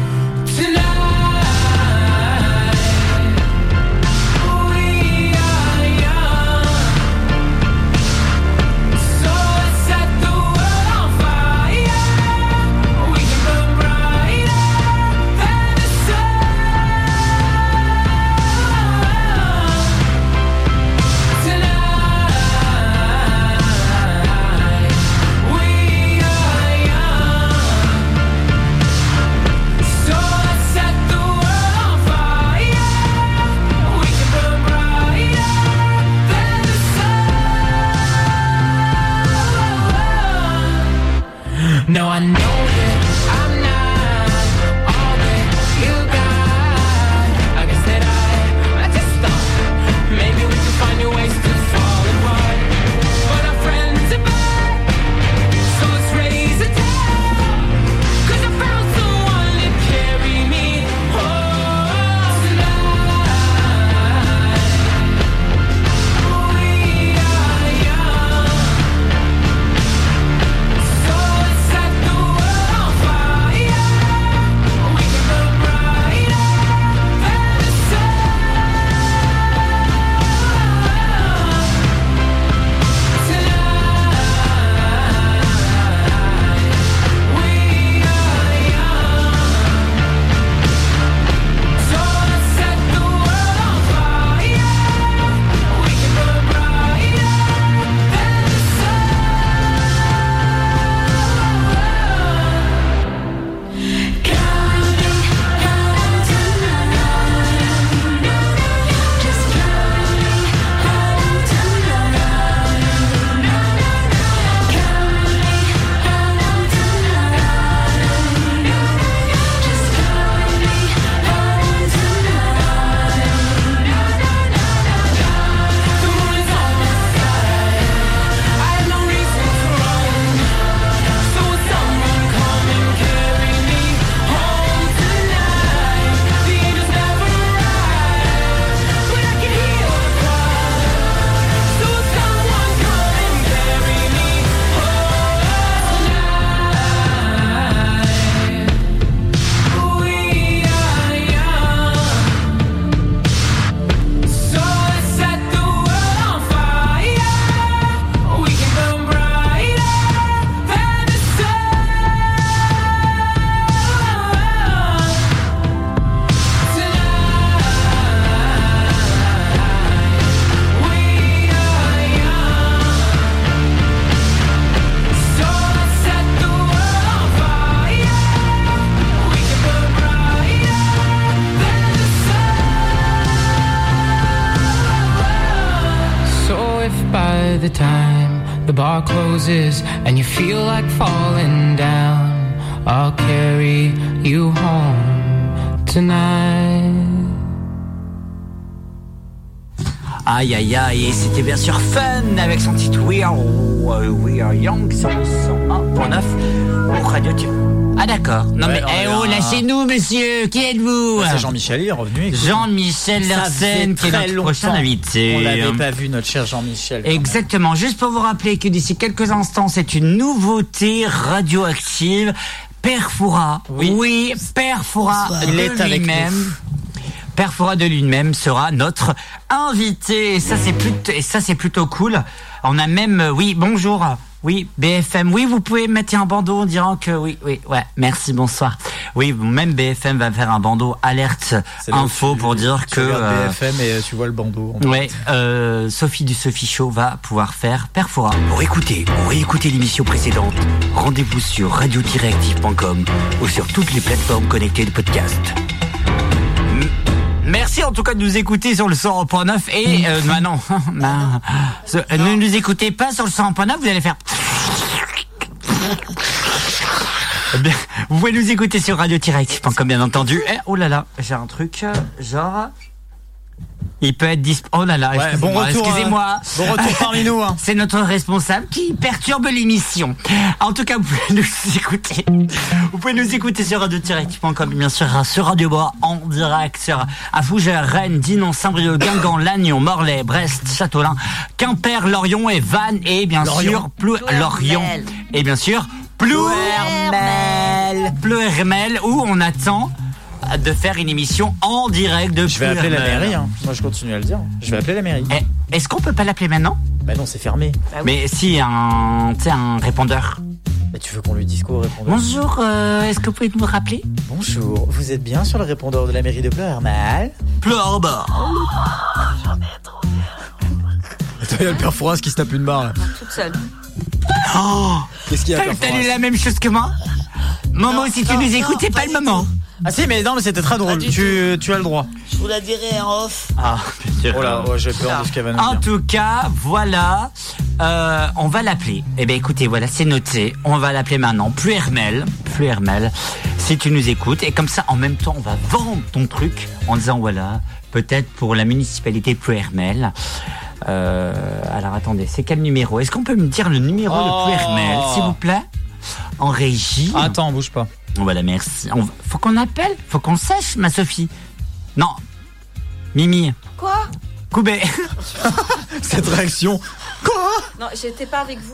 K: Tonight, we are young. So let's set the world on fire. We can burn brighter than the sun tonight. We are young, so let's set the time the bar closes and you feel like falling down, I'll carry you home tonight.
A: Aïe aïe aïe, et c'était bien sûr Fun avec son titre We Are, euh, We Are Young sur le 101.9 au Radio Tube. Ah d'accord. Non
D: Ouais,
A: mais,
D: non,
A: eh
D: mais
A: oh,
D: là-
A: lâchez-nous monsieur, qui êtes-vous
D: Ah, C'est Jean-Michel, il est revenu. écoute.
A: Jean-Michel
D: Ça faisait
A: Larsen qui est
D: très
A: notre
D: longtemps.
A: prochain invité.
D: On l'avait pas vu, notre cher Jean-Michel.
A: Exactement. Juste pour vous rappeler que d'ici quelques instants, c'est une nouveauté radioactive. Perfora. Oui, Perfora
D: Bonsoir. Il est
A: de
D: avec
A: lui-même. Perfora de lui-même sera notre invité. Et ça, c'est plutôt, et ça, c'est plutôt cool. On a même, euh, oui, bonjour. Oui, BFM. Oui, vous pouvez mettre un bandeau en disant que oui, oui, ouais. Merci, bonsoir. Oui, même BFM va faire un bandeau alerte
D: C'est là où
A: info
D: tu-
A: pour dire
D: tu
A: que.
D: regardes
A: euh,
D: BFM et euh, tu vois le bandeau. en fait.
A: Ouais, euh, Sophie du Sophie Show va pouvoir faire Perfora. Pour écouter ou réécouter l'émission précédente, rendez-vous sur radio-active.com ou sur toutes les plateformes connectées de podcast. M- Merci en tout cas de nous écouter sur le 100.9 et euh, bah non, (laughs) non. Ce- euh, ne nous écoutez pas sur le 100.9, vous allez faire Eh bien, Vous pouvez nous écouter sur radio-active.com bien entendu. Eh, oh là là, j'ai un truc euh, genre il peut être dispo. Oh là là,
D: Ouais, bon
A: excusez-moi,
D: retour,
A: excusez-moi.
D: hein. Bon retour parmi nous, hein.
A: (laughs) C'est notre responsable qui perturbe l'émission. En tout cas, vous pouvez nous (laughs) écouter. Vous pouvez nous écouter sur radio-active.com, bien sûr, hein, sur Radio Bois, en direct, sur à Fougères, Rennes, Dinan, Saint-Brieuc, Guingamp, Lannion, Morlaix, Brest, Châtelain, Quimper, Lorient et Vannes, et bien
D: Lorient.
A: sûr, Plou- Lorient. Et bien sûr, Plouermel. Plouermel, où on attend de faire une émission en direct de
D: Je vais appeler la
A: Plouermel.
D: mairie. hein. Moi, je continue à le dire. Je vais appeler la mairie.
A: Eh, Est-ce qu'on peut pas l'appeler maintenant
D: Bah non, c'est fermé.
A: Mais si, un, tu sais, un répondeur.
D: Bah, tu veux qu'on lui dise quoi au répondeur
A: Bonjour, euh, est-ce que vous pouvez nous rappeler
D: Bonjour, vous êtes bien sur le répondeur de la mairie de Pleurmal
A: Pleurbar. bah.
D: Attends, il y a le père Fouras qui se tape une barre là.
E: toute seule.
A: Oh
D: Qu'est-ce qu'il y a,
A: T'as
D: père
A: t'as lu
D: Fouras
A: la même chose que moi Maman, si tu
C: non,
A: nous
C: non,
A: écoutes, c'est
C: pas
A: pas le
C: du
A: moment.
D: Ah si, mais non, mais c'était très drôle.
C: du
D: Tu, tu as le droit.
C: Je vous la dirai en off.
A: Ah, bien sûr.
D: Oh là, ouais, j'ai peur de ce qu'elle va nous
A: En
D: dire.
A: tout cas, voilà. Euh, on va l'appeler. Eh bien, écoutez, voilà, c'est noté. On va l'appeler maintenant. Plus Hermel. Plus Hermel. Si tu nous écoutes. Et comme ça, en même temps, on va vendre ton truc en disant, voilà, peut-être pour la municipalité de Plus Hermel. Euh, alors, attendez, c'est quel numéro Est-ce qu'on peut me dire le numéro
D: Oh.
A: de Plus Hermel, s'il vous plaît En régie.
D: Attends, bouge pas.
A: Voilà, merci. On- Faut qu'on appelle, faut qu'on sache, ma Sophie. Non. Mimi. (laughs)
E: Quoi
A: Koubé.
D: (laughs) Cette réaction.
E: Non, j'étais pas avec vous.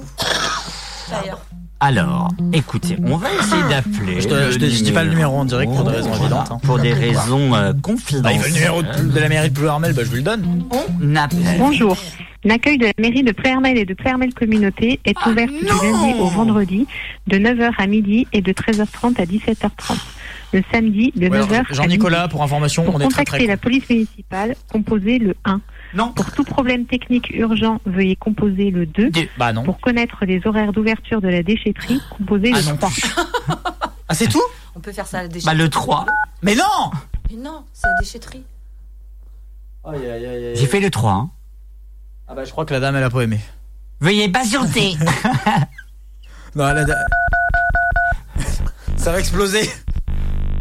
E: D'ailleurs.
A: Alors, écoutez, on va essayer
C: Ah.
A: d'appeler.
D: Je te- je te- je dis pas le numéro en direct pour des raisons évidentes, hein. Bah,
A: Pour des raisons euh, confidentielles.
D: de la mairie de Pleurmal, bah je vais le donne.
A: On appelle.
L: Bonjour. L'accueil de la mairie de Préhermel et de Préhermel Communauté est
A: Ah,
L: ouvert du
A: non
L: lundi au vendredi de 9h à midi et de 13h30 à 17h30. Le samedi de
D: Ouais,
L: 9h à midi.
D: Jean-Nicolas, pour information,
L: Pour
D: on est très
L: contacter
D: très.
L: la police municipale, composez le 1.
A: Non.
L: Pour tout problème technique urgent, veuillez composer le 2.
A: Deux.
D: Bah non.
L: Pour connaître les horaires d'ouverture de la déchetterie, composez
D: Ah
L: le
D: non.
L: 3.
D: Ah c'est tout
E: On peut faire ça à la
A: Bah,
E: déchetterie.
A: le 3.
D: Mais non
E: Mais non, c'est à la déchetterie. (laughs)
A: J'ai fait le 3. hein.
D: Ah bah je crois que la dame elle a pas aimé.
A: Veuillez patienter.
D: (laughs) Non,
A: (laughs)
D: la dame. Ça va exploser.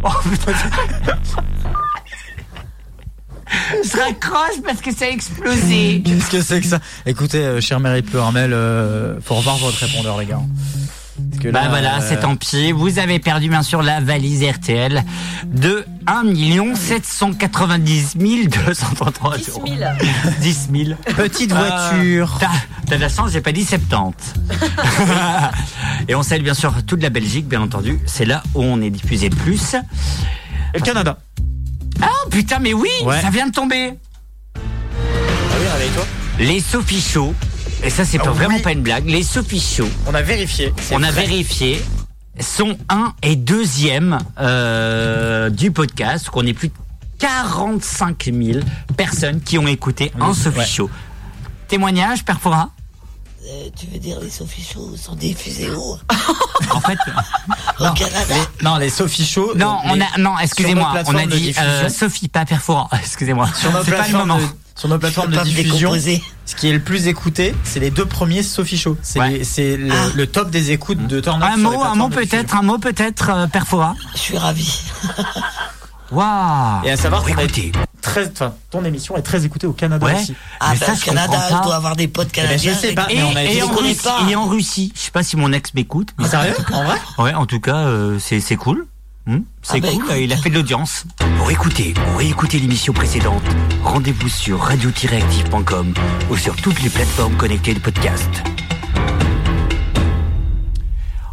A: oh putain.
D: (laughs)
A: Je raccroche parce que ça a explosé.
D: (laughs) Qu'est-ce que c'est que ça Écoutez, euh, chère mairie de Pleurmel, euh, faut revoir votre répondeur, les gars. Parce que
A: Bah
D: là,
A: voilà,
D: euh,
A: c'est tant pis. Vous avez perdu bien sûr la valise RTL de 1 790 233
E: 10
A: euros.
E: 000.
A: (laughs) 10 000.
D: Petite voiture.
A: Euh, T'as t'as de la chance, j'ai pas dit
D: (laughs)
A: 70. Et on salue bien sûr toute la Belgique, bien entendu. C'est là où on est diffusé le plus.
D: Et le Canada.
A: Oh putain, mais oui,
D: Ouais.
A: ça vient de tomber.
D: Ah oui, réveille-toi.
A: Les Sophie Show. Et ça, c'est pas-
D: oui.
A: vraiment pas une blague. Les Sophie Show,
D: On a vérifié. C'est
A: on a
D: vrai.
A: vérifié, sont 1 et 2e du podcast, qu'on est plus de 45 000 personnes qui ont écouté un
D: Oui,
A: Sophie
D: ouais.
A: Show. Témoignage, Perfora
C: Euh, tu veux dire les Sophie Show sont diffusés où
A: En fait,
C: (laughs) Au Canada
D: Non, les Sophie Show.
A: Non,
D: euh,
A: on
D: les-
A: a, non, excusez-moi, on
D: sur nos
A: a
D: plateformes de
A: dit
D: diffusion.
A: euh, Sophie, pas perforant. (laughs) Excusez-moi,
D: Sur nos
A: c'est pas le
D: plateformes
A: moment.
D: de- sur nos plateformes de
C: Pas me
D: diffusion.
C: décomposer.
D: ce qui est le plus écouté, c'est les deux premiers Sophie Show. C'est les- c'est le, le top des écoutes de Turn Up
A: Ah. Un
D: sur les
A: mot, un
D: plateformes
A: mot
D: de
A: peut-être, un mot peut-être, euh, Perfora.
C: Je suis ravi.
A: Waouh
D: Ah. Et à savoir qu'on a
A: Ah. Écoutez.
D: très, enfin, ton émission est très écoutée au Canada
A: Ouais.
D: aussi.
A: Ah, Mais bah, ça, au je Canada, comprends pas. je dois
C: avoir des potes
A: Eh ben,
C: canadiens.
A: je sais pas.
C: mais
A: Et,
C: on a-
A: et
C: je les
A: en
C: connais
A: Russie,
C: pas.
A: et en Russie, je sais pas si mon ex m'écoute. mais-
D: Sérieux
A: (laughs)
D: En vrai
A: Ouais, Ah, en tout cas, euh, c'est c'est cool. Hmm, c'est
C: Ah bah,
A: cool,
C: écoute.
A: il a fait de l'audience. Pour écouter ou réécouter l'émission précédente, rendez-vous sur radio-active.com ou sur toutes les plateformes connectées de podcast.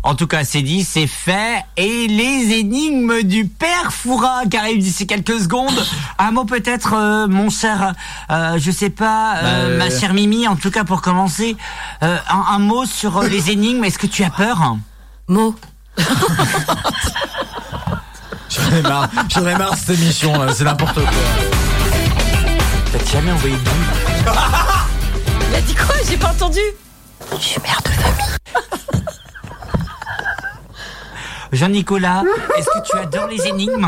A: En tout cas, c'est dit, c'est fait. Et les énigmes du père Foura qui arrivent d'ici quelques secondes. Un mot peut-être, euh, mon cher, euh, je sais pas, euh,
D: Bah, euh,
A: ma chère Mimi, en tout cas pour commencer, euh, un, un mot sur euh, les énigmes. Est-ce que tu as peur
E: Mot.
D: J'en ai marre, j'en ai marre de cette émission, là, c'est n'importe quoi.
A: T'as jamais envoyé de
E: Il a dit quoi J'ai pas entendu. Je suis mère de famille.
A: Jean-Nicolas, est-ce que tu adores les énigmes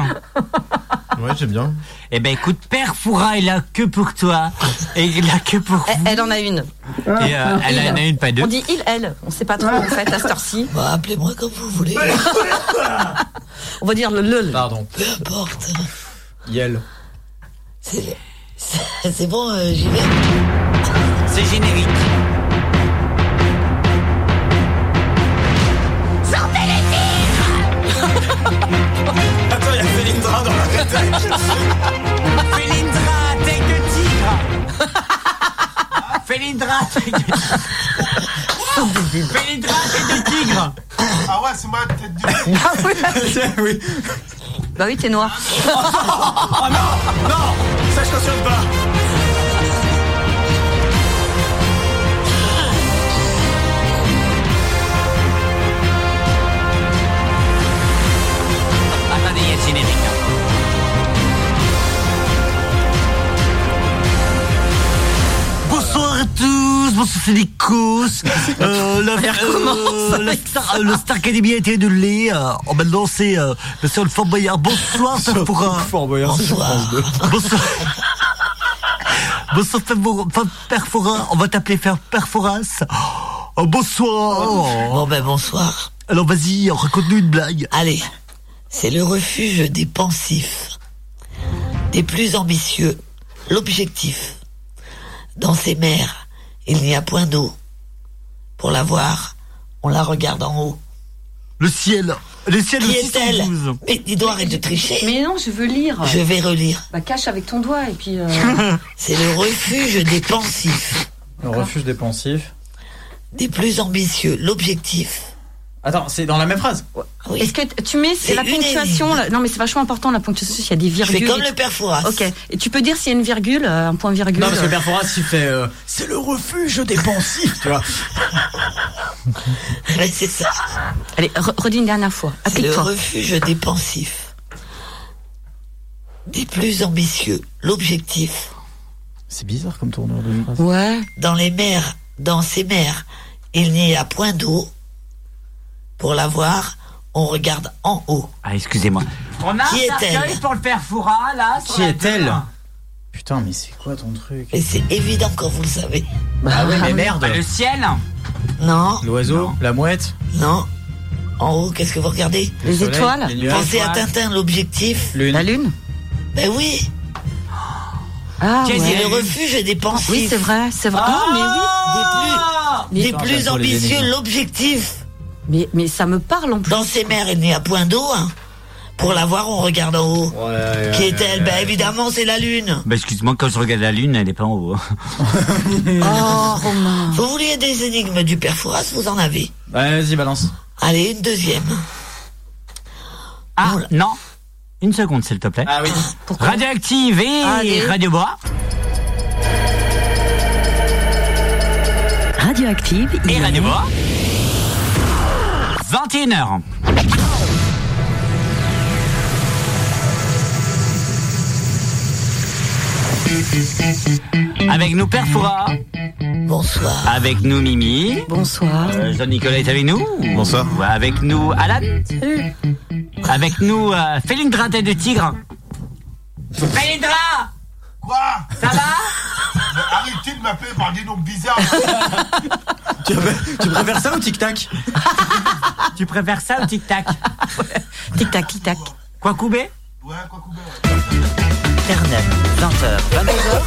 F: Ouais, j'aime bien.
A: Eh ben écoute, Père Foura est là que pour toi. Et il est là que pour vous.
E: Eh, Elle en a une.
A: Et euh, elle en a une, pas deux.
E: On dit il, elle. On sait pas trop en fait à cette heure-ci.
C: Bah, Appelez-moi comme vous voulez,
E: On va dire le le.
D: Pardon.
C: peu importe.
D: Yel.
C: C'est- C'est (laughs) c'est bon, euh, j'y vais.
A: C'est générique.
D: Attends, il y a Félindra dans la
A: Félindra, tête de tigre Félindra, tête de tigre Félindra, tête de tigre
G: Ah ouais, c'est ma tête du.
A: (laughs)
D: tête. oui.
E: Ah Bah oui, t'es noir.
D: Oh non Non Ça, je cautionne pas
A: Attendez, il y a le générique. hein. Bonsoir à tous, bonsoir
C: (laughs)
A: c'est Nikos. Euh, la, euh, la Star, euh, le Star Academy a été annulé. Euh, oh, maintenant c'est euh, le seul Fort
C: (laughs)
A: Boyard. Bonsoir Fort Boyard.
D: Fort Boyard sur France 2.
A: (laughs) Bonsoir. Bonsoir Fort- Fort Perfora. On va t'appeler Fer- Perforas. Oh, bonsoir.
C: Bon, ben bonsoir.
A: Alors vas-y, raconte-nous une blague.
C: Allez, c'est le refuge des pensifs, des plus ambitieux. L'objectif. Dans ces mers, il n'y a point d'eau. Pour la voir, on la regarde en haut.
A: Le ciel. Le ciel
C: Qui
A: aussi,
C: est-elle
A: 112.
C: Mais dis-donc, arrête de tricher.
E: Mais non, je veux lire.
C: Je vais relire.
E: Bah cache avec ton doigt et puis. euh,
C: (laughs) C'est le refuge des pensifs,
D: Le refuge des pensifs.
C: des plus ambitieux. L'objectif.
D: Attends, c'est dans la même phrase
C: Oui.
E: Est-ce que t- tu mets
C: C'est
E: c'est la
C: une
E: ponctuation là Non, mais c'est vachement important la ponctuation. Il y a des
C: Je fais
E: virgules.
C: comme
E: et-
C: le père Fouras.
E: Ok. Et tu peux dire s'il y a une virgule, euh, un point virgule.
D: Non, parce que
E: euh,
D: Perforas, il fait euh, C'est le refuge des pensifs,
C: (laughs)
D: tu vois.
C: Ouais, c'est ça.
E: euh. Allez, re- redis une dernière fois.
C: C'est le
E: Applique-toi.
C: refuge des pensifs, des plus ambitieux. L'objectif.
D: C'est bizarre comme tournure de phrase.
E: Ouais.
C: Dans les mers, dans ces mers, il n'y a point d'eau. Pour la voir, on regarde en haut.
A: Ah, excusez-moi. On a
C: Qui
A: un
C: est-elle
A: cercueil pour le père Foura, là. sur
D: Qui
A: la
D: est-elle
A: terre.
D: Putain, mais c'est quoi ton truc
C: Et c'est évident quand vous le savez.
D: Ah oui, mais
A: Bah,
D: merde
A: Le ciel
C: Non,
D: L'oiseau, la mouette,
C: non. En haut, qu'est-ce que vous regardez
D: le
E: Les
D: soleil,
E: étoiles.
D: les nuages,
C: Pensez à
A: étoile.
C: Tintin, l'objectif.
D: lune.
E: La lune.
C: Ben oui,
E: Ah
A: Qu'est-ce
C: c'est
E: ouais.
C: le refuge des pensifs.
E: Oui, c'est vrai, c'est vrai. Ah, mais oui.
A: Ah
C: Des
D: Putain,
C: plus
D: j'adore les
C: ambitieux,
D: énigmes.
C: l'objectif.
E: Mais, mais ça me parle en plus.
C: Dans ces mers, il n'y a point d'eau. hein. Pour la voir, on regarde en haut. Qui est-elle Ben évidemment, c'est la lune.
A: Bah, excuse-moi, quand je regarde la lune, elle est pas en
E: (laughs)
A: haut. hein.
E: Oh, Romain.
C: Vous vouliez des énigmes du père Fouras, vous en avez.
D: Ouais, vas-y, balance.
C: Allez, une deuxième.
A: Ah,
C: Oh là.
A: non. Une seconde, s'il te plaît.
D: Ah oui.
A: Radioactive et
E: Allez.
A: Radio Bois.
M: Radioactive, il
A: Et
M: est
A: Radio Bois. 21h. Avec nous Père Foura,
C: Bonsoir.
A: avec nous Mimi,
E: Bonsoir.
A: Euh, Jean-Nicolas est avec nous,
F: Bonsoir.
A: Ouais, avec nous Alan, avec nous euh, Félindra tête de tigre. Félindra,
G: Quoi
A: ça va
G: (laughs) Arrêtez de m'appelait par des noms bizarres.
A: (laughs)
D: tu, tu préfères ça ou tic-tac
A: Tu préfères ça ou tic-tac
E: Tic-tac, tic-tac.
A: Quoi couper
G: Ouais, quoi couper.
A: Internet, 20h, 22h,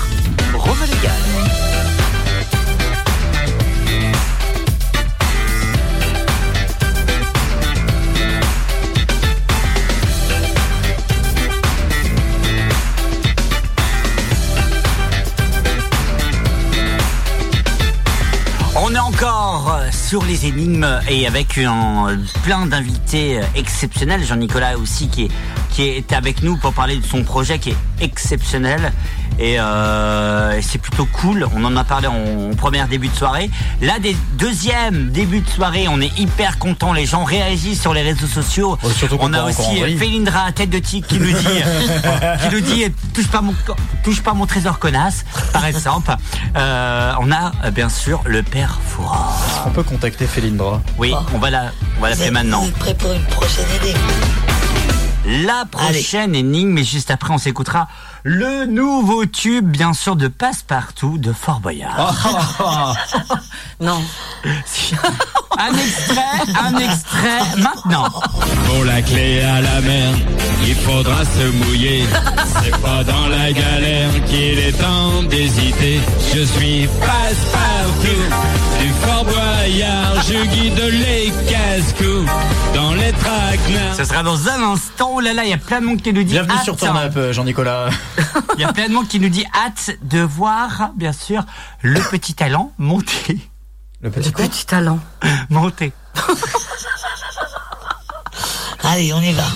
A: Rome légal. On est encore euh, sur les énigmes et avec un, plein d'invités euh, exceptionnels. Jean-Nicolas aussi qui est, qui est avec nous pour parler de son projet qui est exceptionnel. Et euh, c'est plutôt cool. On en a parlé en, en première début de soirée. Là, des deuxième début de soirée, on est hyper content. Les gens réagissent sur les réseaux sociaux.
D: Ouais, surtout qu'on
A: on a
D: part encore en
A: aussi euh,
D: vrille.
A: Félindra, tête de tic, qui nous dit, (laughs) qui nous dit, touche pas mon, touche pas mon trésor connasse, par exemple. Euh, on a euh, bien sûr le père Foura.
D: On peut contacter Félindra.
A: Oui, on va la, on va l'appeler maintenant.
C: Prêt pour une prochaine énigme
A: La prochaine énigme, et juste après, on s'écoutera le nouveau tube, bien sûr, de Passepartout de Fort
E: Ah.
A: Boyard.
D: (laughs)
E: non.
A: un extrait, un extrait, maintenant.
M: Pour la clé à la mer, il faudra se mouiller. C'est pas dans la galère qu'il est temps d'hésiter. Je suis passe-partout du Fort Boyard. Je guide les casse-cou dans les traquenards.
A: Ce sera dans un instant. Oh là là, il y a plein de monde qui nous dit.
D: Bienvenue sur
A: attends.
D: ton app, euh, Jean-Nicolas.
A: Il y a plein de monde qui nous dit hâte de voir, bien sûr, le petit talent monter.
E: Le
D: Le
E: petit talent.
A: Monter.
C: Allez, on y va.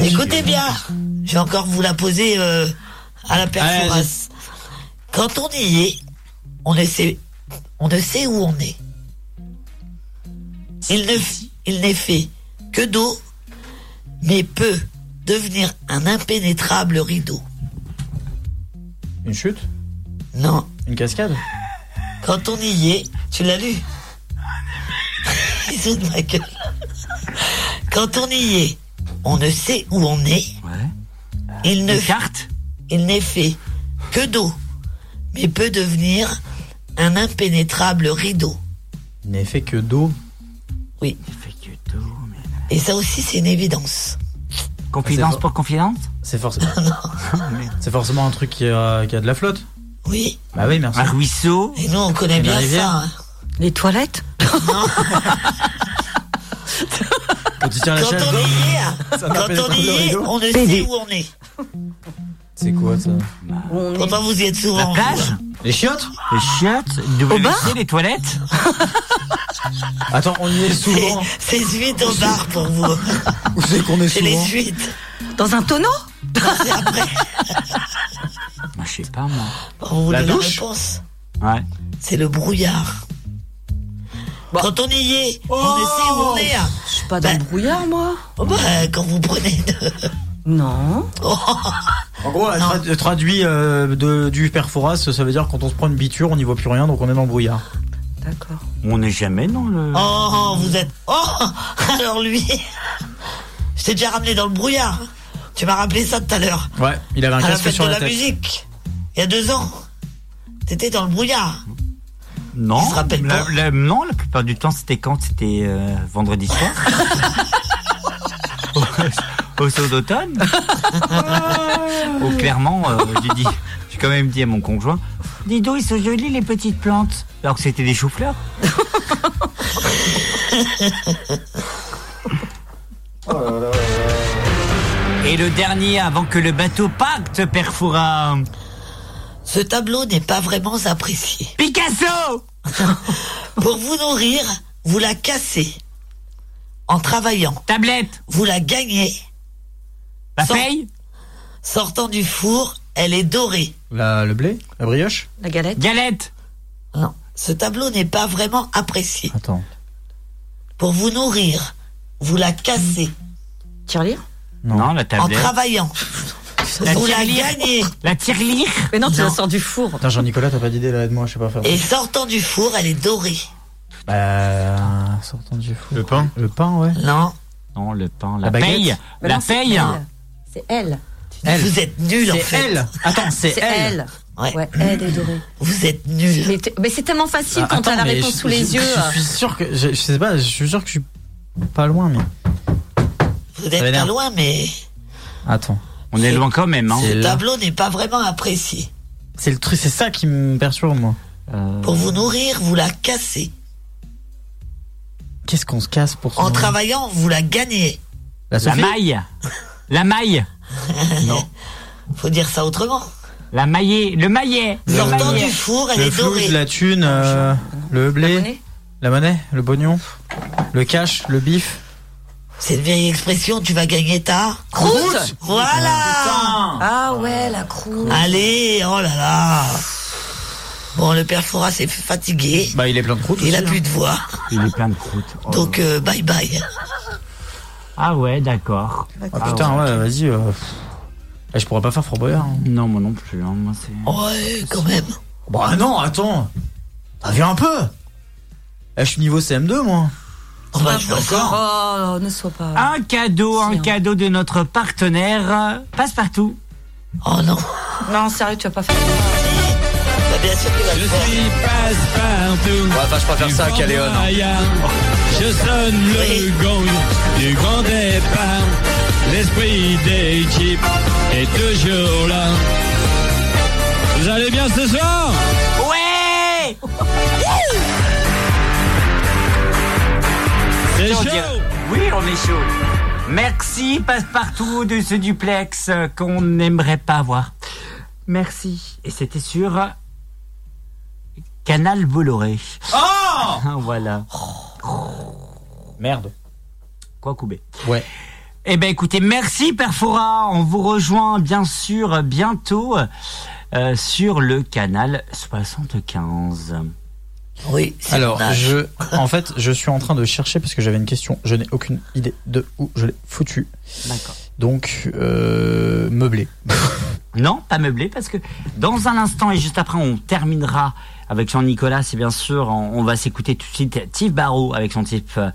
C: Écoutez bien,
D: hein.
C: je vais encore vous la poser euh, à la perforance. Quand on y est, on ne sait, on ne sait où on est. Il ne, il n'est fait que d'eau, mais peut devenir un impénétrable rideau.
D: Une chute
C: Non.
D: Une cascade
C: Quand on y est, tu l'as
D: (laughs)
C: lu Bisous de ma gueule. Quand on y est, on ne sait où on est. Il ne
A: carte.
C: Il n'est fait que d'eau, mais peut devenir un impénétrable rideau.
D: Il n'est fait que d'eau.
C: Oui. Et ça aussi, c'est une évidence.
A: Confidence pour confidence
C: (laughs)
D: C'est forcément. C'est forcément un truc qui a, qui a de la flotte.
C: Oui.
D: Bah oui, merci.
A: Un ruisseau.
C: Et nous, on connaît
D: Une
C: bien
D: rivière.
C: ça. hein.
E: Les toilettes
D: Quand tu tiens la
C: Quand
D: chaise
C: on
D: d'eau.
C: y est,
D: Ça m'appelle
C: quand on
D: le
C: y est,
D: rideau.
C: on ne
D: PD.
C: sait où on est.
D: C'est quoi ça
C: Pourtant, vous y êtes souvent.
A: La plage
D: Les chiottes
A: Les chiottes
C: Au bar
A: WC, les toilettes
D: Attends, on y
C: (laughs)
D: est souvent.
C: C'est suite au bar pour vous.
D: Où c'est qu'on est
C: C'est les
D: souvent
C: suites.
E: Dans un tonneau
C: Non, c'est après.
A: Moi, Bah, je sais pas, moi.
C: Bah, On vous
A: La
C: donne la
A: douche
C: réponse.
A: Ouais.
C: C'est le brouillard. Quand on y est, on ne sait où on est. hein.
E: Bah. Oh. Je suis pas dans le brouillard, moi.
C: Oh, bah, quand vous prenez de...
E: Non.
D: En gros, tra- traduit euh, de, du perforas, ça veut dire quand on se prend une biture, on n'y voit plus rien, donc on est dans le brouillard.
E: D'accord.
A: On n'est jamais dans le.
C: Oh, vous êtes. Oh (laughs) Alors lui. Je t'ai déjà ramené dans le brouillard. Tu m'as rappelé ça tout à l'heure.
D: Ouais, il avait
C: À
D: un
C: la
D: casque
C: fête
D: Ben, sur
C: de
D: la,
C: la,
D: tête.
C: musique. Il y a deux ans. T'étais dans le brouillard.
A: Non.
C: Il se rappelle
A: la,
C: pas.
A: la- non, la plupart du temps, c'était quand C'était euh,
C: (laughs)
A: vendredi soir. au, au saut
C: (laughs)
A: d'automne. Ou clairement, euh, j'ai dit. J'ai quand même dit à mon conjoint Dis donc, ils sont jolis les petites plantes. Alors que c'était des choux-fleurs. Et le dernier avant que le bateau parte, perfora.
C: Ce tableau n'est pas vraiment apprécié.
A: Picasso
C: (laughs) Pour vous nourrir, vous la cassez. En travaillant.
A: Tablette
C: Vous la gagnez.
A: La
C: Sort-
A: paye
C: Sortant du four, elle est dorée.
D: La- le blé La brioche
E: La galette
A: Galette
C: Non. Ce tableau n'est pas vraiment apprécié.
D: Attends.
C: Pour vous nourrir, vous la cassez.
E: Tirelire
A: non. la
C: En
A: tablette.
C: travaillant.
A: La
C: Vous la
A: tirelire.
C: gagnez.
A: La tirelire
E: Mais non, tu
C: Non.
E: la sors du four.
D: Putain, Jean-Nicolas, t'as pas d'idée là, aide-moi, je sais pas faire.
C: Et sortant du four, elle est dorée.
D: Bah. Sortant du fou.
F: Le pain
D: Le pain, ouais.
C: Non.
A: Non, le pain, la,
D: La baguette
A: paye
E: Mais
A: La
E: non, c'est
A: paye
E: elle. C'est elle.
D: Elle.
C: Vous êtes nuls en
D: C'est
C: fait.
D: elle Attends, c'est
E: C'est
D: elle.
E: elle. Ouais, aide et doré.
C: Euh, Vous êtes nul.
E: Mais, t'es- mais c'est tellement facile quand t'as la réponse sous les yeux.
D: Ah,
E: euh.
D: Je suis sûr que. Je, je sais pas, je suis sûr que je suis pas loin, mais.
C: Vous n'êtes pas loin, mais
D: Attends.
A: On est loin quand même, hein.
C: le tableau n'est pas vraiment apprécié.
D: C'est le truc, c'est ça qui me perturbe, moi.
A: Euh.
C: Pour vous nourrir, vous la cassez.
D: Qu'est-ce qu'on se casse pour se
C: En
D: nourrir
C: travaillant, vous la gagnez.
D: La Sophie
A: maille
C: (laughs)
A: La maille
D: Non.
C: Faut dire ça autrement.
A: La maillée, le maillet
C: Le
A: Le
C: Sortant
A: maillet.
C: du four, elle
D: Le
C: est
D: flouze,
C: dorée.
D: la thune, euh, le blé, la monnaie, le pognon, le cash, le bif.
C: C'est une vieille expression, tu vas gagner ta
E: Croûte
C: Voilà
E: Ah ouais, la croûte.
D: Ah,
C: Allez, oh là là Bon, le père Fora s'est fatigué.
D: Bah, il est plein de croûtes.
C: Il a plus de voix.
A: Il est plein de croûtes. Oh.
C: Donc, euh, bye bye.
A: Ah ouais, d'accord.
D: Ah putain, ouais, vas-y. euh, pff. Eh, je pourrais pas faire Fort Boyard. hein.
A: Non, moi non plus. hein, moi, c'est-
C: Ouais, quand même.
D: Bah non, attends. Ah, viens un peu. Eh, je suis niveau CM2, moi. Ah
C: Oh, bah, je encore.
E: Oh, ne sois pas.
A: Un cadeau, un cadeau de notre partenaire euh, Passe-Partout.
C: Oh non.
E: Non, sérieux, tu vas pas faire.
C: Bah, bien sûr qu'il va le faire.
M: Passe-partout.
N: Ouais, enfin, je préfère ça à Caléon. hein.
M: Maillard, Je sonne le gong du grand départ. L'esprit d'équipe est toujours là. Vous allez bien ce soir
A: Ouais
M: C'est
A: On
M: chaud
A: dirait- Oui, on est chaud. Merci Passe-Partout de ce duplex euh, qu'on n'aimerait pas avoir. Merci. Et c'était sur Canal Bolloré. (laughs)
D: Oh
A: Voilà.
D: Merde.
A: Quoi couper
D: Ouais.
A: Eh ben écoutez, merci Perfora. On vous rejoint bien sûr bientôt euh, sur le canal 75.
C: Oui, c'est
D: Alors,
C: dommage.
D: je, en fait, je suis en train de chercher parce que j'avais une question. Je n'ai aucune idée de où je l'ai foutu.
A: D'accord.
D: Donc, euh, meublé.
C: Ah.
A: Non, pas meublé parce que dans un instant et juste après on terminera avec Jean-Nicolas, c'est bien sûr, on, on va s'écouter tout de suite Steve Barrow avec son type euh,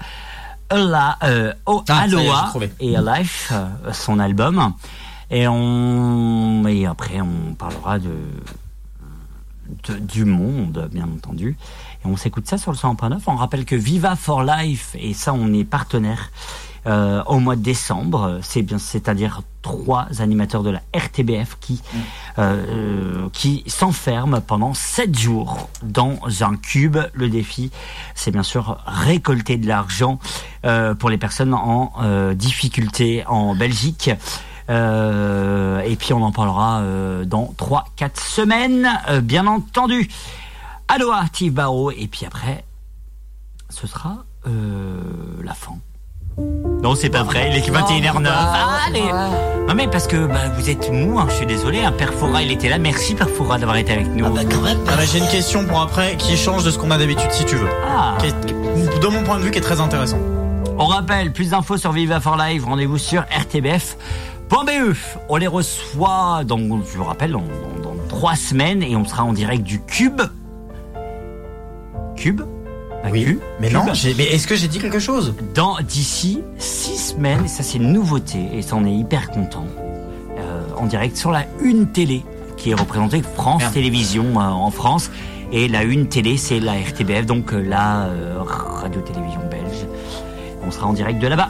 A: Ella- euh, oh,
D: Ah, ça y est, j'ai
A: Aloha
D: trouvé.
A: et Life, euh, son album. Et on et après on parlera de, de- du monde, bien entendu. Et on s'écoute ça sur le 100.9. On rappelle que Viva for Life et ça on est partenaire euh, au mois de décembre. euh, C'est bien, c'est-à-dire trois animateurs de la RTBF qui euh, qui s'enferment pendant sept jours dans un cube. Le défi, c'est bien sûr récolter de l'argent euh, pour les personnes en euh, difficulté en Belgique. Euh, et puis on en parlera euh, dans 3-4 semaines, euh, bien entendu. Aloha, Steve Barrow. Et puis après, ce sera euh, la fin. Non, c'est pas vrai, il est 21h09. Ah, Allez Non, mais parce que bah, vous êtes mou, hein, je suis désolé. Hein, Perfora, il était là. Merci, Perfora, d'avoir été avec nous.
C: Ah, bah, quand même.
D: Ah bah, j'ai une question pour après qui change de ce qu'on a d'habitude si tu veux.
A: Ah.
D: Qui est- qui- de mon point de vue qui est très intéressant.
A: On rappelle, plus d'infos sur Viva for Live, rendez-vous sur rtbf.be. E. On les reçoit, dans, je vous rappelle, dans, dans- dans trois semaines et on sera en direct du Cube. Cube Pas Q,
D: Mais
A: Cube.
D: non, j'ai- mais est-ce que j'ai dit quelque chose
A: Dans d'ici six semaines, et ça c'est une nouveauté et ça on est hyper content. Euh, en direct sur la Une Télé, qui est représentée France
D: Merde.
A: Télévisions euh, en France. Et la Une Télé, c'est la RTBF, donc euh, la euh, radio-télévision belge. On sera en direct de là-bas.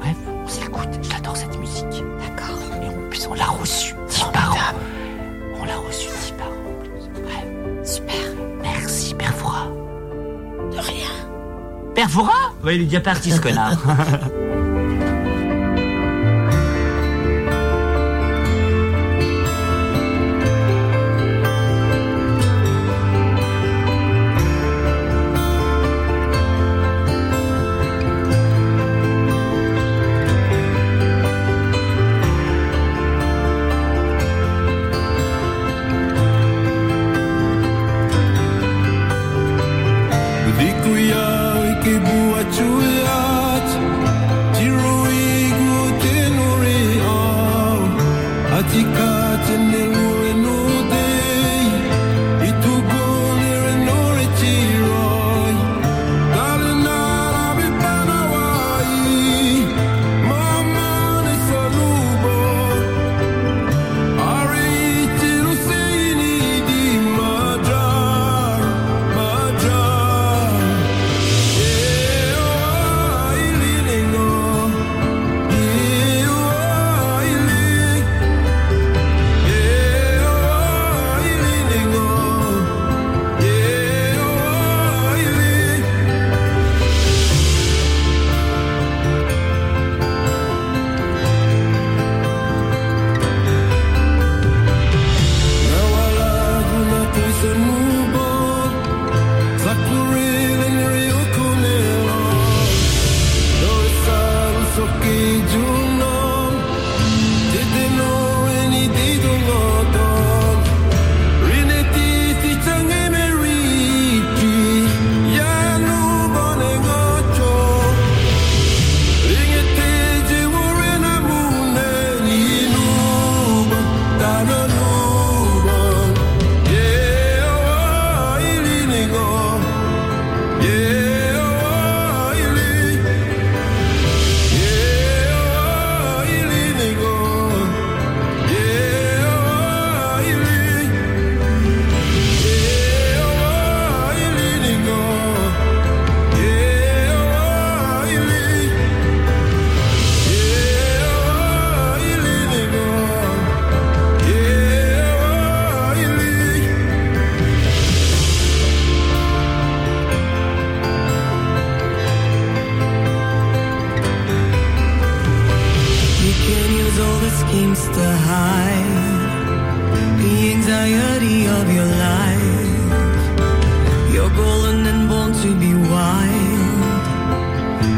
A: Bref, on s'écoute. J'adore cette musique. D'accord. Et en plus, on l'a reçue. Tiparo. On l'a reçue, Tiparo. en plus. Bref. Super. Merci, Perfora.
C: De rien.
A: Perfora Ouais, il est déjà parti, ce connard.
O: Dikuya, ikibuat cuyat,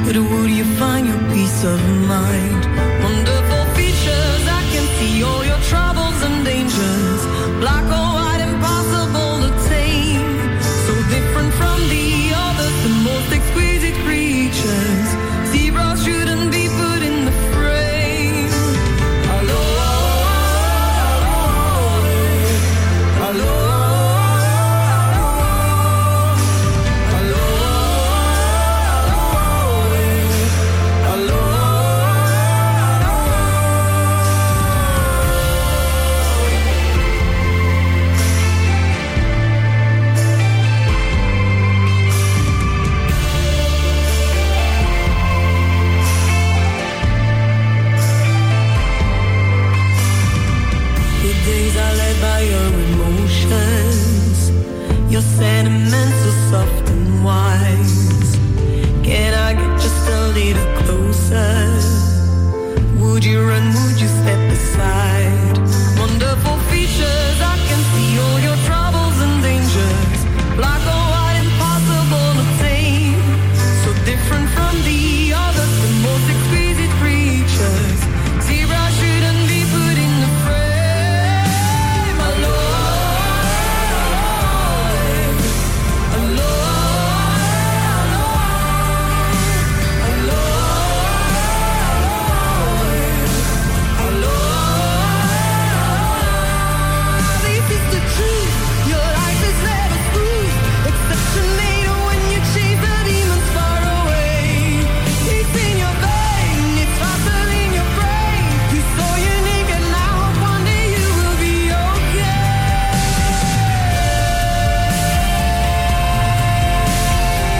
N: But would you find your peace of mind? Wonderful features, I can see all your troubles and dangers. Black or white, impossible to tame. So different from the others, the most exquisite creatures. Zebras shouldn't be put in the frame. Hello, hello, The days are led by your emotions. Your sentiments are soft and wise. Can I get just a little closer? Would you run? Would you step aside? Wonderful features, I can see all your troubles and dangers. Black or white, impossible to tame. So different from the others, the most exquisite creatures. Zebra shouldn't be put in the frame. Alone, This is the truth. Your life is never through. Exceptionated when you chase the demons far away. It's in your vein. It's faster in your brain. You're so unique, and I hope one day you will be okay.
A: (laughs)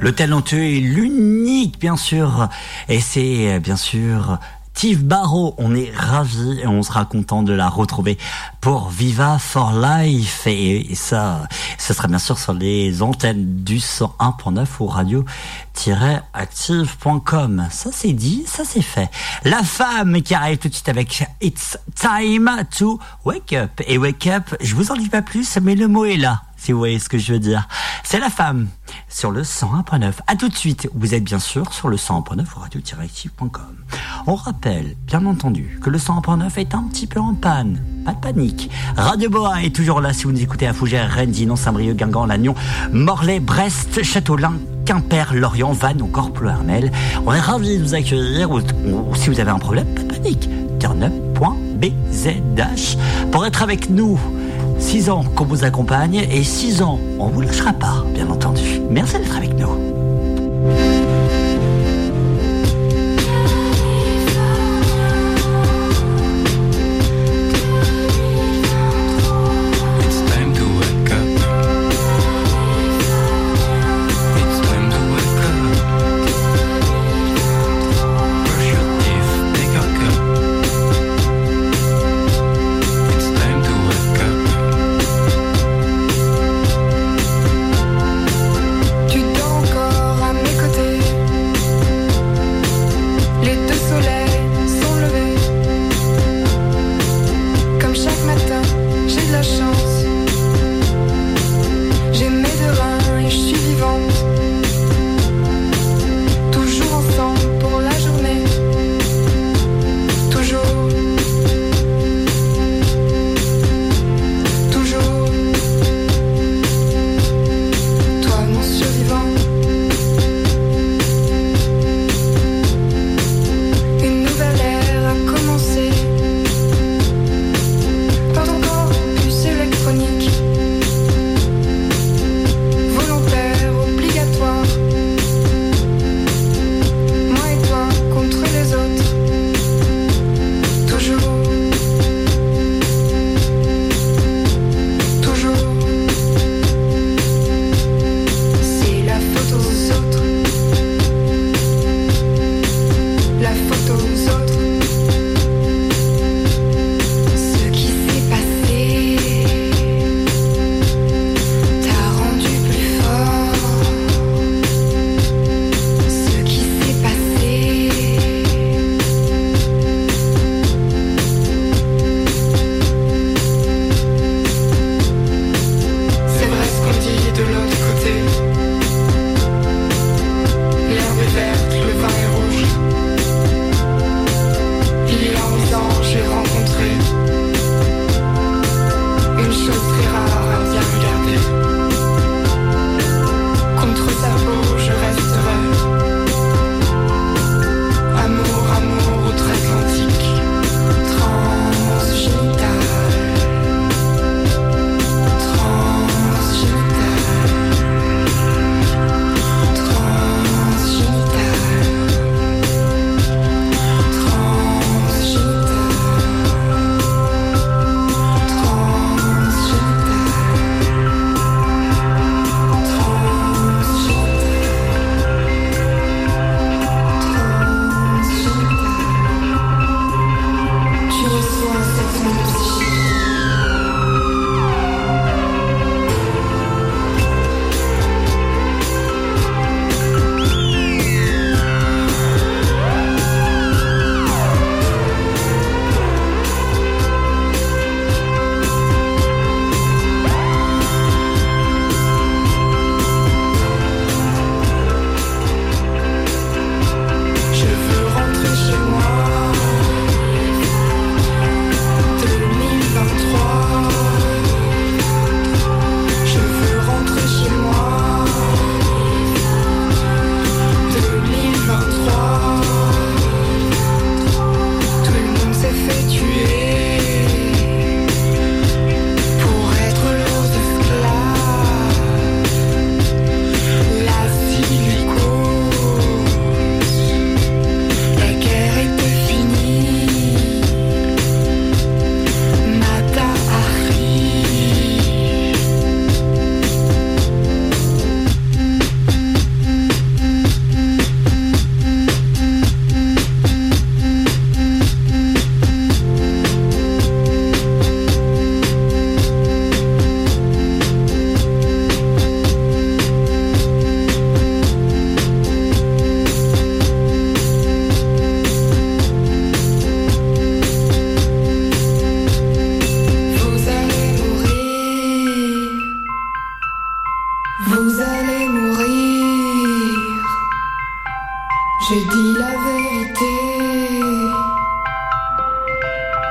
A: Le talentueux et l'unique, bien sûr. Et c'est, euh, bien sûr, Tive Barrault. On est ravis et on sera content de la retrouver pour Viva for Life. Et, et ça, ce sera bien sûr sur les antennes du 101.9 ou radio-active.com. Ça, c'est dit, ça, c'est fait. La femme qui arrive tout de suite avec It's time to wake up. Et wake up, je vous en dis pas plus, mais le mot est là si vous voyez ce que je veux dire. C'est la femme sur le 101.9. À tout de suite. Vous êtes bien sûr sur le 101.9 ou radio-active.com. On rappelle, bien entendu, que le 101.9 est un petit peu en panne. Pas de panique. Radio Boa est toujours là si vous nous écoutez à Fougères, Rennes, Dinan, Saint-Brieuc, Guingamp, Lannion, Morlaix, Brest, Châteaulin, Quimper, Lorient, Vannes, encore Ploernel. On est ravis de vous accueillir ou, ou si vous avez un problème, pas de panique. turnup.bzh pour être avec nous. 6 ans qu'on vous accompagne et 6 ans, on vous lâchera pas, bien entendu. Merci d'être avec nous.
J: It's time to wake up. It's time to wake up. Brush your teeth, take a cup. It's time to wake up.
O: Tu dors encore à mes côtés.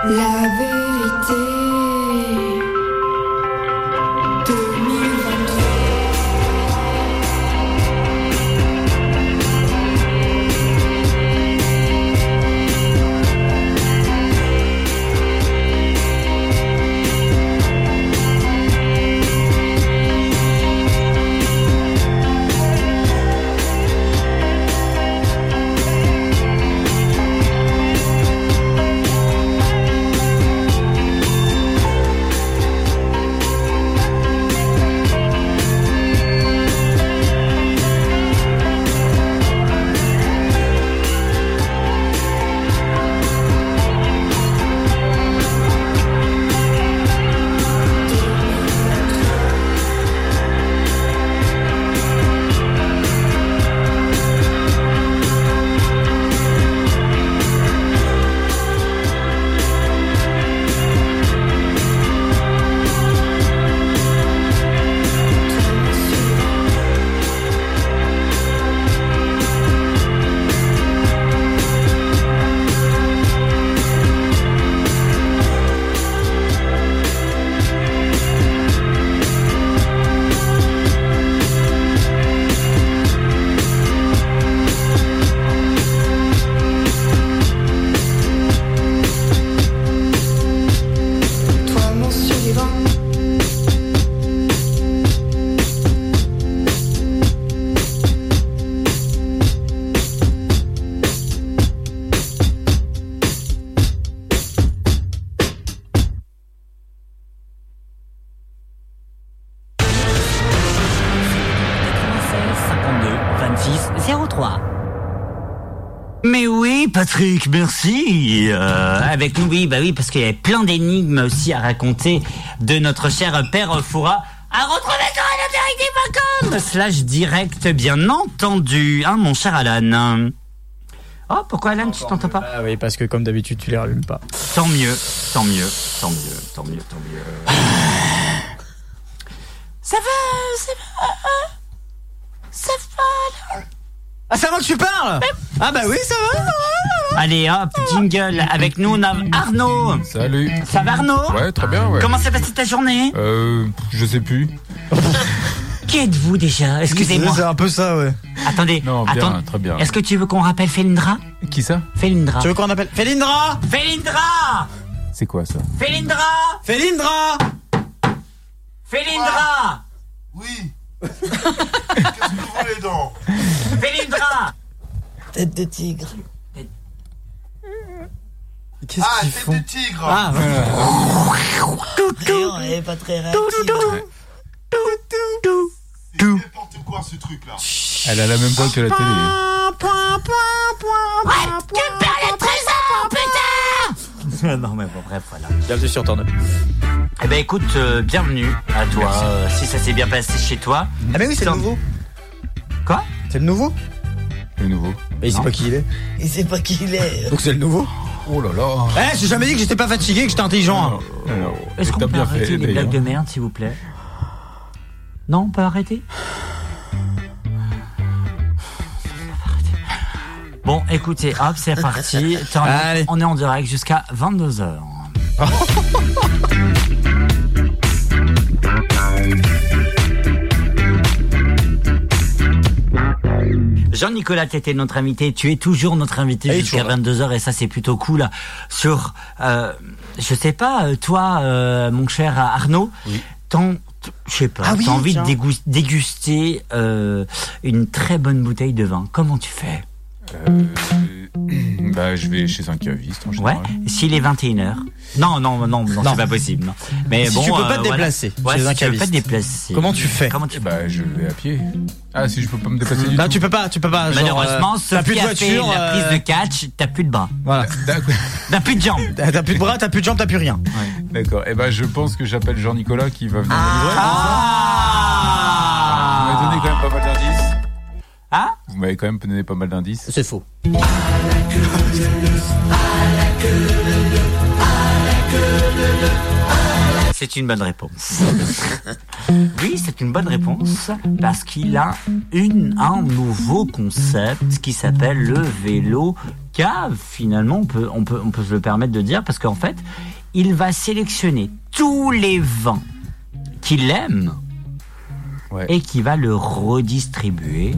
I: La vérité. 2023. Toi mon survivant
A: Mais oui, Patrick, merci. Euh, avec nous, oui, bah oui, parce qu'il y avait plein d'énigmes aussi à raconter de notre cher père Foura. À retrouver sur radiovérité.com slash direct, bien entendu, hein, mon cher Alan. Oh, pourquoi Alan, tu t'entends pas
D: Ah oui, parce que comme d'habitude, tu les rallumes pas.
A: Tant mieux, tant mieux, tant mieux, tant mieux, tant mieux. Ça va, ça va, hein, ça va.
D: Ah, c'est à moi que tu parles Ah bah oui, ça va, ça va.
A: Allez, hop, jingle. Avec nous, on a Arnaud.
O: Salut.
A: Ça va, Arnaud
O: Ouais, très bien, ouais.
A: Comment s'est passée ta journée
O: Euh, je sais plus. Euh.
A: Qui êtes-vous déjà Excusez-moi.
O: C'est un peu ça, ouais.
A: Attendez,
O: Non, bien,
A: attendez.
O: très bien.
A: Est-ce que tu veux qu'on rappelle Felindra
O: Qui ça
A: Felindra.
O: Tu veux
A: qu'on appelle Felindra Felindra
O: C'est quoi ça
A: Felindra Felindra Felindra
G: Oui. Qu'est-ce que vous voulez donc
A: Felindra
C: Tête de tigre.
G: Ah, tête de tigre
C: Ah, voilà.
G: Rien,
C: elle est pas très hein.
G: C'est n'importe quoi ce truc là.
O: Elle a la même voix que la télé.
J: Ouais, tu perds le
D: Ah,
J: trésor, putain
A: non mais bon bref voilà. Bienvenue sur Turn Eh ben écoute, euh, bienvenue à toi. euh, si ça s'est bien passé chez toi.
D: Ah bah oui, c'est le
A: Sans- (laughs)
D: nouveau.
A: Quoi
D: C'est le nouveau
O: Le nouveau.
D: Mais il sait
A: Non.
D: pas qui il est.
C: Il sait pas qui il est.
D: Donc c'est le nouveau
O: Oh là là Euh,
D: Eh, j'ai jamais dit que j'étais pas fatigué, que j'étais intelligent.
A: Euh, Est-ce qu'on peut arrêter les blagues
D: hein.
A: de merde, s'il vous plaît Non, on peut arrêter Bon, écoutez, hop, c'est parti. Turn Up, On est en direct jusqu'à 22h. Jean-Nicolas, t'étais notre invité, tu es toujours notre invité jusqu'à 22h et ça c'est plutôt cool. Sur, euh, je sais pas, euh, toi, euh, mon cher Arnaud, t'en- t- je sais pas,
D: Ah oui,
A: t'as envie
D: tiens.
A: de dégus- déguster euh, une très bonne bouteille de vin. Comment tu fais
O: Euh, (clears throat) Bah, je vais chez un caviste en
A: Ouais,
O: général.
A: s'il est 21h. Non, non, non, non, c'est pas possible. non. Mais
O: Si
A: bon,
O: tu peux pas te
A: euh,
O: déplacer
A: voilà. Ouais,
O: chez
A: si
O: un
A: tu peux pas te
O: caviste.
A: déplacer.
O: Comment tu fais
A: Comment tu Bah,
O: Bah, je vais à pied. Ah, si je peux pas me déplacer du
D: Là,
O: tout.
D: tu peux pas, tu peux pas. genre,
A: Malheureusement,
D: euh,
A: Sophie a fait la prise de catch, t'as plus de bras.
D: Voilà.
O: Ah,
A: T'as plus de jambes.
D: (laughs) T'as plus de bras, t'as plus de jambes, t'as plus rien.
O: D'accord. Eh ben, je pense que j'appelle Jean-Nicolas qui va venir
A: Ah.
D: Ah,
O: me livrer. Vous m'avez donné quand même pas mal d'indices.
A: Ah
O: Vous m'avez quand même donné pas mal d'indices.
D: C'est faux.
A: C'est une bonne réponse. (laughs) oui, c'est une bonne réponse parce qu'il a une, un nouveau concept qui s'appelle le vélo cave, finalement, on peut, on peut, on peut se le permettre de dire, parce qu'en fait, il va sélectionner tous les vins qu'il aime et qui va le redistribuer.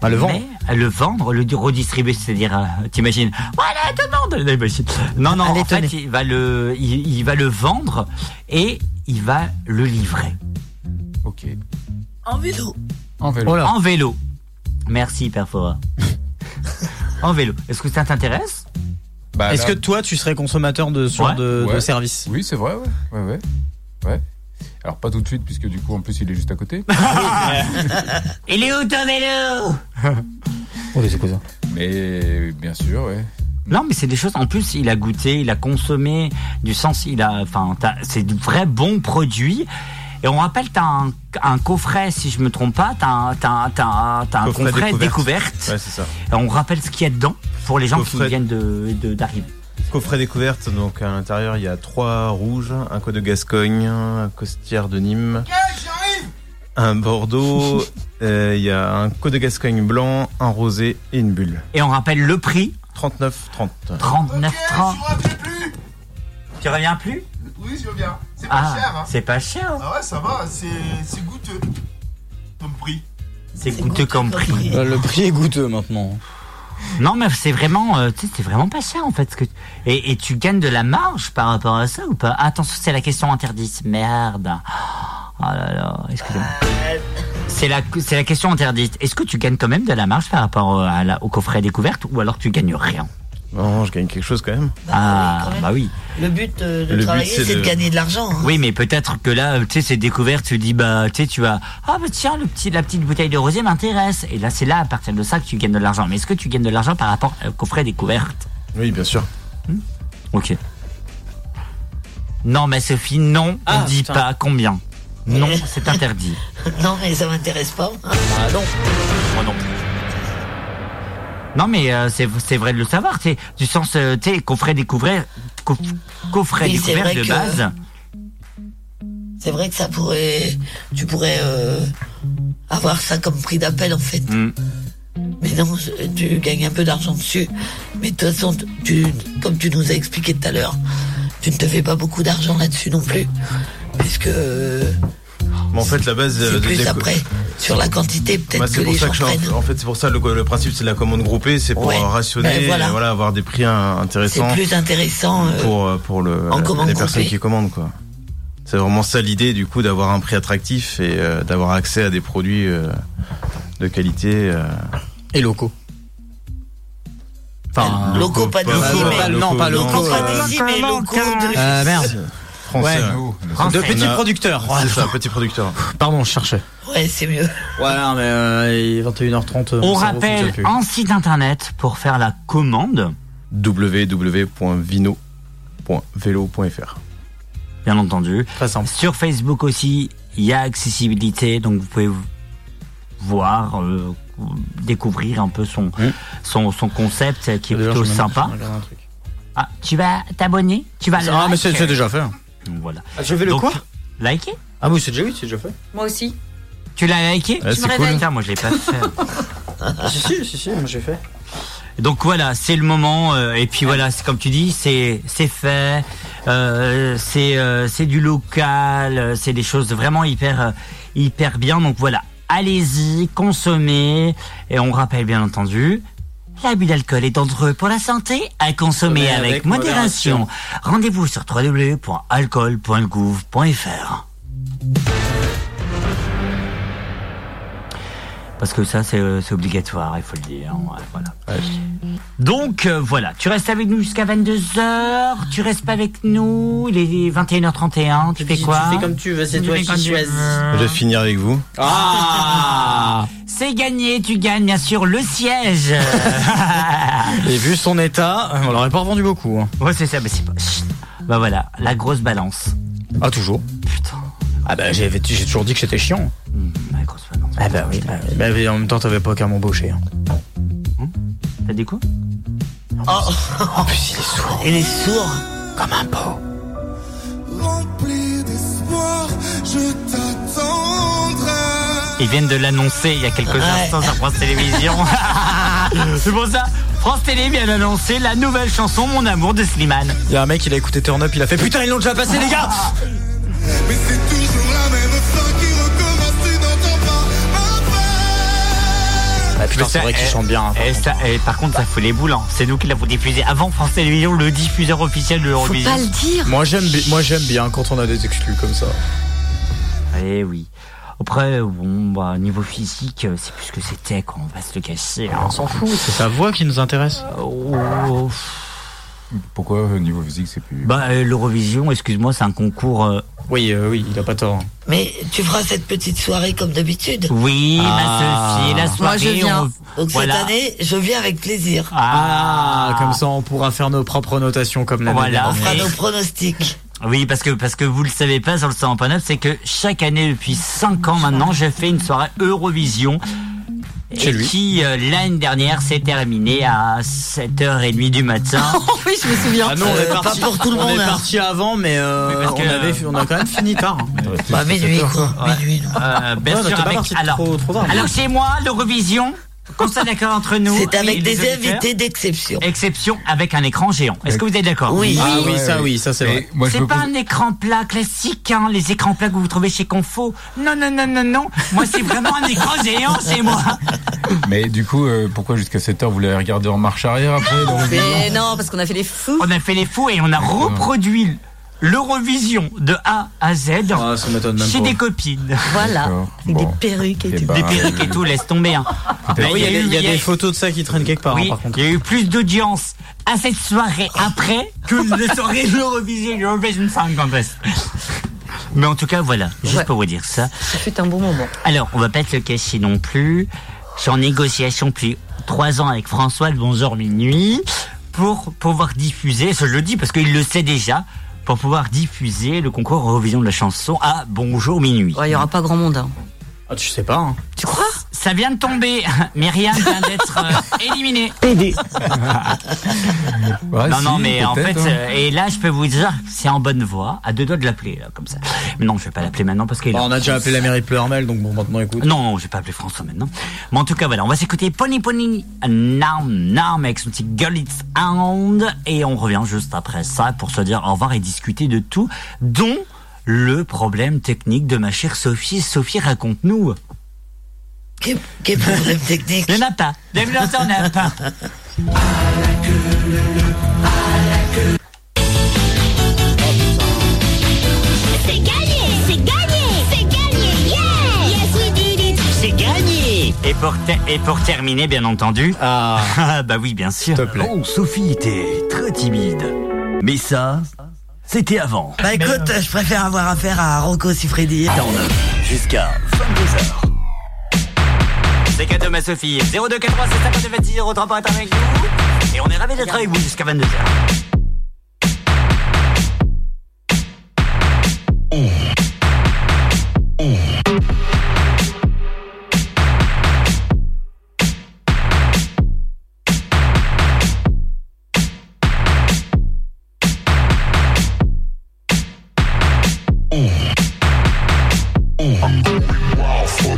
D: Bah, le vendre.
A: Mais, le vendre, le redistribuer, c'est-à-dire, euh, t'imagines, voilà, demande Là, imagine. Non, non,
D: Allez,
A: en fait,
D: tenez.
A: il va, le, il, il va le vendre et il va le livrer. Ok.
C: En vélo.
O: En
C: Oh
A: vélo. En vélo. Merci, Perfora. en vélo. Est-ce que ça t'intéresse
D: Est-ce que toi, tu serais consommateur de ce genre
O: Ouais.
D: de, de
O: Bah, Ouais.
D: service
O: Oui, c'est vrai, ouais. Ouais, ouais. Ouais. Alors, pas tout de suite, puisque du coup, en plus, il est juste à
D: (laughs)
O: côté.
C: (laughs)
A: Il est où ton vélo
O: Oh, les cousins. Mais bien sûr, ouais.
A: Non, mais c'est des choses. En plus, il a goûté, il a consommé, du sens, il a. Enfin, t'as- c'est de vrais bons produits. Et on rappelle, t'as un, un coffret, si je me trompe pas, t'as un, t'as un- t'as un- t'as un coffret découverte.
F: Ouais, c'est ça.
A: Et on rappelle ce qu'il y a dedans pour les gens
F: Coffret-
A: qui viennent de de- d'arriver.
F: Coffret découverte, donc à l'intérieur il y a trois rouges, un côte de Gascogne, un costière de Nîmes, un
A: (laughs)
F: Bordeaux, euh, il y a un côte de Gascogne blanc, un rosé et une bulle.
A: Et on rappelle le prix
F: 39,30.
A: 39 30. Tu reviens plus
G: Oui, je veux bien. C'est pas
A: Ah,
G: cher. Hein.
A: c'est pas cher.
G: Ah ouais, ça va. C'est c'est goûteux. Comme prix.
A: C'est goûteux comme prix.
G: Euh, le
A: Bah, prix est goûteux maintenant. Non, mais c'est vraiment, euh, tu sais, c'est vraiment pas cher en fait. ce que- et, et tu gagnes de la marge par rapport à ça ou pas Attention, c'est la question interdite. Merde. Oh là là, excusez-moi. C'est la, c'est la question interdite. Est-ce que tu gagnes quand même de la marge par rapport à la- au coffret découverte ou alors tu gagnes rien
F: Non, je gagne quelque chose quand même.
A: Ah, bah oui.
C: Le but euh, de
A: Le but,
C: travailler,
A: c'est
C: c'est de...
A: de-
C: gagner de l'argent. hein.
A: Oui, mais peut-être que là, tu sais, c'est découvert, tu dis, bah, tu sais, tu vas, ah, bah, tiens, le petit, la petite bouteille de rosé m'intéresse. Et là, c'est là, à partir de ça, que tu gagnes de l'argent. Mais est-ce que tu gagnes de l'argent par rapport au coffret découverte
F: Oui, bien sûr.
A: Hmm. Ok. Non, mais Sophie, non,
C: Ah,
A: on dit
C: putain. Eh.
A: pas combien. Non, c'est interdit.
C: Non, mais ça m'intéresse pas. Ah non.
A: Moi non Non, mais euh, c'est c'est vrai de le savoir, tu sais, du sens, euh, tu sais, coffret découvert, coff- coffret
C: Oui, c'est
A: découvert
C: vrai
A: de
C: que-
A: base.
C: C'est vrai que ça pourrait. Tu pourrais euh, avoir ça comme prix d'appel en fait.
A: Hmm.
C: Mais non, je- tu gagnes un peu d'argent dessus. Mais de toute façon, tu, comme tu nous as expliqué tout à l'heure, tu ne te fais pas beaucoup d'argent là-dessus non plus. Puisque. euh,
F: Mais en fait, la base
C: C'est
F: euh, de
C: plus
F: déco-
C: après, sur la quantité, peut-être
F: Bah, c'est
C: que
F: pour
C: les
F: ça
C: gens
F: que je suis en-
C: prennent.
F: en fait, c'est pour ça le, le principe c'est de la commande groupée, c'est pour
C: Ouais.
F: euh, rationner,
C: Ben, voilà.
F: et voilà, avoir des prix euh,
C: C'est
F: intéressants.
C: plus intéressant. euh,
F: pour, euh, pour le,
C: en
F: les
C: commande
F: personnes
C: groupée.
F: qui commandent. quoi. C'est vraiment ça l'idée du coup d'avoir un prix attractif et euh, d'avoir accès à des produits euh, de qualité. euh.
D: Et locaux.
F: Enfin,
D: locaux, pas d'ici, mais- non, pas locaux, euh, Euh, merde.
F: Français.
D: Ouais.
F: nous.
D: De petits
F: On a-
D: producteurs.
F: C'est ça, petit producteur.
D: Pardon, je cherchais.
C: Ouais, c'est mieux.
D: Ouais, non, mais euh, il est 21h30. euh,
A: On
D: mon cerveau
A: rappelle
D: fonctionne plus.
A: un site internet pour faire la commande.
F: www.vino.velo.fr
A: bien entendu. Sur Facebook aussi, il y a accessibilité, donc vous pouvez v- voir, euh, découvrir un peu son, son, son concept euh, qui est
D: D'ailleurs,
A: plutôt
D: je me-
A: sympa.
D: je me regarde un truc.
A: Ah, tu vas t'abonner Tu vas
D: Ah, mais c'est c'est déjà fait.
A: Voilà.
D: Ah, je vais le quoi
A: Liker
D: Ah, oui, c'est déjà oui, c'est déjà fait.
E: Moi aussi.
A: Eh, Tu l'as liké
D: Ouais, Je me c'est cool. réveille.
A: Putain, moi je l'ai pas fait.
D: (laughs) si, si, si, si, moi j'ai fait.
A: Donc voilà, c'est le moment. euh, et puis voilà, c'est comme tu dis, c'est c'est fait, euh, c'est euh, c'est du local, euh, c'est des choses vraiment hyper euh, hyper bien. Donc voilà, allez-y, consommez. Et on rappelle bien entendu. L'abus d'alcool est dangereux pour la santé, à consommer
D: Consommer
A: avec,
D: avec
A: modération.
D: modération.
A: Rendez-vous sur www.alcool.gouv.fr. Parce que ça, c'est euh, c'est obligatoire, il faut le dire. hein, ouais, voilà. Donc euh, voilà, tu restes avec nous jusqu'à 22h, tu restes pas avec nous, il est 21h31, tu fais quoi
D: fais comme tu veux, c'est
A: Tu
D: toi
A: fais
D: qui
A: comme tu
D: choisis.
A: veux.
F: Je vais finir avec vous.
A: Ah C'est gagné, tu gagnes bien sûr le
D: (laughs)
A: siège
D: Et vu son état, euh, on l'aurait pas revendu beaucoup. hein.
A: Ouais, c'est ça, mais c'est pas. Chut. Bah voilà, la grosse balance.
D: Ah, toujours. Putain. Ah, bah j'ai j'ai toujours dit que j'étais chiant.
A: La grosse balance.
D: Ah, bah oui. Bah, oui. Bah oui, en même temps, t'avais pas qu'à m'embaucher. hein.
A: T'as dit quoi
C: Oh. En plus, il est sourd. Il est sourd. Comme un pot.
J: Rempli d'espoir, je t'attendrai.
D: (laughs)
A: Ils viennent de l'annoncer il y a quelques instants sur France Télévisions. c'est pour ça, France Télé vient d'annoncer la nouvelle chanson Mon amour de Slimane. Bah,
D: Il y a un mec, il a écouté Turn Up, il a fait putain, ils l'ont déjà passé, les gars
J: Mais c'est toujours la même fin qui recommence, tu n'entends pas
A: Ah, putain, c'est vrai qu'il chante
D: hein.
A: bien. Et ça, et par contre, ça fout les boules. hein. C'est nous qui l'avons diffusé avant France Télévisions, le diffuseur officiel de l'Eurovision.
E: dire.
D: Moi j'aime, bi- moi j'aime bien quand on a des exclus comme ça.
A: Eh oui. Après, bon, bah, niveau physique, euh, c'est plus ce que c'était, quoi. On va se le cacher. hein.
D: On s'en fout, c'est sa voix qui nous intéresse.
O: Euh, Pourquoi au niveau physique c'est plus.
A: Bah, euh, l'Eurovision, excuse-moi, c'est un concours. euh,
D: Oui, euh, oui, il a pas tort.
C: Mais tu feras cette petite soirée comme d'habitude Ah.
A: Oui, ma Sophie, la soirée. on-
C: Donc
A: voilà.
C: cette année, je viens avec plaisir.
D: Ah, comme ça on pourra faire nos propres notations comme l'année
A: Voilà.
D: dernière.
C: On fera
A: Et-
C: nos pronostics.
A: Oui, parce que, parce que vous le savez pas, sur le 101.9, c'est que chaque année, depuis 5 ans maintenant, j'ai fait une soirée Eurovision.
D: Chez
A: et
D: lui.
A: qui, euh, l'année dernière, s'est terminée à 7h30 du
C: (laughs)
A: matin.
C: Oh
A: Euh,
E: oui, je me souviens.
D: Ah non, on est parti, on est parti avant, mais, euh,
A: hein. parce que,
D: on, avait,
A: euh,
D: on a quand même fini tard. hein.
C: Bah, minuit, quoi. Minuit, non.
A: Euh, bien
D: Ouais, on
A: sûr,
D: était pas
A: avec-
D: parti
A: alors,
D: trop- trop tard.
A: alors chez moi, l'Eurovision, comme ça d'accord entre nous.
C: C'est avec
A: et les
C: des
A: auditeurs.
C: invités d'exception.
A: Exception avec un écran géant. Est-ce que vous êtes d'accord
C: Oui.
D: Ah oui, ça oui, ça c'est
O: Et
D: vrai.
O: Moi, je
A: C'est
O: me
A: pas
O: pose-
A: un écran plat classique, hein, les écrans plats que vous trouvez chez Confo. Non, non, non, non, non. Moi, c'est vraiment un
O: (laughs)
A: écran géant chez moi.
O: Mais du coup, euh, pourquoi jusqu'à 7 heures vous l'avez regardé en marche arrière après dans le-
E: Mais non, parce qu'on a fait les fous.
A: On a fait les fous et on a reproduit l'Eurovision de A à Z
D: Ah, ça m'étonne même
A: chez
D: pas.
A: des copines.
E: Voilà.
O: D'accord,
E: Avec
O: bon.
E: des perruques et
O: Eh
E: tout.
O: ben,
A: Des perruques et tout, laisse tomber. hein.
D: Ah oui, il y a,
A: eu-
D: il y a
A: il y a-
D: des photos de ça qui traînent quelque part, hein,
A: Oui,
D: par contre.
A: il y a eu plus d'audience à cette soirée après que
D: (laughs)
A: la soirée de l'Eurovision et l'Eurovision Song Contest. Mais en tout cas, voilà, juste
E: Ouais.
A: pour vous dire ça.
E: Ça fut un bon moment.
A: Alors, on va pas te le cacher non plus. Je suis en négociation depuis trois ans avec François de Bonjour Minuit pour pouvoir diffuser, ça je le dis parce qu'il le sait déjà, pour pouvoir diffuser le concours Eurovision de la chanson à Bonjour Minuit.
E: Ouais, Il y aura pas grand monde. hein.
D: Ah, tu sais pas. hein.
E: Tu crois
A: Ça vient de tomber, (laughs) Myriam vient d'être euh, éliminée.
O: Ouais,
A: Non,
O: si,
A: non, mais en fait,
O: peut-être, hein.
A: euh, et là, je peux vous dire, c'est en bonne voie, à deux doigts de l'appeler, là, comme ça. Mais non, je vais pas l'appeler maintenant parce qu'il est
D: Bah,
A: en
D: on a déjà
A: France.
D: appelé la mairie de Pleurmel, donc bon, maintenant écoute.
A: Non, je vais pas appeler François maintenant. Mais en tout cas, voilà, on va s'écouter Pony Pony Nam Nam avec son petit Girl It's Hound. Et on revient juste après ça pour se dire au revoir et discuter de tout, dont le problème technique de ma chère Sophie. Sophie, raconte-nous.
C: Quel, quel problème technique
A: Il n'y en a pas. Des blancs, il n'y en a pas.
I: C'est gagné, c'est gagné, c'est gagné, yeah! Yes, we did it!
A: C'est gagné et pour, ter- et pour terminer, bien entendu. Ah. (laughs) bah oui, bien sûr. Oh,
D: S'il te plaît.
P: Bon, Sophie était très timide. Mais ça, c'était avant.
C: Bah écoute,
A: euh,
C: je préfère avoir affaire à Rocco
D: Ah,
C: Siffredi.
P: Turn up jusqu'à 22h.
A: C'est cadeau, ma Sophie. 0283 652 26 03 pour être avec nous. Et on est ravis d'être avec vous jusqu'à 22h.
J: Wow for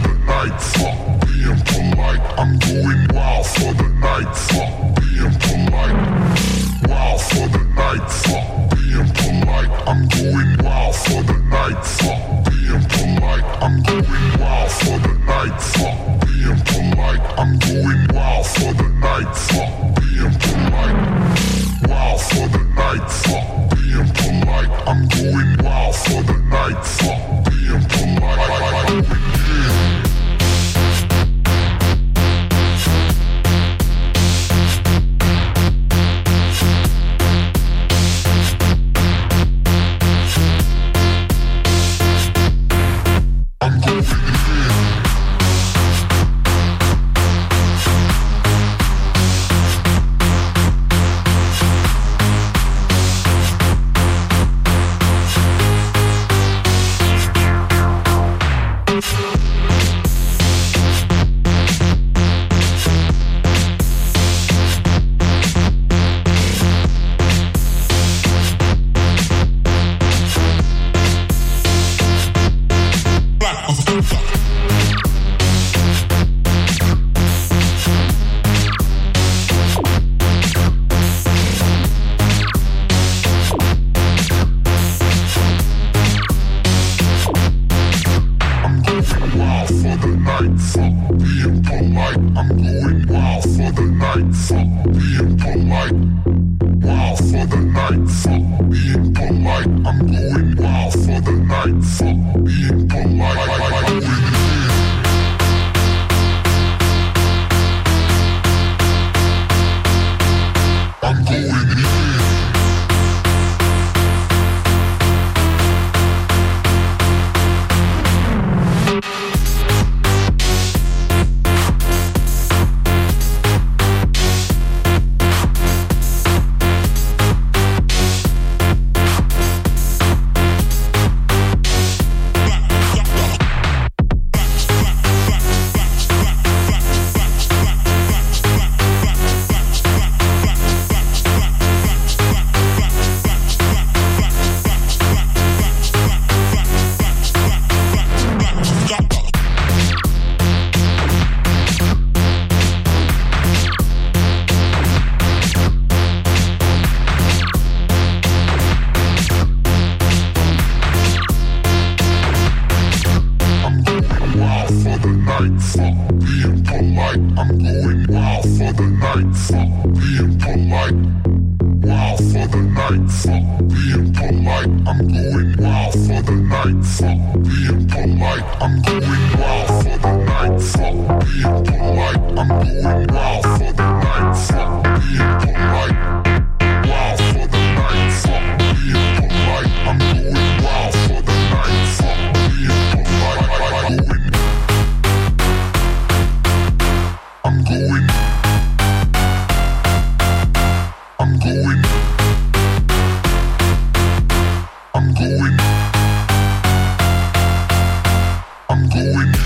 J: the
Q: Fuck being polite, I'm going wild for the night. Fuck being polite. I'm going in. I'm going wild for the night. Fuck being polite. I'm going wild for the night. Fuck being polite. Wild for the night. Fuck being polite. I'm going wild for the night. Fuck being polite. I'm going wild for the night. Fuck being polite. I'm going wild for the night. Fuck being polite. Wild for the night. Fuck being polite. I'm going wild for the night. Fuck being polite. I'm going. I'm going. I'm going. I'm going in.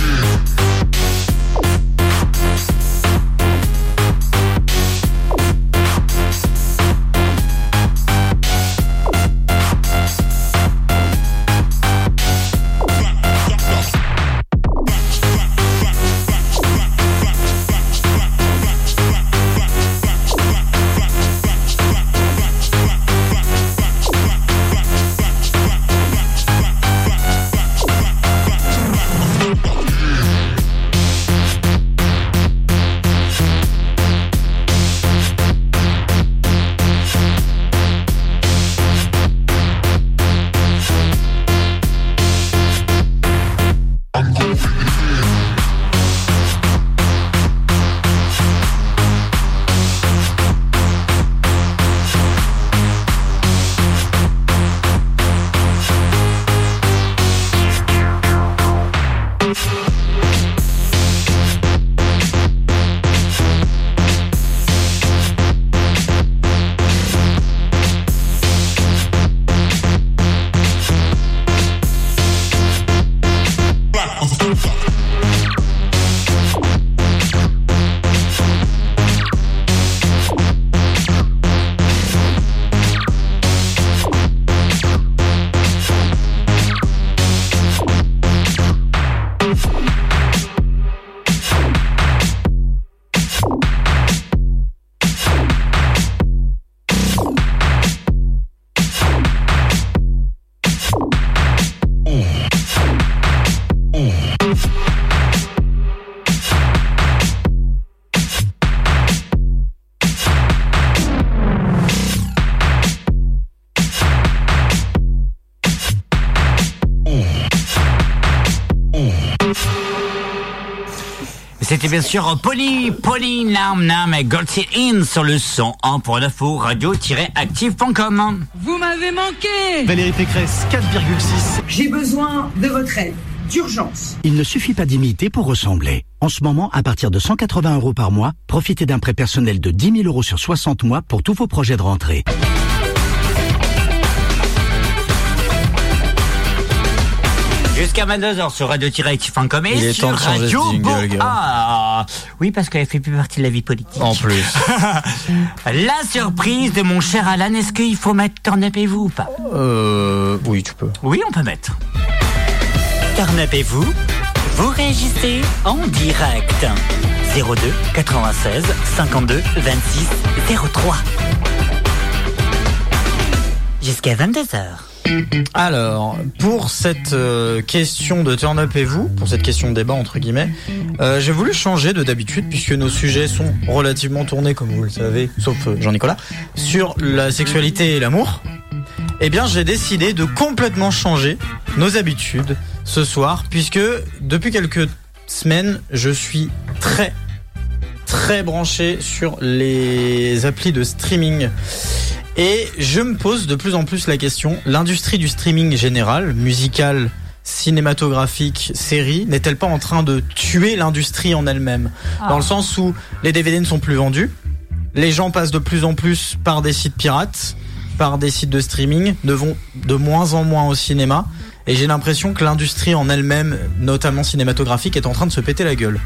A: C'était bien sûr Polly, Polly, Nam Nam et Gold Seal In sur le 101 pour l'info radio-active.com.
R: Vous m'avez manqué
A: Valérie Pécresse, 4,6.
R: J'ai besoin de votre aide, d'urgence.
S: Il ne suffit pas d'imiter pour ressembler. En ce moment, à partir de 180 euros par mois, profitez d'un prêt personnel de 10 000 euros sur 60 mois pour tous vos projets de rentrée.
A: Jusqu'à 22h sur radio-active.com
D: Il est
A: et sur
D: temps de changer ce
A: Radio
D: jingle, gars.
A: Boa. Oui, parce qu'elle fait plus partie de la vie politique. En plus. (laughs) la surprise de mon cher Alan, est-ce qu'il faut mettre Turn Up et vous ou pas
F: Euh, oui, tu peux.
A: Oui, on peut mettre. Turn Up et vous, vous réagissez en direct. 02 96 52 26 03. Jusqu'à 22h.
D: Alors, pour cette euh, question de Turn Up et vous, pour cette question de débat entre guillemets, euh, j'ai voulu changer de d'habitude puisque nos sujets sont relativement tournés, comme vous le savez, sauf euh, Jean-Nicolas, sur la sexualité et l'amour. Eh bien, j'ai décidé de complètement changer nos habitudes ce soir, puisque depuis quelques semaines, je suis très, très branché sur les applis de streaming. Et je me pose de plus en plus la question, l'industrie du streaming général, musical, cinématographique, série, n'est-elle pas en train de tuer l'industrie en elle-même Dans le sens où les DVD ne sont plus vendus, les gens passent de plus en plus par des sites pirates, par des sites de streaming, ne vont de moins en moins au cinéma. Et j'ai l'impression que l'industrie en elle-même, notamment cinématographique, est en train de se péter la gueule.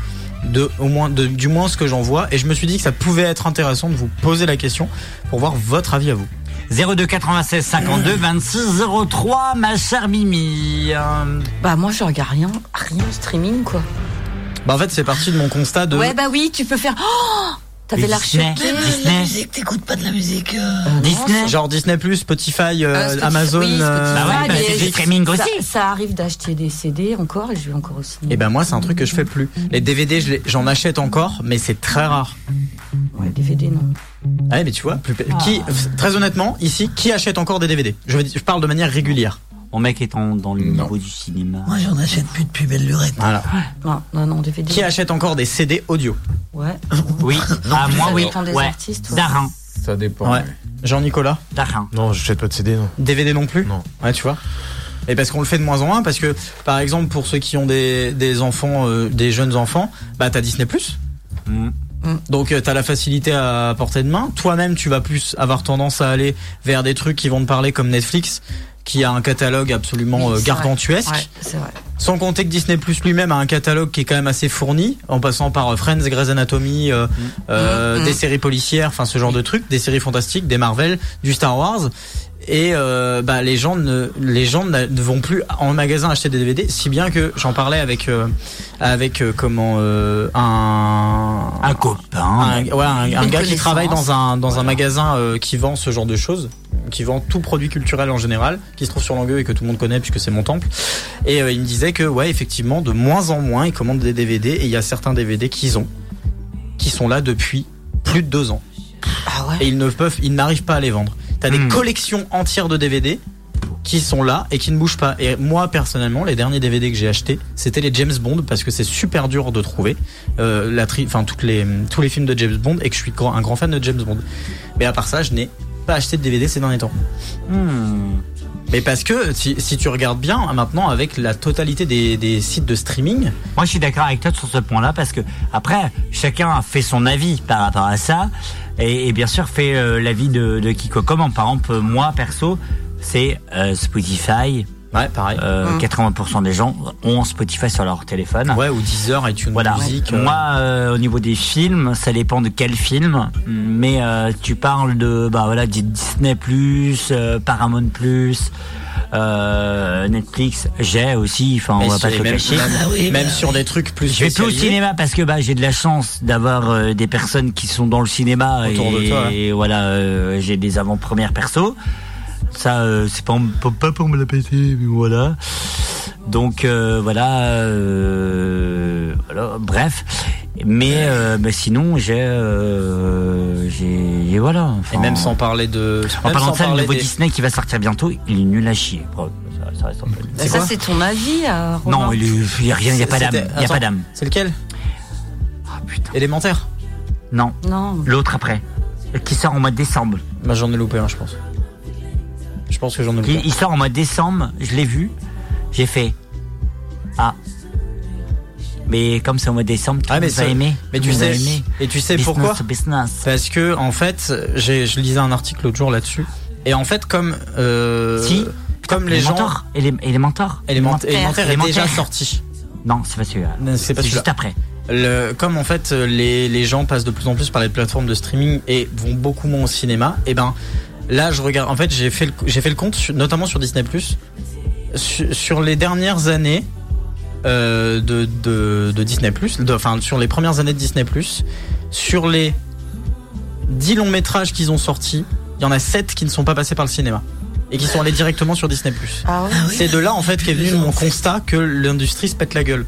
D: De, au moins, de- du moins ce que j'en vois. Et je me suis dit que ça pouvait être intéressant de vous poser la question pour voir votre avis à vous.
A: 02 96 52 26 03, ma chère Mimi. Euh,
E: Bah moi je regarde rien, rien au streaming quoi.
D: Bah en fait c'est parti de mon constat de...
E: Ouais bah oui, tu peux faire. Oh T'avais l'air choqué.
C: La musique, t'écoutes pas de la musique. euh,
D: Genre Disney+, Spotify, euh,
E: Euh, bah, Spotify-
D: Amazon...
E: oui,
D: euh,
E: Spotify, Ah, mais ça, ça arrive d'acheter des CD encore et je vais encore au cinéma.
D: Et ben moi c'est un truc que je fais plus. Les DVD je les- j'en achète encore mais c'est très rare.
E: Ouais, DVD non.
D: Ouais mais tu vois, plus pe-
E: Ah.
D: qui très honnêtement ici qui achète encore des DVD je, veux dire- je parle de manière régulière.
A: Mon mec est en- dans le niveau du cinéma.
C: Moi, j'en achète plus depuis belle lurette.
D: Voilà.
E: Non, non, non, DVD.
D: Qui achète encore des CD audio
E: Ouais.
A: Oui,
E: Ah, moi, Ça oui. dépend des Ouais. artistes, ouais. Darin.
O: Ça dépend.
D: Ouais. Jean-Nicolas
A: Darin.
F: Non, j'achète pas de CD, non.
D: DVD non plus Non. Ouais, tu vois. Et parce qu'on le fait de moins en moins, parce que par exemple pour ceux qui ont des, des enfants, euh, des jeunes enfants, bah t'as Disney Plus.
E: Mm.
D: Donc euh, t'as la facilité à portée de main. Toi-même, tu vas plus avoir tendance à aller vers des trucs qui vont te parler comme Netflix, qui a un catalogue absolument
E: Oui,
D: euh,
E: c'est vrai.
D: gargantuesque.
E: Ouais, c'est vrai.
D: Sans compter que Disney Plus lui-même a un catalogue qui est quand même assez fourni, en passant par euh, Friends, Grey's Anatomy, euh,
A: Mm.
D: euh, des séries policières, enfin ce genre de trucs, des séries fantastiques, des Marvel, du Star Wars. Et euh, bah, les gens ne les gens n'a- ne vont plus en magasin acheter des DVD, si bien que j'en parlais avec euh, avec euh, comment euh, un
A: un copain,
D: ouais, un, un
A: Une
D: gars qui
A: connaissance.
D: travaille dans un dans un magasin euh, qui vend ce genre de choses, qui vend tout produit culturel en général, qui se trouve sur Langueux et que tout le monde connaît puisque c'est mon temple. Et euh, il me disait que ouais, effectivement, de moins en moins, ils commandent des DVD et il y a certains DVD qu'ils ont, qui sont là depuis plus de deux ans. Et ils ne peuvent, ils n'arrivent pas à les vendre. T'as
A: Hmm.
D: des collections entières de DVD qui sont là et qui ne bougent pas. Et moi personnellement, les derniers DVD que j'ai achetés, c'était les James Bond parce que c'est super dur de trouver euh, la tri, enfin toutes les tous les films de James Bond et que je suis grand- un grand fan de James Bond. Mais à part ça, je n'ai pas acheté de DVD ces derniers temps.
A: Hmm.
D: Mais parce que si, si tu regardes bien, hein, maintenant avec la totalité des, des sites de streaming,
A: Moi, je suis d'accord avec toi sur ce point-là parce que après, chacun a fait son avis par rapport à ça et, et bien sûr fait euh, l'avis de, de qui quoi comment. Par exemple, euh, moi perso, c'est euh, Spotify.
D: Ouais, pareil.
A: Euh,
E: Mmh.
D: Mm.
A: 80% des gens ont Spotify sur leur téléphone.
D: Ouais, ou Deezer, iTunes
A: voilà.
D: Music, euh.
A: Moi, euh, au niveau des films, ça dépend de quel film. Mais euh, tu parles de bah voilà du Disney euh, Paramount euh, Netflix. J'ai aussi. Enfin, on
D: mais
A: va
D: si-
A: pas se le
D: même,
A: cacher.
D: même-
A: bah
D: même sur des trucs plus
A: Je vais plus au
D: spécialisés.
A: cinéma parce que bah, j'ai de la chance d'avoir euh, des personnes qui sont dans le cinéma
D: Autour
A: et,
D: de toi, ouais.
A: et voilà, euh, j'ai des avant-premières perso. Ça, euh, c'est pas, pas- pas pour me la péter, mais voilà. Donc euh, voilà, euh, voilà, bref. Mais, euh, mais sinon, j'ai, euh, j'ai, et voilà. enfin,
D: Et même sans parler de.
A: en
D: même
A: parlant
D: sans
A: de ça, le
D: parler
A: nouveau
D: des-
A: Disney qui va sortir bientôt, il est nul à chier. Bon, ça- ça reste un peu-
E: Bah, ça c'est ton avis. euh, Romain.
A: Non, il n'y a rien, il n'y a pas d'âme.
D: C'était-
A: Il y a
D: attends,
A: pas d'âme. Ah,
D: C'est lequel Élémentaire
A: Non.
E: Non.
A: L'autre après. Qui sort en mois de décembre.
D: Bah, j'en ai loupé un, je pense. Je pense que j'en ai
A: Il, il sort en mois de décembre, je l'ai vu. J'ai fait. Ah. Mais comme c'est au mois de décembre, tout le
D: Ah, mais
A: monde va
D: ça-
A: aimer.
D: Mais
A: Tout
D: tu
A: le monde va
D: sais,
A: aimer.
D: et tu sais
A: Business
D: pourquoi
A: to business.
D: Parce que en fait, j'ai, je lisais un article l'autre jour là-dessus. Et en fait, comme euh,
A: Si.
D: comme les gens,
A: Elementor, Elé- Elementor.
D: Élémentaire, Élémentaire est déjà
A: Élémentaire.
D: sorti.
A: Non, c'est pas celui-là.
D: C'est pas
A: juste
D: celui-là.
A: après.
D: Le- comme en fait euh, les, les gens passent de plus en plus par les plateformes de streaming et vont beaucoup moins au cinéma, et ben là je regarde. En fait, j'ai fait le, j'ai fait le compte, sur- notamment sur Disney sur, sur les dernières années euh, de, de, de Disney de- enfin sur les premières années de Disney sur les 10 longs métrages qu'ils ont sortis, il y en a 7 qui ne sont pas passés par le cinéma et qui sont allés directement sur Disney C'est de là en fait qu'est venu mon constat que l'industrie se pète la gueule.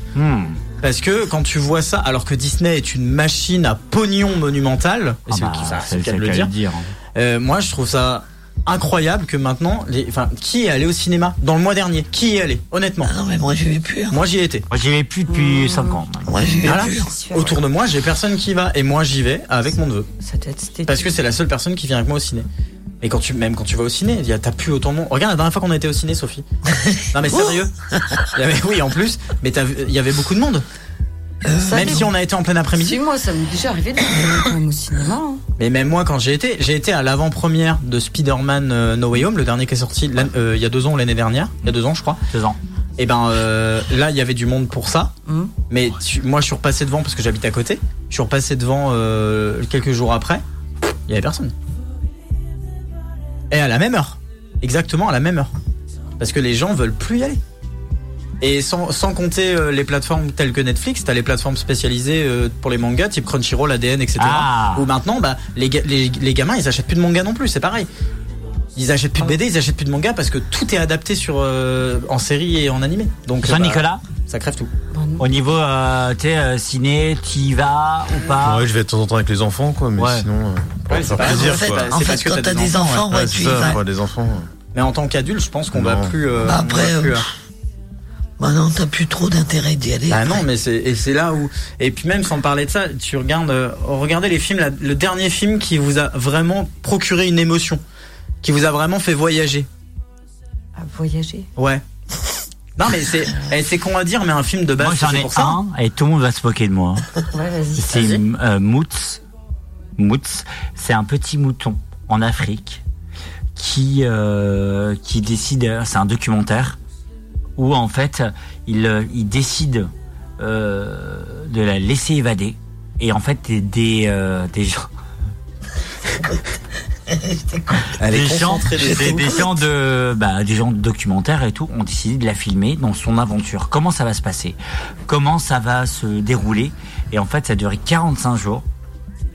D: Parce que quand tu vois ça, alors que Disney est une machine à pognon monumental, et
A: Ah
D: c'est le-
A: bah,
D: ça,
A: c'est
D: c'est le cas de
A: le
D: le
A: cas
D: dire,
A: de le dire.
D: euh, moi je trouve ça incroyable que maintenant, les, enfin, qui est allé au cinéma dans le mois dernier Qui y est allé Honnêtement.
C: Ah non, mais moi j'y vais plus. hein. Mmh.
D: Moi j'y ai été.
A: Moi j'y vais plus depuis 5 ans.
C: Moi j'y vais plus.
D: Autour de moi, j'ai personne qui y va et moi j'y vais avec mon neveu.
E: Ça doit être stétique.
D: Parce que c'est la seule personne qui vient avec moi au ciné. Et quand tu, même quand tu vas au ciné, il y a- t'as plus autant de monde. Regarde la dernière fois qu'on a été au
C: (laughs)
D: ciné, Sophie. Non mais sérieux. Il y avait- oui, en plus, mais t'as vu- il y avait beaucoup de monde.
C: Euh,
E: Ça
D: Même
E: dépend.
D: si on a été en plein
E: Si,
D: après-midi.
E: moi, ça m'est déjà arrivé de quand même au cinéma. hein.
D: Mais même moi, quand j'ai été, j'ai été à l'avant-première de Spider-Man euh, No Way Home, le dernier qui est sorti l'an- euh, il y a deux ans, ou l'année dernière, il y a deux ans, je crois.
A: Deux ans.
D: Et ben euh, là, il y avait du monde pour ça.
E: Hmm.
D: Mais tu- moi, je suis repassé devant parce que j'habite à côté. Je suis repassé devant euh, quelques jours après. Il y avait personne. Et à la même heure. Exactement à la même heure. Parce que les gens veulent plus y aller. Et sans, sans compter euh, les plateformes telles que Netflix, t'as les plateformes spécialisées euh, pour les mangas, type Crunchyroll, ADN, etc.
A: Ah.
D: Où maintenant, bah, les, ga- les, les gamins, ils achètent plus de mangas non plus, c'est pareil. Ils achètent plus de BD, ils achètent plus de mangas parce que tout est adapté sur euh, en série et en animé. Donc euh, bah,
A: Jean-Nicolas
D: ça crève tout.
A: Au niveau, euh, tu sais, euh, ciné, t'y vas ou pas
F: Ah. Ouais, je vais de temps en temps avec les enfants, quoi, mais
A: Ouais.
F: sinon. euh, pour
D: Ouais,
F: leur
D: c'est pas-
F: faire
D: en fait,
F: quoi.
D: bah, c'est En fait, parce que quand t'as t'as des des enfants, enfants, ouais, ouais,
F: c'est
D: tu y
F: ça,
D: vas.
F: pour des enfants.
D: Mais en tant qu'adulte, je pense qu'on va
F: Non.
D: plus. euh,
C: Bah
D: on
C: après,
D: va
C: euh,
D: euh,
C: Bah non, t'as plus trop d'intérêt d'y aller.
D: Bah non, mais c'est et c'est là où et puis même sans parler de ça, tu regardes euh, regardez les films la- le dernier film qui vous a vraiment procuré une émotion, qui vous a vraiment fait voyager.
E: À voyager.
D: Ouais. Non mais c'est eh, c'est con à dire mais un film de
A: Moi
D: base
A: j'en
D: c'est
A: ai
D: pour ça.
A: un et tout le monde va se moquer de
D: (laughs)
A: moi.
E: Ouais, vas-y.
A: C'est euh, Moots. Moots, c'est un petit mouton en Afrique qui euh, qui décide. C'est un documentaire où en fait il euh, il décide euh, de la laisser évader et en fait des des, euh, des gens.
D: (laughs) Elle est
A: des gens,
D: concentrée de
A: des,
D: fou.
A: des gens de, bah, des gens de documentaires et tout ont décidé de la filmer dans son aventure. Comment ça va se passer Comment ça va se dérouler Et en fait, ça a duré 45 jours.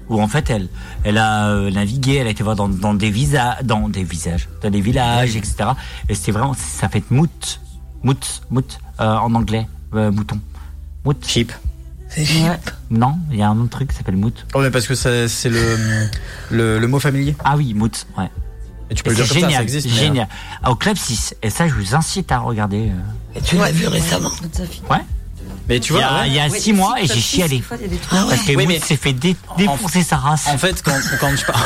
A: Où en fait elle, elle a euh, navigué, elle a été voir dans, dans des visages, dans des visages, dans des villages, etc. Et c'était vraiment, ça fait mout, mout, mout euh, en anglais, euh, mouton, mout.
D: Sheep.
C: C'est cheap.
A: Non, il y a un autre truc qui s'appelle mout.
D: Oh mais parce que ça- c'est le,
A: (laughs)
D: le le mot familier.
A: Ah oui, mout, ouais.
D: Et tu peux
A: Et C'est
D: le dire comme
A: génial,
D: ça, ça existe. mais, euh,
A: génial. Ah, Au club 6, et ça je vous incite à regarder. euh,
C: Et tu l'as vu récemment.
A: Ouais.
D: Mais tu
A: Il y
D: vois,
A: a-
D: ouais.
A: il y a
E: Ouais,
A: six mois
E: si,
A: et
E: t'as
A: j'ai
E: six
A: chialé.
E: fois, il y a des trucs.
C: Ah ouais.
A: Parce que
D: Oui,
A: Wood
D: mais-
A: s'est fait dé- défoncer sa race.
D: en fait quand quand je parle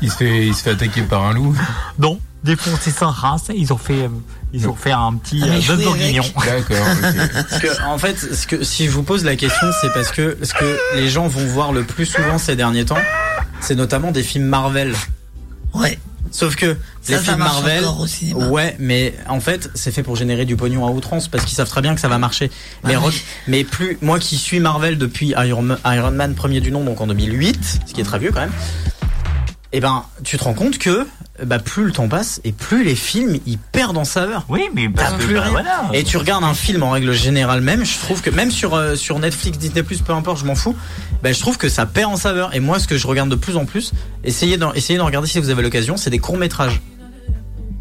O: Il se fait, il se fait attaquer par un loup.
A: (laughs) Non, défoncer sa race. Ils ont fait, euh, ils ont fait un petit
C: Ah, mais
A: euh,
C: jouer avec.
A: bœuf bourguignon.
O: D'accord. ok.
D: Parce que, en fait, ce que, si je vous pose la question, c'est parce que ce que les gens vont voir le plus souvent ces derniers temps, c'est notamment des films Marvel.
C: Ouais.
D: Sauf que
C: Ça,
D: les
C: ça
D: films
C: marche
D: Marvel,
C: encore au cinéma.
D: ouais, mais en fait, c'est fait pour générer du pognon à outrance parce qu'ils savent très bien que ça va marcher.
C: Ah
D: Mais, re- mais plus, moi qui suis Marvel depuis Iron, Ma- Iron Man premier du nom, donc en 2008, ce qui est très vieux quand même. Et ben, tu te rends compte que bah, plus le temps passe et plus les films ils perdent en saveur.
A: Oui, mais parce
D: T'as
A: que,
D: plus
A: bah,
D: rien.
A: voilà.
D: Et tu regardes un film en règle générale même, je trouve que même sur euh, sur Netflix, Disney+, peu importe, je m'en fous. Ben je trouve que ça perd en saveur. Et moi, ce que je regarde de plus en plus, essayez d'en essayez d'en regarder si vous avez l'occasion, c'est des courts métrages,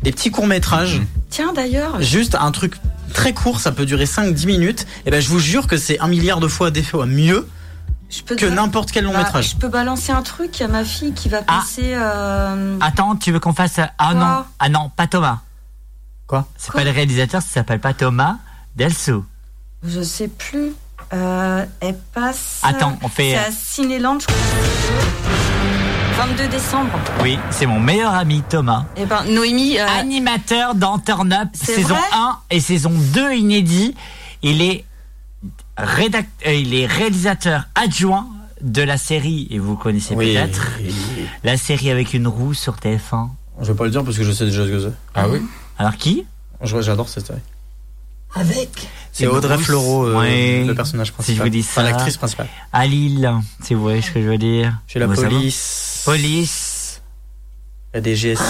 D: des petits courts métrages.
E: Tiens, d'ailleurs,
D: Juste un truc très court, ça peut durer 5-10 minutes. Et ben je vous jure que c'est un milliard de fois des fois mieux
E: je peux
D: que
E: dire-
D: n'importe quel long
E: Bah,
D: métrage.
E: Je peux balancer un truc à ma fille qui va
A: Ah.
E: passer. euh,
A: Attends, tu veux qu'on fasse euh, ah
E: Quoi
A: non, ah non, pas Thomas.
D: Quoi
A: C'est pas le réalisateur, ça s'appelle pas Thomas Delsou.
E: Je sais plus. Euh, elle passe.
A: Attends, on fait-
E: C'est à Cinéland, je
D: euh,
E: crois. 22 décembre.
A: Oui, c'est mon meilleur ami Thomas.
E: Eh ben, Noémie. euh,
A: Animateur dans Turn Up,
E: C'est
A: saison
E: vrai
A: 1 et saison 2 inédit. Il est, rédact... euh, il est réalisateur adjoint de la série, et vous connaissez peut-être, la série avec une roue sur TF1.
D: Je vais pas le dire parce que je sais déjà ce que
O: Ah oui.
A: Alors qui
D: c'est. J'adore cette série.
C: Avec.
D: C'est Audrey
A: Bruce.
D: Fleurot, euh,
A: Ouais.
D: le personnage principal.
A: Si je vous dis ça.
D: Enfin, l'actrice principale.
A: À Lille, si vous voyez ce que je veux dire.
D: Chez la
A: Vous savez.
D: police.
A: Police. Ah,
D: La DGSI.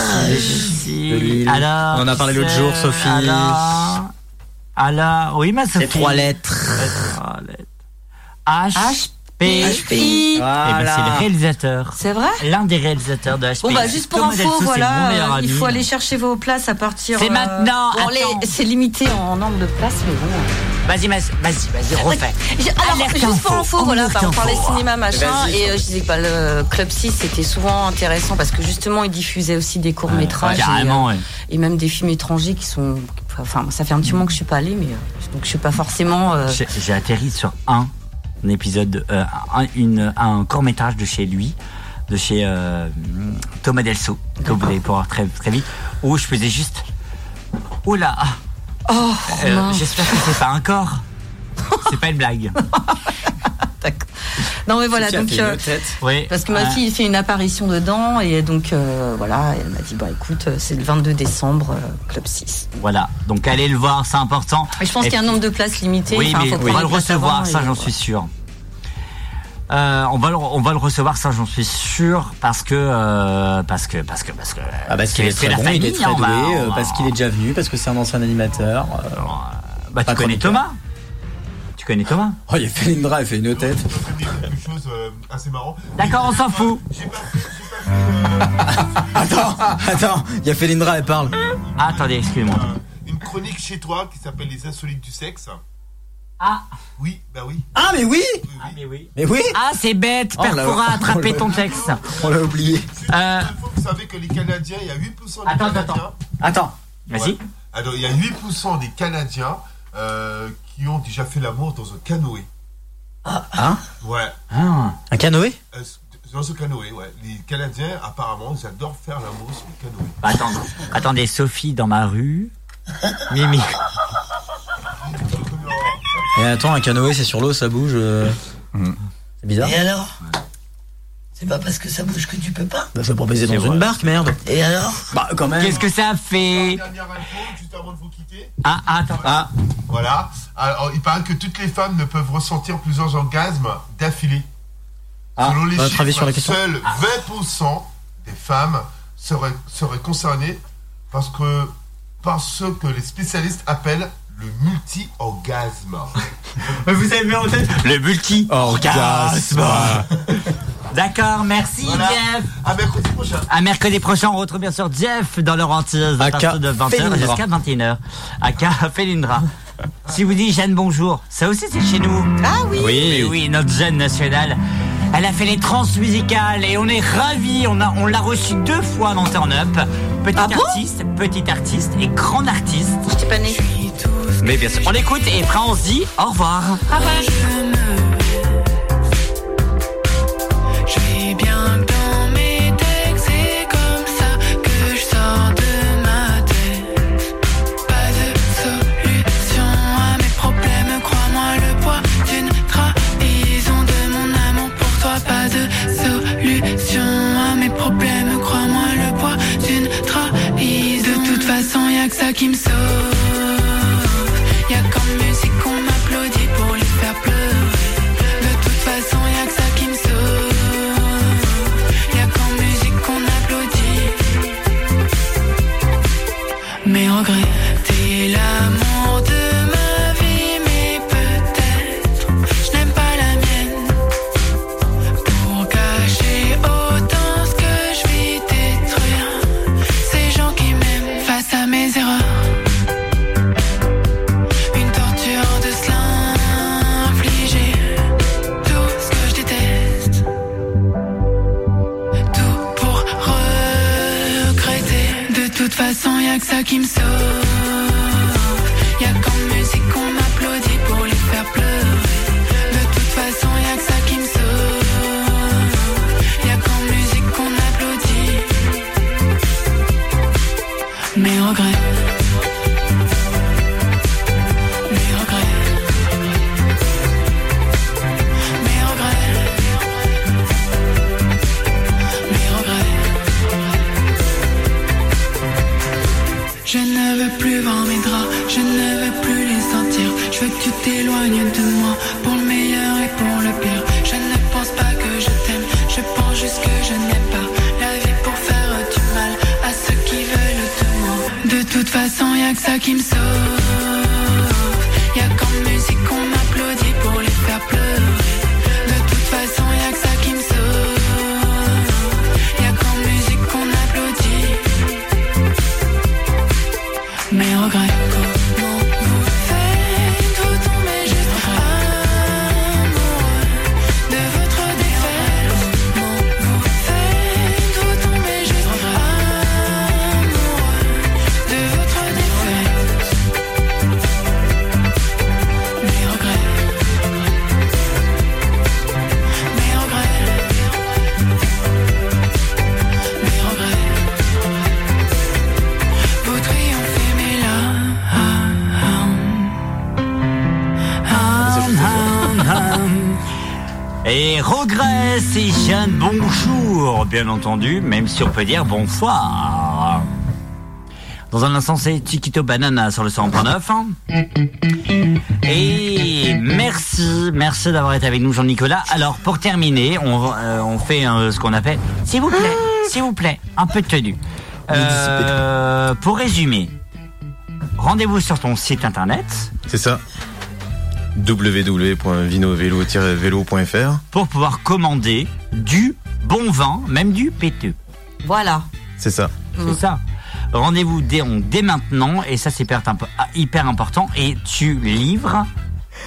D: de Lille. Ah,
A: Alors.
D: On en a parlé
A: qui
D: l'autre
A: c'est
D: jour, Sophie.
A: Alors. Alors. Oui, mais Sophie.
D: C'est trois lettres.
A: Les trois lettres. H. P.
E: HPI.
A: Eh ben, c'est
D: Voilà.
A: le réalisateur.
E: C'est vrai
A: L'un des réalisateurs de HP.
E: Bon, bah, juste pour
A: Thomas
E: info,
A: Delso, c'est mon meilleur
E: voilà, euh, il
A: ami.
E: faut aller chercher vos places à partir. euh,
A: C'est maintenant,
E: bon, les-
A: attends.
E: C'est limité en nombre de places, mais bon.
A: Vas-y, vas-y, vas-y, vas-y, refais.
E: Je- alors,
A: Alerte
E: juste pour info,
A: info,
E: voilà, bah,
A: alerte
E: on parlait
A: info.
E: cinéma, machin,
A: Vas-y.
E: et euh, je disais que bah, le Club 6, c'était souvent intéressant parce que justement, ils diffusaient aussi des courts-métrages.
A: Ouais, carrément,
E: et, euh,
A: ouais.
E: et même des films étrangers qui sont. Enfin, ça fait un petit moment que je suis pas allée, mais euh, donc je suis pas forcément. euh,
A: J'ai- J'ai atterri sur un, un épisode, euh, un, une- un court métrage de chez lui, de chez euh, Thomas Delso, que vous allez pouvoir très, très vite, où je faisais juste. Oula ah,
E: Oh,
A: euh,
E: mince.
A: J'espère que c'est pas un corps. C'est pas une blague.
E: (laughs) Non, mais voilà, donc. euh,
A: Oui. euh,
E: Parce que ma
A: Ouais.
E: fille fait une apparition dedans et donc euh, voilà, elle m'a dit bah écoute, euh, c'est le 22 décembre, euh, Club 6.
A: Voilà, donc allez le voir, c'est important.
E: Et je pense
A: Et
E: qu'il y a un nombre de places limité.
A: Oui,
E: enfin,
A: mais
E: faut
A: on
E: prendre
A: va
E: les
A: le
E: places avant
A: recevoir,
E: et-
A: ça j'en suis sûr. Euh, on va le, on va le recevoir, ça j'en suis sûr, parce que euh, parce que parce que parce que
D: Ah, parce qu'il est
A: c'est
D: très
A: la
D: bon, il est
A: famille,
D: très
A: hein, on
D: doué,
A: va-
D: euh,
A: on va-
D: parce qu'il est déjà venu, parce que c'est un ancien animateur. euh,
A: bah, tu connais Thomas Tu connais Thomas
D: Oh, il a fait une drague, il a fait une tête.
G: Quelque chose euh, assez marrant.
A: D'accord, on s'en fout.
D: Attends, attends, il a fait l'Indra, elle parle.
A: Ah, attendez, excuse-moi.
G: Une chronique chez toi qui s'appelle Les Insolites du Sexe.
A: Ah
G: Oui, bah oui.
D: Ah, mais oui
A: Ah mais oui
D: Mais oui
A: Ah c'est bête,
D: Oh, on l'a-
A: Perfora a attrapé
D: (laughs) on l'a-
A: ton texte.
D: On l'a oublié.
A: Euh,
G: Vous savez que les Canadiens, il y a 8% des
A: Attends,
G: Canadiens.
A: attends. attends, vas-y.
G: Ouais. Alors, il y a 8% des Canadiens euh, qui ont déjà fait l'amour dans un canoë.
A: Ah,
D: Hein
G: Ouais.
C: Ah.
D: Un canoë
G: Euh, Dans un canoë, ouais. Les Canadiens, apparemment, ils adorent faire l'amour sur le canoë.
A: Bah, attendez, attendez, Sophie dans ma
D: (laughs)
A: rue. Mimi.
D: Et Eh, attends, un canoë, c'est sur l'eau, ça bouge. euh,
O: Mm.
D: C'est bizarre.
C: Et alors C'est pas parce que ça bouge que tu peux pas.
D: Bah, faut pas baiser dans
C: C'est
D: une
C: vrai.
D: barque, merde.
C: Et alors
D: Bah, quand même.
A: Qu'est-ce que ça fait Ah, ah, attends.
D: Ah.
G: Voilà. Alors, il paraît que toutes les femmes ne peuvent ressentir plusieurs orgasmes d'affilée.
D: Ah,
G: Selon les
D: votre
G: chiffres,
D: avis sur la question
G: seuls
A: Ah.
G: 20% des femmes seraient, seraient concernées parce que, par ce que les spécialistes appellent le multi-orgasme.
A: Vous avez mis en tête Le multi-orgasme. D'accord, merci
G: Voilà.
A: Jeff.
G: À mercredi prochain.
A: À mercredi prochain, on retrouve bien sûr Jeff dans leur hantise à
D: Aka
A: partir de 20h
D: Felindra.
A: jusqu'à 21h. Aka (laughs) Felindra. Si vous dites Jeanne bonjour, ça aussi c'est chez nous. Ah
E: oui.
A: Oui, oui, notre Jeanne nationale. Elle a fait les trans musicales et on est ravis. On, a, on l'a reçue deux fois dans Turn Up. Petite artiste, petite artiste et grande artiste.
E: J'étais pas née.
A: Mais bien sûr, on l'écoute et après on se dit au revoir.
M: Je vis bien dans mes textes, c'est comme ça que je sors de ma tête. Pas de solution à mes problèmes, crois-moi le poids d'une trahison de mon amour pour toi. Pas de solution à mes problèmes, crois-moi le poids d'une trahison. De toute façon, y a que ça qui me sauve. Y a comme musique qu'on m'applaudit pour les faire pleurer. De toute façon, y'a que ça qui me sauve. Y'a qu'en musique qu'on applaudit. Mes regrets, t'es l'amour de ma vie, mais peut-être je n'aime pas la mienne. Pour cacher autant ce que je vis détruire, ces gens qui m'aiment face à mes erreurs. Une torture de cela infliger tout ce que je déteste, tout pour regretter. De toute façon, y'a que ça qui me sauve. Y'a qu'en musique qu'on m'applaudit pour les faire pleurer. De toute façon, y'a que ça qui me sauve. Y'a qu'en musique qu'on applaudit. Mes regrets. Mes regrets. Mes regrets. Mes regrets. Je ne veux plus voir mes draps, je ne veux plus les sentir. Je veux que tu t'éloignes de moi, pour le meilleur et pour le pire. Je ne pense pas que je t'aime, je pense juste que je n'aime pas la vie pour faire du mal à ceux qui veulent de moi. De toute façon, y a que ça qui me sauve. Y'a qu'en musique qu'on m'applaudit pour les faire pleurer. De toute façon, y'a que ça qui me sauve. Y'a qu'en musique qu'on applaudit. Mes regrets, comment vous faites vous tomber
A: Et regret, c'est Jeanne, bonjour, bien entendu, même si on peut dire bonsoir. Dans un instant, c'est Chiquito Banana sur le 100.9. hein. Et merci, merci d'avoir été avec nous, Jean-Nicolas. Alors, pour terminer, on, va- euh, on fait euh, ce qu'on appelle, s'il vous plaît, s'il vous plaît, un peu de tenue. Euh, pour résumer, rendez-vous sur ton site internet
F: C'est ça. www.vinovelo-vélo.fr
A: pour pouvoir commander du bon vin, même du péteux.
E: Voilà.
F: C'est ça.
A: C'est ça. Rendez-vous dès, on- dès maintenant, et ça c'est hyper, imp- ah, hyper important, et tu livres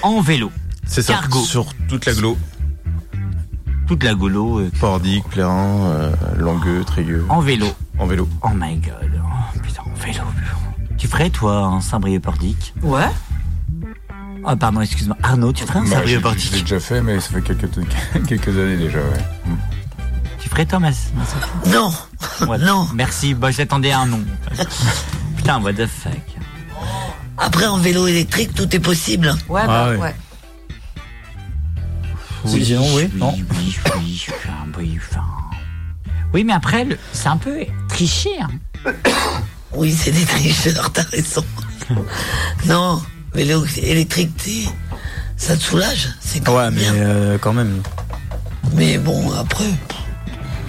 A: en vélo.
F: C'est ça.
A: Cargo.
F: Sur toute la glo.
A: Toute la golo.
F: Pordic, Plérin, euh, Langueux, Trégueux.
A: En vélo.
F: En vélo.
A: Oh my god. Oh, putain, en vélo. putain. Tu ferais toi un Saint-Brieuc-Pordic
E: Ouais.
A: Ah pardon, excuse-moi. Arnaud, tu ferais un
O: Bah, j'ai-
A: Saint-Brieuc-Pordic
O: Je l'ai déjà fait, mais ça fait quelques, (laughs) quelques années déjà, ouais.
A: Tu ferais Thomas
C: Non
A: Non Merci, bah, j'attendais un nom. Putain, what the fuck.
C: Après, en vélo électrique, tout est possible.
E: Ouais,
A: Ah bah, ouais. ouais.
C: Oui, sinon, oui, non.
A: Oui, oui, oui, enfin, oui, enfin. Oui, mais après, le- c'est un peu triché. Hein.
C: (coughs) Oui, c'est des tricheurs, t'as
A: (laughs)
C: raison. non, vélo électrique, t'es- ça te soulage. c'est quand
D: Ouais,
C: même
D: mais
C: bien.
D: euh, quand même.
C: Mais bon, après.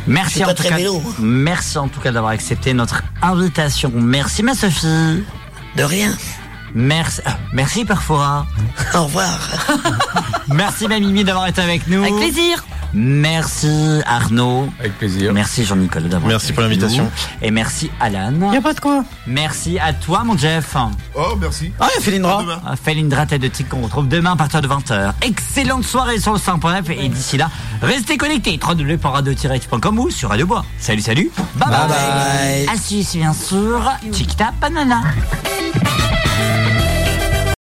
A: Merci
C: C'est
A: en,
C: pas
A: tout
C: très
A: cas,
C: vélo. hein.
A: merci en tout cas d'avoir accepté notre invitation. Merci ma Sophie.
C: De rien.
A: Merci, ah, merci parfois.
C: Au revoir.
A: (laughs) merci ma Mimi d'avoir été avec nous. Avec
E: plaisir.
A: Merci Arnaud. Avec plaisir. Merci Jean-Nicolas d'avoir
F: Merci
A: été
F: pour
A: avec
F: l'invitation.
A: nous. Et merci
D: Ah
A: Alan.
B: Y a pas de quoi.
A: Merci à toi mon Jeff.
G: Oh, merci.
A: Ah, Felindra. Felindra, tête de tigre qu'on retrouve demain à partir de 20h. Excellente soirée sur le 5.9 et d'ici là, restez connectés. www.radio-tech.com ou sur Radio Bois. Salut, salut. Bye bye. À suivre, bien sûr. Tic-tac, banana.